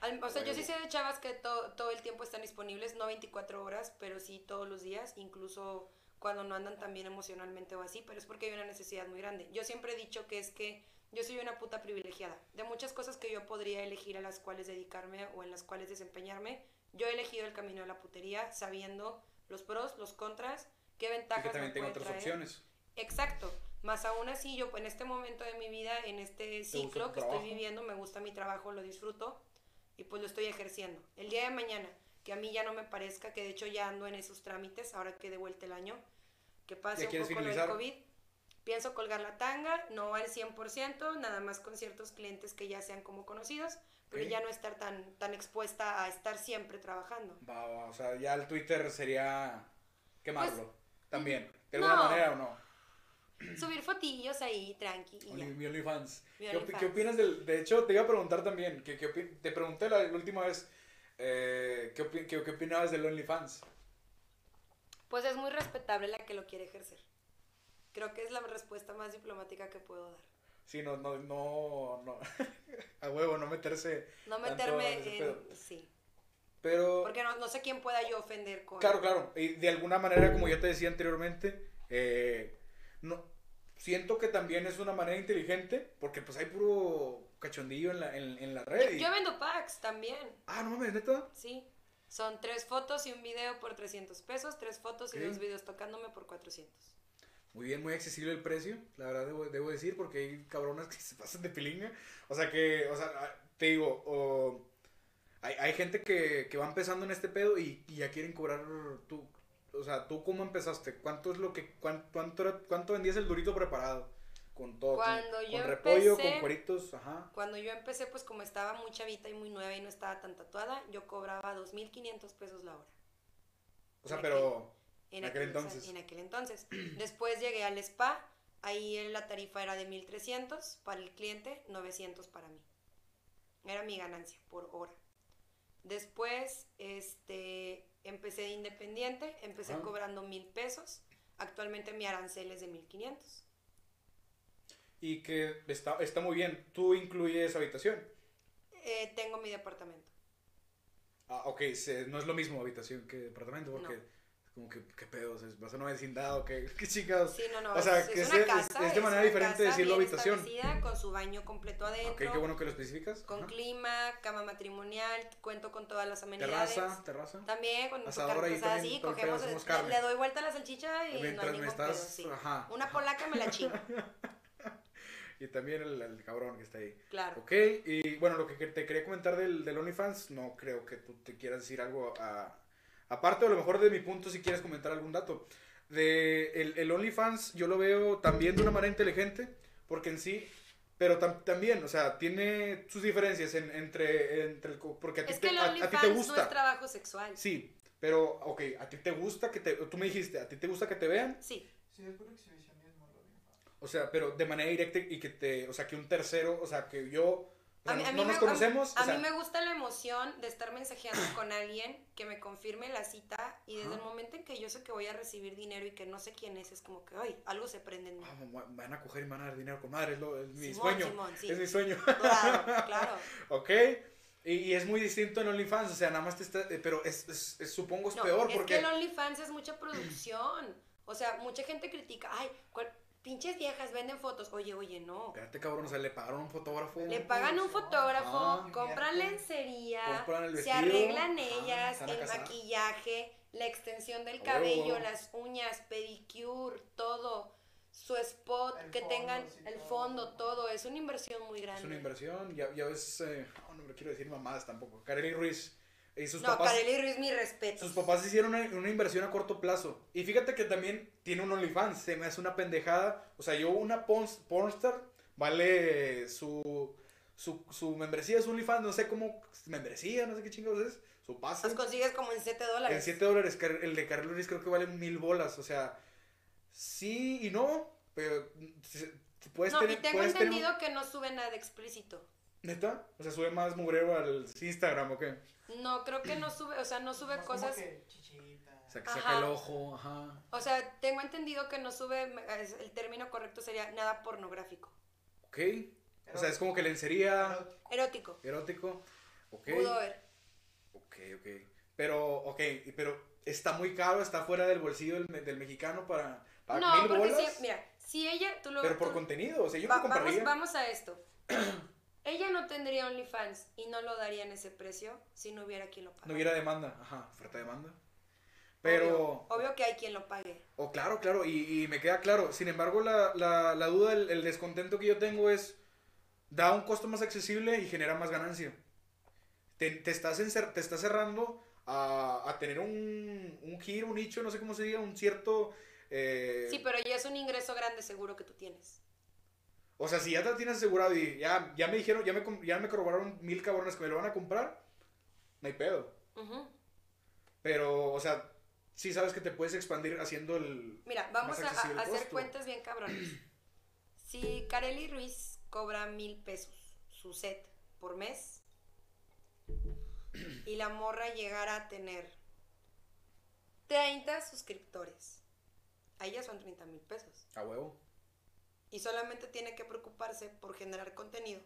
A: Al- o sea, yo sí sé
B: Huevo.
A: de chavas que to- todo el tiempo están disponibles, no 24 horas, pero sí todos los días, incluso cuando no andan tan bien emocionalmente o así, pero es porque hay una necesidad muy grande. Yo siempre he dicho que es que yo soy una puta privilegiada. De muchas cosas que yo podría elegir a las cuales dedicarme o en las cuales desempeñarme, yo he elegido el camino de la putería sabiendo los pros, los contras, qué
B: y que
A: ventajas me
B: también tengo
A: puede
B: otras
A: traer.
B: opciones.
A: Exacto. Más aún así, yo en este momento de mi vida, en este
B: gusta
A: ciclo
B: tu
A: que estoy
B: trabajo?
A: viviendo, me gusta mi trabajo, lo disfruto y pues lo estoy ejerciendo. El día de mañana, que a mí ya no me parezca, que de hecho ya ando en esos trámites, ahora que de vuelta el año, que pase
B: ¿Ya
A: un
B: quieres
A: poco lo del
B: finalizar?
A: COVID, pienso colgar la tanga, no al 100%, nada más con ciertos clientes que ya sean como conocidos, pero
B: Ok.
A: ya no estar tan, tan expuesta a estar siempre
B: (clears throat)
A: trabajando.
B: Va, va, o sea, ya el Twitter sería quemarlo, también, de
A: Pues, no.
B: alguna manera o no.
A: Subir fotillos ahí, tranqui. y
B: Only-
A: ya.
B: Mi OnlyFans.
A: Mi
B: ¿Qué, opi-
A: OnlyFans.
B: qué opinas del.? De hecho, te iba a preguntar también. Que, que opi- te pregunté la, la última vez. eh, ¿qué, opi- qué- qué opinabas del OnlyFans?
A: Pues es muy respetable la que lo quiere ejercer. Creo que es la respuesta más diplomática que puedo dar.
B: Sí, no, no, no. (laughs) no. a huevo, no meterse.
A: No
B: Tanto
A: meterme
B: ese
A: en...
B: pedo.
A: Sí.
B: Pero.
A: Porque no, no sé quién pueda yo ofender con...
B: Claro, claro. Y de alguna manera, como ya te decía anteriormente, eh, no, siento que también es una manera inteligente. Porque pues hay puro cachondillo en la, en, en la
A: Yo,
B: red. y-
A: yo vendo packs también,
B: Ah, no mames, neta.
A: sí. Son tres fotos y un video por 300 pesos, tres fotos
B: Ok.
A: y dos videos tocándome por 400.
B: Muy bien, muy accesible el precio, la verdad debo, debo decir, porque hay cabronas que (laughs) se pasan de pilinga. O sea que, o sea, ah, te digo, o- hay, hay gente que, que va empezando en este pedo y, y ya quieren cobrar tú. O sea, ¿tú cómo empezaste? ¿Cuánto es lo que, cuán- cuánto, era- cuánto vendías el durito preparado? Con todo, con-
A: Cuando
B: con,
A: yo
B: repollo,
A: empecé-
B: con cueritos, ajá.
A: Cuando yo empecé, pues como estaba muy chavita y muy nueva y no estaba tan tatuada, yo cobraba 2.500 pesos la hora.
B: O sea,
A: Ok.
B: pero,
A: En
B: En
A: aquel,
B: aquel
A: o sea,
B: entonces.
A: en aquel entonces. (clears throat) Después llegué al spa, ahí la tarifa era de 1300 para el cliente, 900 para mí. Era mi ganancia por hora. Después este, empecé de independiente, empecé
B: Ajá.
A: cobrando 1000 pesos. Actualmente mi arancel es de 1500.
B: y que está, está muy bien, tú incluyes habitación.
A: Eh, tengo mi departamento.
B: Ah, ok, se- no es lo mismo habitación que departamento, porque como que, ¿qué pedo? O sea, ¿Vas a una vecindad o (laughs) qué? ¿Qué chingados?
A: Sí, no, no.
B: O sea,
A: es,
B: que
A: es una
B: sea- es-
A: casa.
B: es de manera
A: una casa
B: diferente decirlo
A: bien
B: habitación.
A: establecida, Con su baño completo adentro.
B: Ah, Ok, qué bueno que lo especificas.
A: Con
B: Ajá.
A: clima, cama matrimonial, cuento con todas las amenidades.
B: Terraza, terraza.
A: También con nuestra
B: Asador
A: carne
B: ahí
A: asada,
B: también,
A: sí,
B: todo el pedo,
A: cogemos,
B: hacemos
A: le,
B: carne.
A: le doy vuelta a la salchicha y no hay
B: Mientras me
A: ningún
B: estás.
A: pedo,
B: (laughs)
A: sí.
B: Ajá.
A: Una polaca me la
B: (laughs)
A: chingo,
B: Y también el, el cabrón que está ahí.
A: claro.
B: Ok, y bueno, lo que te quería comentar del, del OnlyFans, no creo que tú te quieras decir algo a- aparte, o a lo mejor de mi punto, si quieres comentar algún dato. De el, el OnlyFans yo lo veo también de una manera inteligente, porque en sí, pero tam- también, o sea, tiene sus diferencias en- entre, entre el... co- Porque a ti,
A: Es
B: te,
A: que el
B: a- a ti te
A: OnlyFans no
B: gusta.
A: es trabajo sexual.
B: Sí, pero, ok, a ti te gusta que te... Tú me dijiste, a ti te gusta que te vean,
A: Sí,
C: Sí, es por exhibicionismo lo bien padre.
B: o sea, pero de manera directa y que te... O sea, que un tercero, o sea, que yo... o sea,
A: A mí-
B: no,
A: a mí
B: no nos
A: me-
B: conocemos.
A: A
B: o sea,
A: mí me gusta la emoción de estar mensajeando con alguien que me confirme la cita y desde
B: Ajá.
A: el momento en que yo sé que voy a recibir dinero y que no sé quién es, es como que, ay, algo se prende en mí.
B: Ah, me- me van a coger y me van a dar dinero con madre, es, lo- es mi
A: Simón,
B: sueño.
A: Simón, sí.
B: Es mi sueño. (laughs)
A: Claro, claro.
B: ok. Y, y es muy distinto en OnlyFans, o sea, nada más te está. eh, Pero es, es- es- supongo es
A: No,
B: peor
A: es
B: porque.
A: que el OnlyFans es mucha producción. O sea, mucha gente critica, ay, ¿cuál- pinches viejas venden fotos. Oye, oye, no.
B: Espérate, cabrón, o sea, le pagaron a un fotógrafo.
A: Le pagan a un fotógrafo,
B: Ah.
A: compran lencería,
B: Compran el
A: se
B: vestido.
A: arreglan
B: Ah,
A: ellas,
B: se van a
A: el
B: casar.
A: maquillaje, la extensión del
B: huevo,
A: cabello,
B: huevo.
A: las uñas, pedicure, todo, su spot,
C: El
A: que
C: fondo,
A: tengan
C: sí,
A: el
C: todo.
A: fondo, todo. Es una inversión muy grande.
B: Es una inversión, ya, ya ves. eh, oh, no me quiero decir mamadas tampoco. Kareli Ruiz. Y sus
A: no,
B: papás.
A: Kareli Ruiz, mi respeto.
B: Sus papás hicieron una, una inversión a corto plazo. Y fíjate que también tiene un OnlyFans. Se me hace una pendejada. O sea, yo una porns- pornstar vale su, su, su membresía, su OnlyFans, no sé cómo, membresía, no sé qué chingados es, su pase.
A: Las consigues como en 7
B: En
A: dólares.
B: 7 dólares, Car- el de Carlos Luis creo que vale mil bolas. O sea, sí y no, pero se- puedes
A: No,
B: tener...
A: y tengo
B: puedes tener-
A: entendido que no sube nada explícito.
B: ¿Neta? O sea, sube más mugrero al Instagram o qué.
A: No, creo que no sube, o sea, no sube
C: Más como
A: cosas.
C: que chichita.
B: O sea, que
A: Ajá.
B: saca el ojo, ajá.
A: O sea, tengo entendido que no sube, es- el término correcto sería nada pornográfico.
B: Ok. O sea, es como que lencería...
C: Pero-
A: Erótico.
B: Erótico. Ok.
A: Pudo ver.
B: Ok, ok. Pero, ok, pero está muy caro, está fuera del bolsillo del, me- del mexicano para, para
A: No,
B: mil
A: porque
B: bolas.
A: si, mira, si ella, tú lo
B: pero por
A: tú-
B: contenido, o sea, yo
A: va-
B: me compraría.
A: vamos, vamos a esto. (clears throat) ella no tendría OnlyFans y no lo daría en ese precio si no hubiera quien lo pague.
B: No hubiera demanda, ajá, oferta y demanda. Pero,
A: Obvio, obvio que hay quien lo pague.
B: o Oh, claro, claro, y, y me queda claro. Sin embargo, la, la, la duda, el, el descontento que yo tengo es, da un costo más accesible y genera más ganancia. Te, te estás, encer- te estás cerrando a, a tener un, un giro, un nicho, no sé cómo se diga, un cierto... eh,
A: Sí, pero ya es un ingreso grande seguro que tú tienes.
B: O sea, si ya te lo tienes asegurado y ya, ya me dijeron, ya me, com- ya me corroboraron mil cabrones que me lo van a comprar, no hay pedo.
A: Ujú.
B: Pero, o sea, sí sabes que te puedes expandir haciendo el...
A: Mira, vamos
B: Más
A: a, a-
B: accesible
A: a hacer
B: costo.
A: cuentas bien cabrones. Si Kareli Ruiz cobra mil pesos su set por mes y la morra llegara a tener 30 suscriptores, a ella son 30 mil pesos.
B: A huevo.
A: Y solamente tiene que preocuparse por generar contenido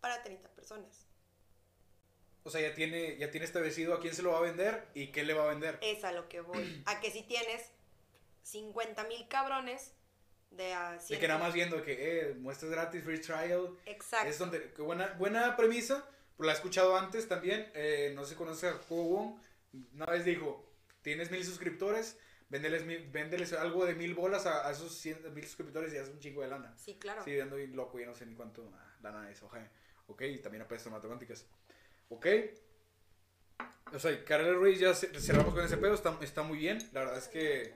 A: para 30 personas.
B: O sea, ya tiene, ya tiene establecido a quién se lo va a vender y qué le va a vender.
A: Es a lo que
B: (clears throat)
A: voy. A que si tienes 50 mil cabrones de a
B: De
A: 100
B: que nada
A: mil-
B: más viendo que, eh, muestras gratis, free trial.
A: Exacto.
B: Es donde, que buena, buena premisa, pues la he escuchado antes también, eh, no se conoce a Hugo Wong, una vez dijo, tienes mil suscriptores, véndeles, mil- véndeles algo de mil bolas a, a esos cien, mil suscriptores y haz un chingo de lana.
A: Sí, claro.
B: Sí, ando bien loco, ya no sé ni cuánto ah, lana es, ojalá. Ok, y también apresto matemáticas. Ok. O sea, Karel Ruiz ya ce- cerramos con ese pedo, está, está muy bien. La verdad es que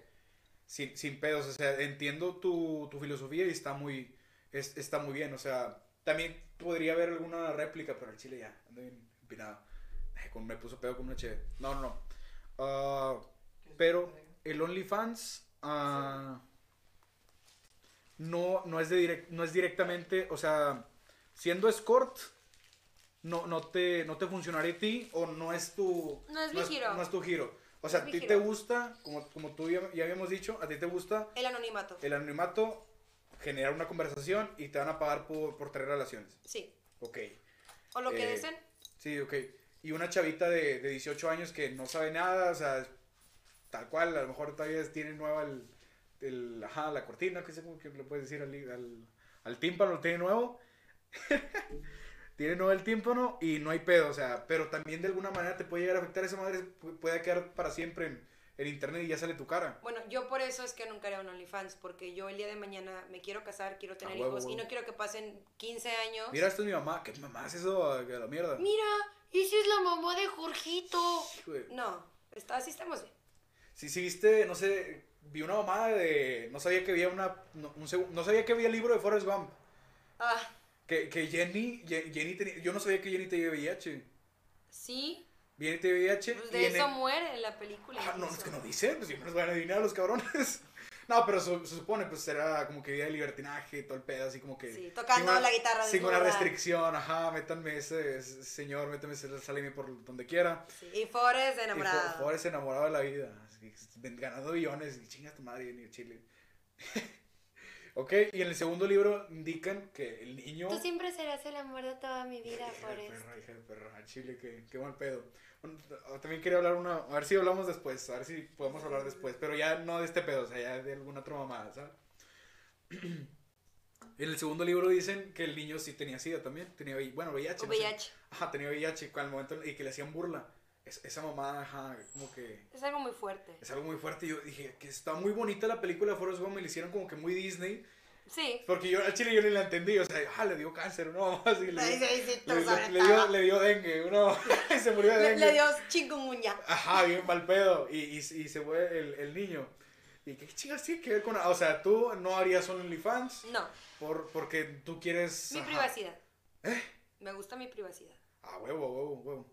B: sin, sin pedos, o sea, entiendo tu, tu filosofía y está muy, es- está muy bien. O sea, también podría haber alguna réplica, pero el chile ya, ando bien empinado. Ay, con- me puso pedo con una cheve. No, no, no. Ah,
C: que es-
B: pero el OnlyFans ah, no, no, es de direct, no es directamente, o sea, siendo escort, no, no, te, no te funcionaría a ti o no es tu,
A: No es mi giro.
B: no es tu giro. O
A: No
B: sea,
A: es
B: a
A: mi
B: ti
A: giro.
B: te gusta, como, como tú ya, ya habíamos dicho, a ti te gusta
A: El anonimato.
B: el anonimato, generar una conversación y te van a pagar por, por tener relaciones.
A: Sí.
B: Ok.
A: O lo que
B: Eh,
A: dicen.
B: Sí, ok. Y una chavita de, de 18 años que no sabe nada, o sea, tal cual, a lo mejor todavía tiene nueva el, el ajá, la cortina, que sé cómo que le puedes decir al, al, al tímpano, lo tiene nuevo. (laughs) tiene nuevo el tímpano y no hay pedo, o sea, pero también de alguna manera te puede llegar a afectar esa madre, pu- puede quedar para siempre en, en internet y ya sale tu cara.
A: Bueno, yo por eso es que nunca haré un OnlyFans, porque yo el día de mañana me quiero casar, quiero tener
B: huevo,
A: hijos y
B: huevo.
A: no quiero que pasen 15 años.
B: Mira, esto es mi mamá, ¿qué mamá es eso? A la mierda.
A: Mira, esa es la mamá de Jorgito.
B: Hijo de-
A: No, está, así estamos bien.
B: Sí, sí, viste, no sé, vi una mamada de. No sabía que había una. No, un segu- no sabía que había el libro de Forrest Gump.
A: Ah,
B: Que, que Jenny. Ye- Jenny tenía- yo no sabía que Jenny tenía VIH.
A: sí,
B: Jenny tenía VIH.
A: pues
B: y
A: de
B: en
A: eso
B: el-
A: muere en la película.
B: Ah, no,
A: incluso.
B: es que no dice, pues siempre nos van a adivinar los cabrones. (laughs) No, pero su- se supone, pues era como que vida de libertinaje y todo el pedo, así como que.
A: Sí, tocando
B: una-
A: la guitarra
B: Sin una
A: desnuda.
B: restricción, ajá, métanme ese ese señor, métanme ese salime por donde quiera.
A: Sí, Y Forrest de
B: Y
A: enamorado.
B: Forrest enamorado de la vida, así que ven- ganando billones, y chinga tu madre, ni Chile. (laughs) ok, y en el segundo libro indican que el niño.
A: Tú siempre serás el amor de toda mi vida,
B: Hija de
A: Forrest.
B: perra, hija de perra, al Chile, qué, qué mal pedo. Un- también quería hablar una, a ver si hablamos después, a ver si podemos hablar después, pero ya no de este pedo, o sea, ya de alguna otra mamada, ¿sabes? (clears throat) En el segundo libro dicen que el niño sí tenía SIDA también, tenía, VI- bueno, VIH.
A: O
B: no sé.
A: VIH.
B: Ajá, tenía VIH al momento, y que le hacían burla. Es- esa mamada, ajá, como que...
A: Es algo muy fuerte.
B: Es algo muy fuerte. Yo dije que está muy bonita la película de Forrest Gump. Me la hicieron como que muy Disney.
A: Sí.
B: Porque yo al chile yo ni la entendí. O sea, ah, le dio cáncer, no. (laughs) Así, le,
A: Ay,
B: dio-
A: sí, sí, tú
B: le- le-
A: sobre
B: le
A: todo.
B: dio, le dio dengue, no. y (laughs) se murió de
A: Le,
B: dengue.
A: le dio chingungunya.
B: Ajá, bien mal pedo. Y, y, y se fue el, el niño. Y qué chingas tiene que ver con. O sea, tú no harías un OnlyFans
A: No,
B: por, porque tú quieres.
A: mi
B: ajá. ¿Eh?
A: privacidad. Me gusta mi privacidad.
B: Ah, huevo, huevo, huevo.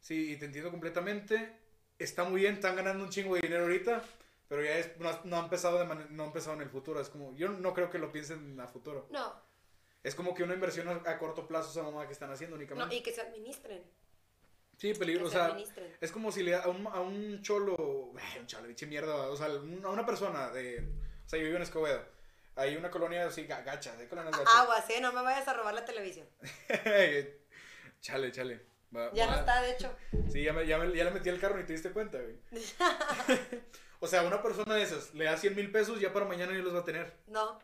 B: Sí, y te entiendo completamente. Está muy bien, están ganando un chingo de dinero ahorita, pero ya es- no, ha- no ha empezado de mane- no ha empezado en el futuro. Es como, yo no creo que lo piensen a futuro.
A: No,
B: Es como que una inversión a, a corto plazo esa mamá que están haciendo
A: no,
B: únicamente.
A: y que se administren.
B: sí,
A: Que
B: peligro, o
A: se
B: sea,
A: administren.
B: es como si le da a un, a un cholo, un cholo, biche mierda, o sea, un- a una persona de, o sea, yo vivo en Escobedo, hay una colonia así ga- gacha, hay colonias gachas.
A: Aguas, eh, no me vayas a robar la televisión.
B: (laughs) chale, chale. Va-
A: Ya no
B: va-
A: está, de hecho.
B: Sí, ya, me- ya, me- ya le metí al carro y te diste cuenta,
A: (laughs)
B: güey. o sea, una persona de esas le da 100 mil pesos, ya para mañana ya los va a tener.
A: No,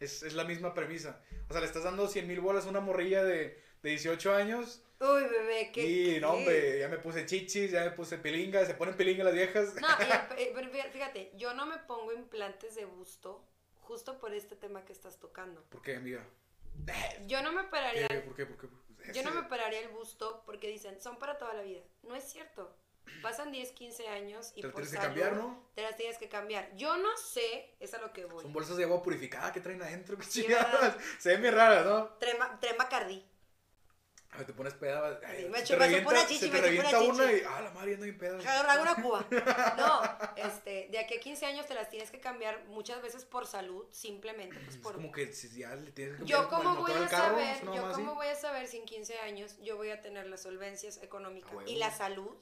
B: Es, es la misma premisa. O sea, le estás dando 100 mil bolas a una morrilla de, de 18 años.
A: Uy, bebé, qué.
B: y no,
A: qué?
B: hombre, ya me puse chichis, ya me puse pilingas, se ponen pilingas las viejas.
A: No, y el pe- eh, pero fí- fíjate, yo no me pongo implantes de busto justo por este tema que estás tocando.
B: ¿Por qué, amiga?
A: Yo no me pararía,
B: ¿Qué? Eh, ¿Por qué? ¿Por qué?
A: yo no me
B: Ese-
A: pararía el busto porque dicen, son para toda la vida. No es cierto. Pasan 10, 15 años y
B: Te lo
A: por
B: tienes que
A: salud
B: cambiar, ¿no?
A: Te las tienes que cambiar. Yo no sé, es a lo que voy.
B: Son bolsas de agua purificada que traen adentro, qué
A: Sí,
B: chingadas.
A: ¿verdad?
B: Se ven bien raras, ¿no?
A: Trema, trema cardí.
B: Ay, te pones peda. ay,
A: Sí, me
B: se te
A: chupé, me
B: revienta-
A: chupé una chichi,
B: se te
A: me chupé una
B: revienta una
A: chichi.
B: y. Ah, la madre, ando bien pedo.
A: Hago una
B: (laughs)
A: cuba. No, este, de aquí a 15 años te las tienes que cambiar muchas veces por salud, simplemente pues
B: Es
A: por
B: como que si ya le tienes que
A: Yo
B: cambiar como
A: cómo
B: el
A: voy
B: motor
A: a
B: al carro, pues,
A: saber,
B: una
A: yo
B: mamá así.
A: cómo voy a saber si en 15 años yo voy a tener las solvencias económicas
B: A huevo.
A: y la salud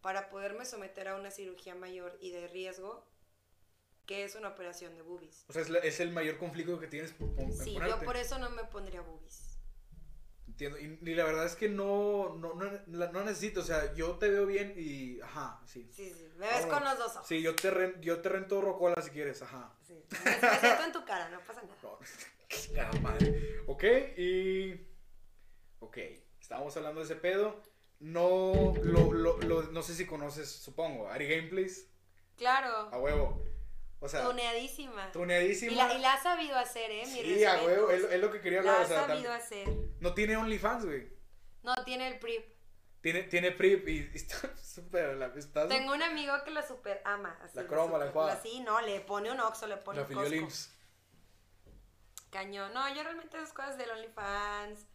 A: para poderme someter a una cirugía mayor y de riesgo que es una operación de boobies.
B: O sea, es, la- es el mayor conflicto que tienes por, por- en
A: Sí, yo
B: ponerte.
A: por eso no me pondría boobies.
B: Entiendo. Y, y la verdad es que no, no, no, la- no necesito, o sea, yo te veo bien y, ajá, sí.
A: Sí, sí, me ves
B: Vámonos.
A: con los dos ojos.
B: Sí, yo te, ren- yo te rento rocola si quieres, ajá.
A: Sí, Me, me siento en tu cara, no pasa
B: (laughs)
A: nada.
B: No, chingada madre. Ok, y... Ok, estábamos hablando de ese pedo. No, lo, lo, lo- no sé si conoces, supongo, Ari Gameplays,
A: Claro,
B: a huevo. O sea,
A: tuneadísima.
B: tuneadísima.
A: Y la, y la has sabido hacer, ¿eh? Mi
B: Sí, a
A: respeto.
B: huevo, es, lo- es lo que quería hablar.
A: La
B: o
A: has
B: sea,
A: sabido
B: tam-
A: hacer.
B: no tiene OnlyFans, güey.
A: No tiene el PRIP.
B: Tiene, tiene PRIP y, (laughs) y está súper. La, está su-
A: Tengo un amigo que la super ama. Así,
B: La croma,
A: super-
B: la enjuaga.
A: Sí, no, le pone un oxo, le pone
B: la
A: un
B: afilió al
A: Costco.
B: IMSS.
A: Cañón. No, yo realmente esas cosas del OnlyFans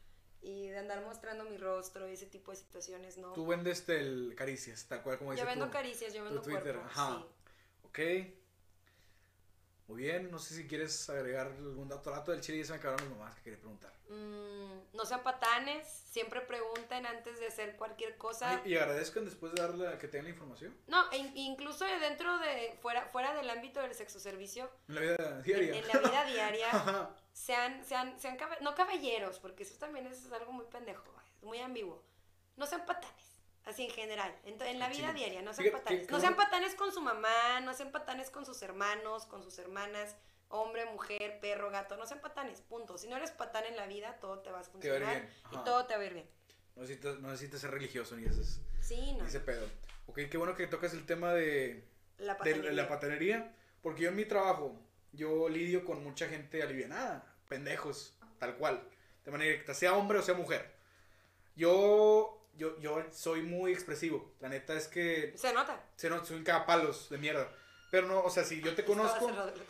A: y de andar mostrando mi rostro y ese tipo de situaciones, no.
B: Tú vendes este, el caricias, tal cual como
A: yo
B: dice
A: vendo
B: tú.
A: caricias, yo
B: tu
A: vendo
B: Twitter,
A: cuerpo.
B: ajá.
A: Sí.
B: Ok. Muy bien, no sé si quieres agregar algún dato rato del chile y se me acabaron las mamás que quería preguntar.
A: Mm, no sean patanes, siempre pregunten antes de hacer cualquier cosa.
B: Ay, y agradezcan después de darle que tengan la información
A: No, e in- incluso dentro de, fuera, fuera del ámbito del sexo servicio,
B: en la vida
A: en,
B: diaria.
A: en la vida diaria,
B: (laughs) Ajá.
A: sean, sean, sean cabe- no caballeros, porque eso también es algo muy pendejo, es muy ambiguo. No sean patanes. Así en general, en, en la
B: Qué
A: vida
B: chido.
A: diaria, no sean
B: Fíjate,
A: patanes.
B: qué-
A: No sean patanes con su mamá, no sean patanes con sus hermanos, con sus hermanas, hombre, mujer, perro, gato, no sean patanes, punto. Si no eres patán en la vida, todo te va a
B: Te va a ir
A: funcionar
B: bien,
A: y
B: ajá.
A: todo te va a ir bien.
B: No necesitas, no necesitas ser religioso ni ese,
A: Sí, no.
B: ni ese pedo. Ok, qué bueno que tocas el tema de,
A: La
B: de
A: patanería.
B: la patanería, porque yo en mi trabajo, yo lidio con mucha gente alivianada, pendejos, tal cual, de manera directa, sea hombre o sea mujer. Yo, yo, yo soy muy expresivo, la neta es que
A: Se nota.
B: se no, soy un cagapalos de mierda, pero no, o sea, si yo te conozco,
A: Estaba cerrado.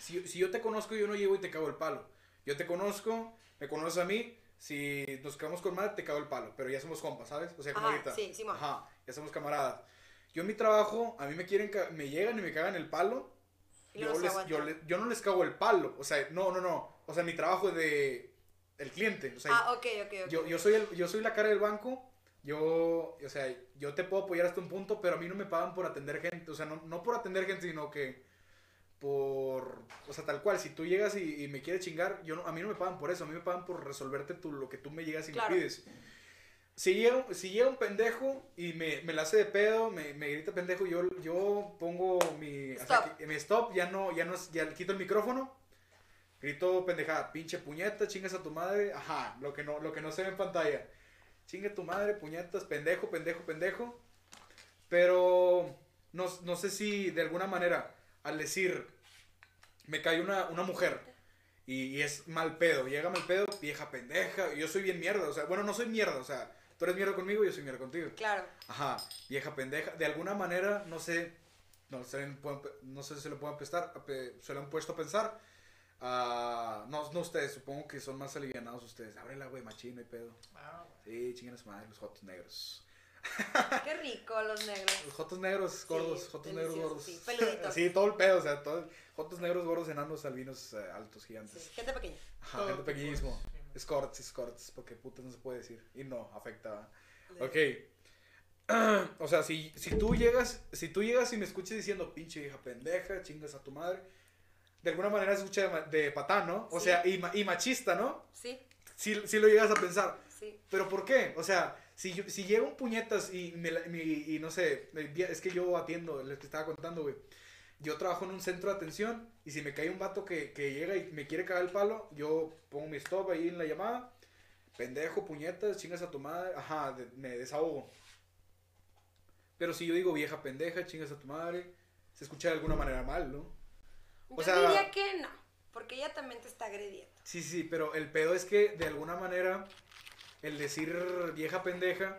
B: si, si yo te conozco, yo no llevo y te cago el palo. Yo te conozco, me conoces a mí, si nos quedamos con mal, te cago el palo. Pero ya somos compas, ¿sabes? O sea, como
A: Ajá,
B: ahorita.
A: sí, Simón.
B: Ajá, ya somos camaradas. Yo en mi trabajo, a mí me quieren, ca- me llegan y me cagan el palo.
A: Y
B: Yo,
A: luego se
B: les- yo,
A: aguantan.
B: le- yo no les cago el palo. O sea, no, no, no. O sea, mi trabajo es de el cliente. O sea,
A: Ah, ok, ok, ok.
B: yo, yo, soy el, yo soy la cara del banco. Yo, o sea, yo te puedo apoyar hasta un punto, pero a mí no me pagan por atender gente. O sea, no, no por atender gente, sino que por, o sea, tal cual. Si tú llegas y, y me quieres chingar, yo no, a mí no me pagan por eso. A mí me pagan por resolverte tú, lo que tú me llegas y
A: Claro.
B: me pides. Si llega, si llega un pendejo y me, me la hace de pedo, me, me grita pendejo, yo, yo pongo mi o sea,
A: Stop.
B: que- mi stop, ya no, ya no, ya le quito el micrófono Grito pendejada, pinche puñeta, chingas a tu madre. Ajá, lo que no, lo que no se ve en pantalla. Chinga tu madre, puñetas, pendejo, pendejo, pendejo. Pero no, no sé si de alguna manera, al decir, me cae una, una mujer y, y es mal pedo, llega mal pedo, vieja pendeja, y yo soy bien mierda, o sea, bueno, no soy mierda, o sea, tú eres mierda conmigo, yo soy mierda contigo.
A: Claro.
B: Ajá, vieja pendeja. De alguna manera, no sé, no, sé, pueden- no sé si se lo pueden pensar, pe- se lo han puesto a pensar. Ah, no, no ustedes, supongo que son más alivianados ustedes. Ábrela, güey, machino y pedo.
C: Ah, güey.
B: Sí, chingan a su madre, los jotos negros.
A: Qué rico los negros.
B: Los jotos negros gordos,
A: Sí,
B: jotos negros
A: deliciosos,
B: gordos.
A: sí, peluditos.
B: (laughs) Sí, todo el pedo, o sea, todo, jotos negros gordos, enanos, albinos, eh, altos, gigantes.
A: Sí, gente pequeña.
B: Ajá,
C: Todo
B: gente
C: tipo de-
B: pequeñísimo.
C: sí, man.
B: Escorts, escorts, porque putas no se puede decir. Y no, afecta. ¿va? Ok. (clears throat) O sea, si, si tú llegas, si tú llegas y me escuchas diciendo, pinche vieja pendeja, chingas a tu madre, de alguna manera se escucha de, ma- de patán, ¿no? O
A: Sí.
B: sea, y, ma- y machista, ¿no?
A: Sí,
B: Si, si lo llegas a pensar.
A: sí.
B: Pero ¿por qué? O sea, si, yo- si llega un puñetas y, me la- me- y no sé, me envía- es que yo atiendo, les estaba contando, güey. Yo trabajo en un centro de atención y si me cae un vato que, que llega y me quiere cagar el palo, yo pongo mi stop ahí en la llamada. Pendejo, puñetas, chingas a tu madre. Ajá, de- me desahogo. Pero si yo digo vieja pendeja, chingas a tu madre, se escucha de alguna manera mal, ¿no?
A: Yo
B: O sea-
A: diría que no, porque ella también te está agrediendo.
B: Sí, sí, pero el pedo es que de alguna manera el decir vieja pendeja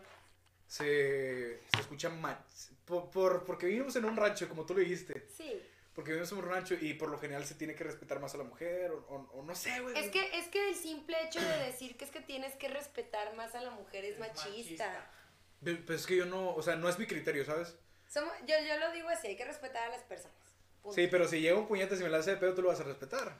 B: se, se escucha mal. Por, por- porque vivimos en un rancho, como tú lo dijiste.
A: Sí.
B: Porque vivimos en un rancho y por lo general se tiene que respetar más a la mujer o, o- o no sé, güey.
A: Es que, es que el simple hecho de decir que es que tienes que respetar más a la mujer es machista.
B: Pe- Pero pues es que yo no, o sea, no es mi criterio, ¿sabes?
A: Somos- yo, yo lo digo así, hay que respetar a las personas. punto.
B: Sí, pero si llega un puñete y me la hace de pedo, tú lo vas a respetar.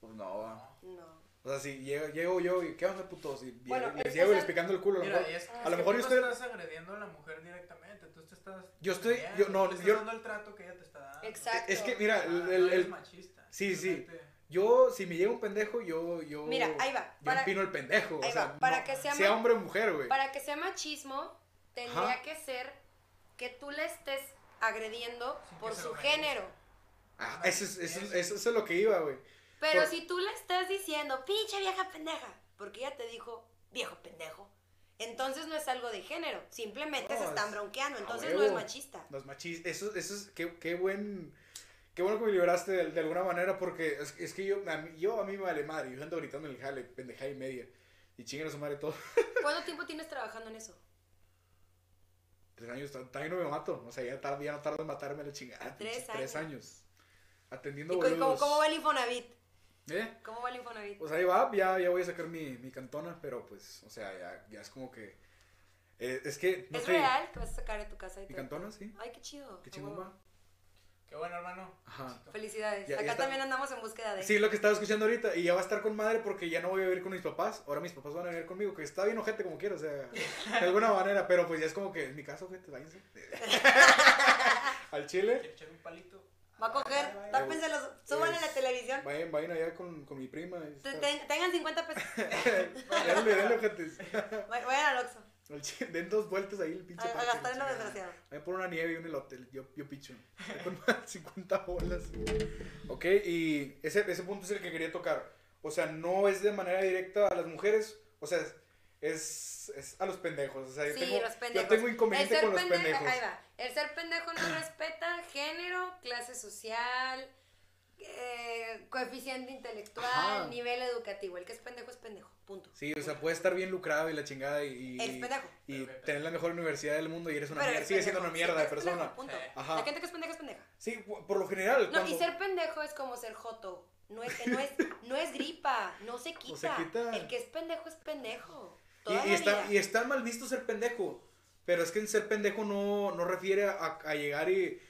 B: Pues no, va.
A: No.
B: O sea, si llego, llego yo y ¿qué onda, putos? Y
A: Bueno,
B: les
A: es que
B: llego y les
A: esa-
B: picando el culo. a lo
C: Mira,
B: mejor-
C: y es que,
B: a
C: Ah, es
B: lo
C: que
B: mejor
C: tú
B: yo
C: no
B: estoy-
C: estás agrediendo a la mujer directamente, tú te estás
B: Yo estoy- yo-
C: defendiendo,
B: no,
C: le estás
B: yo-
C: dando el trato que ella te está dando.
A: Exacto.
B: Es que, mira,
C: Ah,
B: el- el-
C: no eres
B: el,
C: machista.
B: Sí, sí.
C: simplemente-
B: Yo, si me llega un pendejo, yo, yo.
A: Mira, ahí va,
B: Yo
A: para-
B: opino el pendejo.
A: ahí
B: o sea,
A: va, para
B: no-
A: que sea
B: sea.
A: ma-
B: hombre o mujer, güey.
A: Para que sea machismo, tendría
B: Ajá.
A: que ser que tú le estés agrediendo
C: Sin que
A: por
C: se
A: su
C: lo merezca.
A: género.
B: Ah, eso, es, eso, es- eso es lo que iba, güey.
A: Pero
B: Por-
A: si tú le estás diciendo, pinche vieja pendeja, porque ella te dijo, viejo pendejo, entonces no es algo de género, simplemente se
B: No,
A: están
B: es-
A: bronqueando,
B: a
A: entonces
B: huevo.
A: no es machista.
B: (laughs) Los machis. Eso, eso es. Qué, qué buen. Qué bueno que me liberaste de, de alguna manera, porque es, es que yo a, mí, yo a mí me vale madre. Yo ando gritando en el jale, pendejada y media. Y chingan a su madre todo. (laughs)
A: ¿Cuánto tiempo tienes trabajando en eso?
B: Tres años, ta- también no me mato. O sea, ya, tarde, ya no tardo en matarme la chingada.
A: Tres
B: pinches, Tres años. Atendiendo
A: ¿Y cu- cómo,
B: boludos.
A: cómo va el Infonavit?
B: ¿Eh?
A: ¿Cómo va el Infonavit?
B: Pues ahí va, ya, ya voy a sacar mi, mi cantona, pero pues, o sea, ya, ya es como que. eh, es que. no
A: ¿Es
B: sé,
A: real que vas a sacar de tu casa? y
B: Mi
A: todo?
B: cantona, sí.
A: Ay, qué chido.
B: Qué
A: a
B: chingón
A: huevo.
B: va.
C: Qué bueno, hermano.
B: Ajá.
A: Felicidades.
B: Ya- ya
A: Acá
B: está.
A: también andamos en búsqueda de...
B: Sí, es lo que estaba escuchando ahorita, y ya va a estar con madre porque ya no voy a vivir con mis papás. Ahora mis papás van a vivir conmigo, que está bien ojete como quiera, o sea, de alguna manera, pero pues ya es como que en mi caso, ojete, váyanse. (laughs) Al chile.
C: ¿Quieres echar un palito?
A: Va a
B: Ay, ay,
A: coger,
B: ay.
A: tápenselo, súbanle a la
B: Es-
A: televisión.
B: Vayan, vayan allá con, con mi prima. (laughs)
A: Te- ten- tengan 50 pesos.
B: Ya no le den ojetes.
A: Vayan al Oxxo.
B: El chi- Den dos vueltas ahí el pinche
C: A- a
B: parque,
C: gastar en lo
B: chingada.
C: desgraciado.
B: Voy a poner una nieve y un elote, yo, yo picho.
A: (laughs)
B: Ahí Con (laughs) más de 50 bolas. güey. Ok, y ese, ese punto es el que quería tocar. O sea, no es de manera directa a las mujeres, o sea, es, es, es a los pendejos. O sea, yo,
A: Sí,
B: tengo,
A: los pendejos.
B: yo tengo
A: El
B: inconveniente
A: ser
B: con los
A: pendejo,
B: pendejos.
A: ahí va. El ser pendejo no respeta género, clase social, eh, coeficiente intelectual,
B: Ajá.
A: nivel educativo. El que es pendejo es pendejo, punto.
B: Sí, o sea, puede estar bien lucrado y la chingada y, y,
C: Eres pendejo.
B: y tener la mejor universidad del mundo y eres una
C: Pero
B: mierda.
C: eres
B: Sigue siendo
C: pendejo,
B: una mierda de
C: siempre eres
B: persona.
C: pendejo, punto.
B: Ajá.
A: La gente que es pendeja es pendeja.
B: Sí, por lo general.
A: No,
B: cuando-
A: y ser pendejo es como ser joto. No es, no es, no es gripa, no
B: (laughs)
A: se quita.
B: quita.
A: El que es pendejo es pendejo.
B: Y,
A: Toda
B: y
A: la
B: está,
A: vida.
B: y está mal visto ser pendejo. Pero es que en ser pendejo no, no refiere a, a llegar y.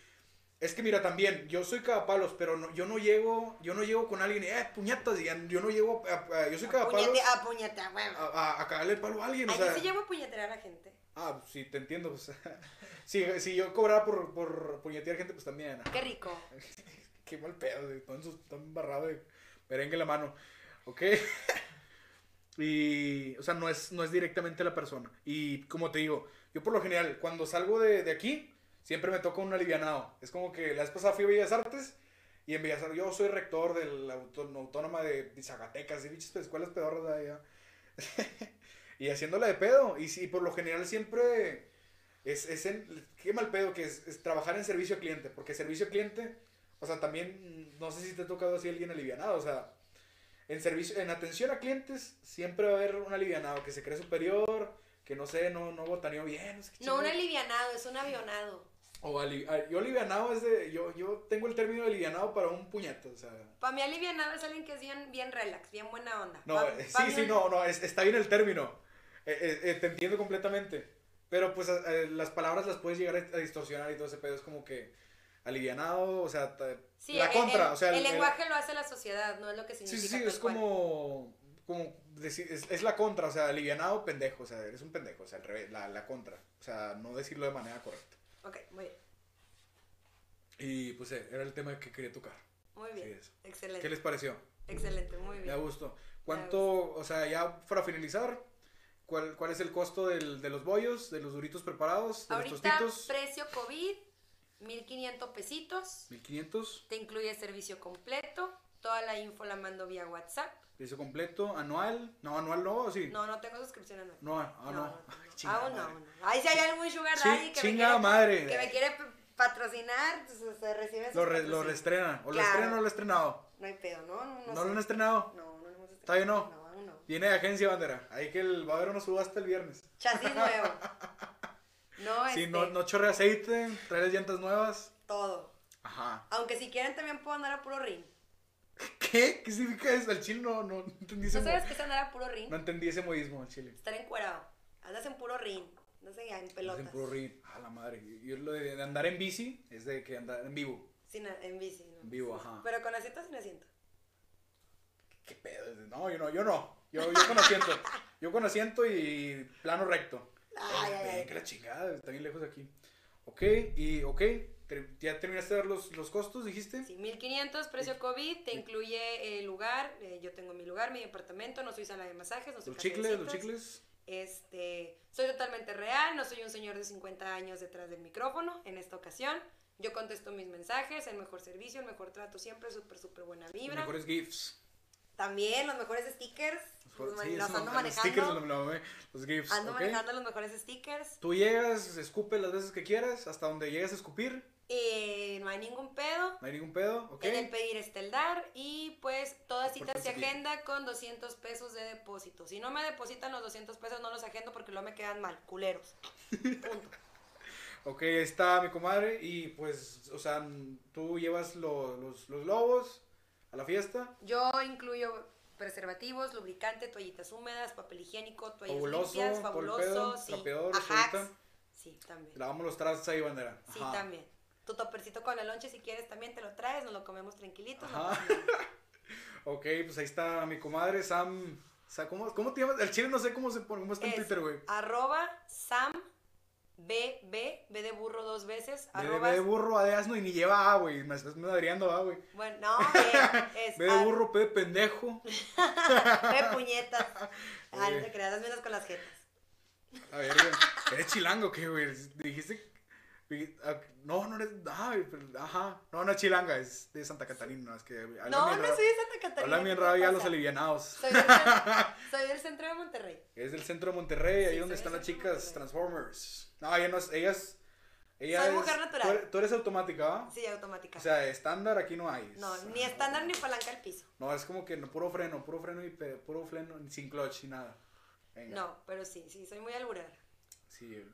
B: Es que mira, también, yo soy cagapalos, pero no, yo no llego, yo no llego con alguien, eh, puñetas, y ya- yo no llego, a- a- yo soy cagapalos
C: Puñete, a puñete, a huevo.
B: a, a, a cagarle el palo a alguien, o
A: Ahí
B: sea,
A: se lleva a puñetear a la gente.
B: ah, sí, te entiendo, pues, (laughs) si, si yo cobrara por, por puñetear gente, pues también, ah,
A: Qué rico.
B: qué mal pedo, güey, todo en su- todo embarrado de merengue en la mano, ok, (laughs) y, o sea, no es, no es directamente la persona, y como te digo, yo por lo general, cuando salgo de, de aquí, siempre me toca un alivianado, es como que la vez pasada fui a Bellas Artes, y en Bellas Artes, yo soy rector de la auto- autónoma de Zacatecas, y bichas escuelas pedorras de allá, (laughs) y haciéndola de pedo, y sí, por lo general siempre... Es, es en- qué mal pedo que es, es trabajar en servicio al cliente, porque servicio al cliente, o sea, también, mm, no sé si te ha tocado así alguien alivianado, o sea, en servicio, en atención a clientes siempre va a haber un alivianado que se cree superior, que no sé, no, no botaneó bien, no sé qué
A: No un
B: chingado.
A: alivianado, es un avionado.
B: O ali- a- yo alivianado es de, yo, yo tengo el término de alivianado para un puñetazo, o sea.
A: Para mí alivianado es alguien que es bien, bien relax, bien buena onda.
B: No,
A: Pa-
B: eh,
A: pa'
B: sí,
A: mí
B: sí,
A: un-
B: no, no, es- está bien el término, Eh, eh, eh, te entiendo completamente, pero pues a- eh, las palabras las puedes llegar a, a distorsionar y todo ese pedo, es como que alivianado, o sea, ta-
A: Sí,
B: la
A: el-
B: contra,
A: el,
B: o sea.
A: el
B: el- el-
A: lenguaje lo hace la sociedad, no es lo que
B: Sí,
A: significa.
B: sí, sí,
A: tal
B: es
A: cual.
B: como, como decir, es, es la contra, o sea, alivianado, pendejo, o sea, eres un pendejo, o sea, al revés, la, la contra, o sea, no decirlo de manera correcta.
A: Ok, muy bien.
B: Y pues eh, era el tema que quería tocar.
A: Muy
B: Sí,
A: bien.
B: eso.
A: Excelente.
B: ¿Qué les pareció?
A: Excelente, muy
B: Me da
A: bien.
B: gusto. ¿Cuánto, o sea, ya para finalizar, cuál, cuál es el costo del, de los bollos, de los duritos preparados, de los
A: Ahorita,
B: tostitos?
A: precio COVID, 1500 pesitos.
B: 1500,
A: Te incluye servicio completo. Toda la info la mando vía WhatsApp.
B: precio completo, anual, no, anual no, sí.
A: No, no tengo suscripción anual.
B: No, ah, no. Ay, (laughs) chingada
A: Aún no,
B: madre.
A: aún no. Ahí si hay algún sugar
B: Sí,
A: daddy que, me
B: chingada
A: quiere,
B: madre.
A: que me quiere p- patrocinar, pues, o sea, recibe sus
B: Lo, re- lo
A: patrocinios.
B: reestrenan, o lo
A: Claro.
B: estrenan o no lo he estrenado.
A: No hay pedo, ¿no? No,
B: No,
A: no, sé.
B: lo han estrenado.
A: No, no lo hemos estrenado.
B: ¿Todavía no?
A: No, aún no.
B: Viene de agencia bandera. Ahí que el, va a haber una subasta el viernes. (laughs)
A: Chasis nuevo. No,
B: Si
A: este,
B: no, no chorre aceite, trae las llantas nuevas.
A: todo.
B: Ajá.
A: Aunque si quieren también puedo andar a puro ring.
B: ¿Qué? ¿Qué significa eso? El chile no, no entendí ese
A: ¿No sabes
B: modismo.
A: qué es andar a puro ring?
B: No entendí ese modismo, el chile.
A: Estar encuerado. Andas en puro ring. No sé, en pelotas.
B: Hacen puro ring. A la madre. Yo lo de de andar en bici es de que andar en vivo.
A: Sin a- en bici. ¿no?
B: En vivo, ajá.
A: Pero con asiento o sin asiento.
B: ¿Qué pedo? No, yo no, yo no. Yo, yo con asiento. Yo con asiento y plano recto.
A: Ay, ay, ay.
B: que la chingada, está bien lejos de aquí. Ok, y ok. te- ¿Ya terminaste de dar los, los costos, dijiste?
A: Sí, 1500, precio COVID, te incluye el lugar, eh, yo tengo mi lugar, mi departamento, no soy sala de masajes, no soy
B: Los chicles, los
A: cafecitos,
B: chicles.
A: Este, soy totalmente real, no soy un señor de 50 años detrás del micrófono en esta ocasión. Yo contesto mis mensajes, el mejor servicio, el mejor trato siempre, súper, súper buena
B: Los
A: vibra.
B: mejores gifs.
A: También los mejores stickers, los, man-
B: Sí,
A: los
B: eso,
A: ando
B: los stickers,
A: manejando.
B: lo- lo mamé, los gifs,
A: Ando
B: ¿ok?
A: manejando los mejores stickers.
B: Tú llegas, escupe las veces que quieras, hasta donde llegas a escupir,
A: eh, no hay ningún pedo.
B: no hay ningún pedo, ¿ok?
A: En el pedir está el dar este y pues toda cita se
B: Importante.
A: agenda con 200 pesos de depósito. Si no me depositan los 200 pesos no los agendo porque luego me quedan mal,
B: (laughs)
A: culeros. Punto.
B: Ok, ahí está mi comadre y pues, o sea, tú llevas lo- los, los globos a la fiesta,
A: Yo incluyo preservativos, lubricante, toallitas húmedas, papel higiénico, toallas
B: Fabuloso,
A: limpias,
B: todo el
A: fabuloso,
B: pedo,
A: sí.
B: trapeador,
A: Ajax.
B: solita.
A: Sí, también.
B: lavamos los trastes ahí, bandera.
A: Sí,
B: Ajá.
A: también. Tu topercito con la lonche si quieres también te lo traes, nos lo comemos tranquilitos. no
B: Ajá. (laughs)
A: pasa nada.
B: Ok, pues ahí está mi comadre Sam. Sa- ¿Cómo, cómo te llamas? El chile no sé cómo se pone, cómo está en
A: Es
B: Twitter, güey.
A: Arroba Sam BB, B de burro dos veces,
B: Ve
A: arroba
B: de, burro, a de asno y ni lleva A, güey. Me estás madreando A, güey.
A: Bueno, no, eh, es
B: (laughs) Ve de
A: ar- (laughs)
B: burro, pe de pendejo.
A: ve puñetas. Ah,
B: Oye.
A: no te creas, las menos con las jetas.
B: A ver, güey. ¿Eres chilango qué, güey? Dijiste. No, no eres. Ah, pero- ajá. No, no es chilanga, es de Santa Catarina. Es que, hablan
A: No,
B: bien
A: no
B: raro-
A: soy de Santa Catarina.
B: Hablan bien
A: ¿qué te
B: raro ya los
A: pasa?
B: alivianados.
A: Soy del, centro,
B: (laughs)
A: soy del centro de Monterrey.
B: Es del centro de Monterrey, ahí
A: Sí,
B: donde
A: soy
B: están
A: del
B: las
A: centro de
B: chicas
A: Monterrey.
B: Transformers. No, ella no es. Ella es. Ella
A: Soy
B: es-
A: mujer natural.
B: Tú eres, tú eres automática, ¿va?
A: Sí, automática.
B: O sea, estándar aquí no hay.
A: no,
B: Es-
A: ni estándar ni palanca al piso.
B: No, es como que no, puro freno, puro freno y pe- puro freno, sin clutch y nada. Venga.
A: No, pero sí, sí, soy muy alburera.
B: Sí. eh,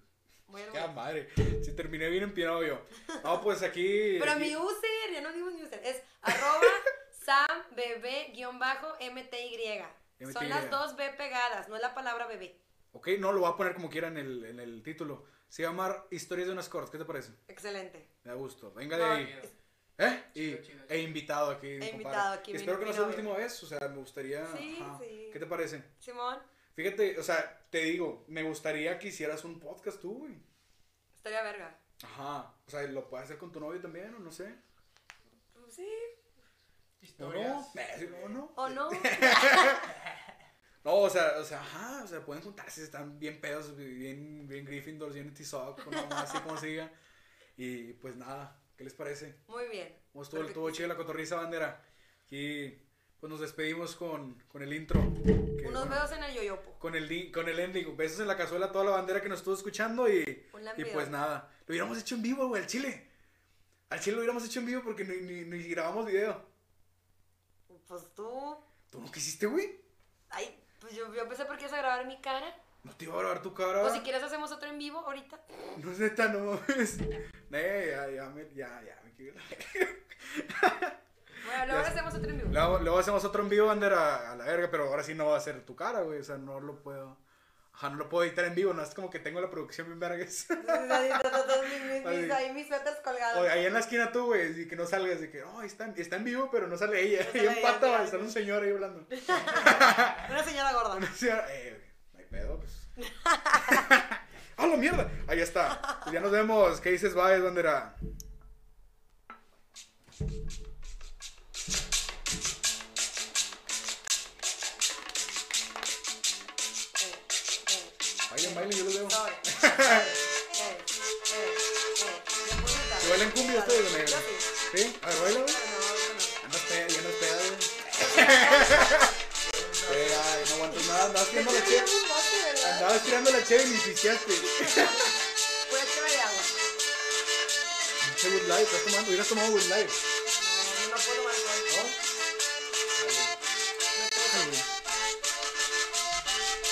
A: Muy
B: Qué
A: alburera.
B: madre. Si terminé bien empinado yo. No, pues aquí.
A: (laughs) Pero
B: aquí-
A: mi user, ya no digo mi user, es (laughs) arroba sambebe-mty. Son
B: MTY.
A: las dos B pegadas, no es la palabra bebé.
B: Ok, no, lo voy a poner como quiera en el, en el título. Se llama Historias de unas cortas, ¿qué te parece?
A: Excelente.
B: Me da gusto. Venga de
A: No,
B: ahí. ¿Eh? Y,
C: Chido, chido,
B: E invitado aquí. mi compadre.
A: invitado aquí,
B: Y espero
A: mi-
B: que no
A: mi
B: sea la
A: novio.
B: última vez, o sea, me gustaría.
A: Sí, sí.
B: ¿Qué te parece?
A: Simón,
B: Fíjate, o sea, te digo, me gustaría que hicieras un podcast tú, güey.
A: estaría verga.
B: Ajá. O sea, lo puedes hacer con tu novio también, o no sé.
A: Pues Sí,
B: ¿O
C: Historias.
B: no? Eh, ¿O no?
A: o
B: (laughs)
A: no.
B: No, o sea, o sea, ajá, o sea, pueden juntarse, están bien pedos, bien, bien Gryffindor, bien Tizoc, no así como se diga. Y pues nada, ¿qué les parece?
A: Muy bien.
B: ¿Cómo estuvo,
A: Perfecto.
B: estuvo chido la cotorriza bandera? Y pues nos despedimos con, con el intro. que,
A: Unos
B: bueno,
A: dedos en el yoyopo.
B: con el, di- con el ending, besos en la cazuela a toda la bandera que nos estuvo escuchando y,
A: Un
B: y
A: lambido.
B: pues nada, lo hubiéramos hecho en vivo, güey, al chile. Al chile lo hubiéramos hecho en vivo porque ni, ni, ni grabamos video.
A: Pues tú.
B: ¿Tú no quisiste, güey?
A: Ay, pues yo, yo pensé porque ibas a grabar mi cara.
B: No te iba a grabar tu cara.
A: O si quieres hacemos otro en vivo ahorita.
B: No es neta, no mames. (laughs) Eh, ya, ya, me, ya, ya, me quiero ir a la verga.
A: Bueno, luego
B: Ya sé.
A: hacemos otro en vivo.
B: Luego, luego hacemos otro en vivo, bandera, a la verga, pero ahora sí no va a ser tu cara, güey. O sea, no lo puedo. Ajá, no lo puedo editar en vivo, no es como que tengo la producción bien vergas.
A: Ahí mis- mis-
B: Así.
A: ahí mis suéteres
B: O
A: colgados.
B: ahí en la esquina tú, güey, y que no salgas, de que, no, está, está en vivo, pero no sale ella.
A: No
B: Y
A: sale
B: en
A: ella,
B: pata,
A: sí,
B: está
A: sí.
B: un señor ahí hablando.
A: Una señora gorda.
B: O sea, eh, güey, no hay pedo, pues.
A: (laughs)
B: ¡Ah, la mierda! Ahí está. Pues ya nos vemos. ¿Qué dices, bye, bandera?
A: Eh, eh.
B: Bailen, bailen, yo los veo. (laughs)
A: Sorry. Eh, eh, eh. Yo puedo gritar.
B: ¿Se bailan cumbia
A: Yo
B: ustedes, güey?
A: sí.
B: ¿Sí? A ver, baila, güey.
A: Pero no, ahorita no.
B: Ya no es peda, ya no es peda, güey. (laughs) Eh, ay, no aguanto nada, andabas tirando la cheve.
A: Tenemos un bote, ¿verdad?
B: Andabas tirando la cheve y ni pisteaste.
A: Pura cheve de agua.
B: Pinche Bud Light, estás tomando, hubieras tomado Bud Light.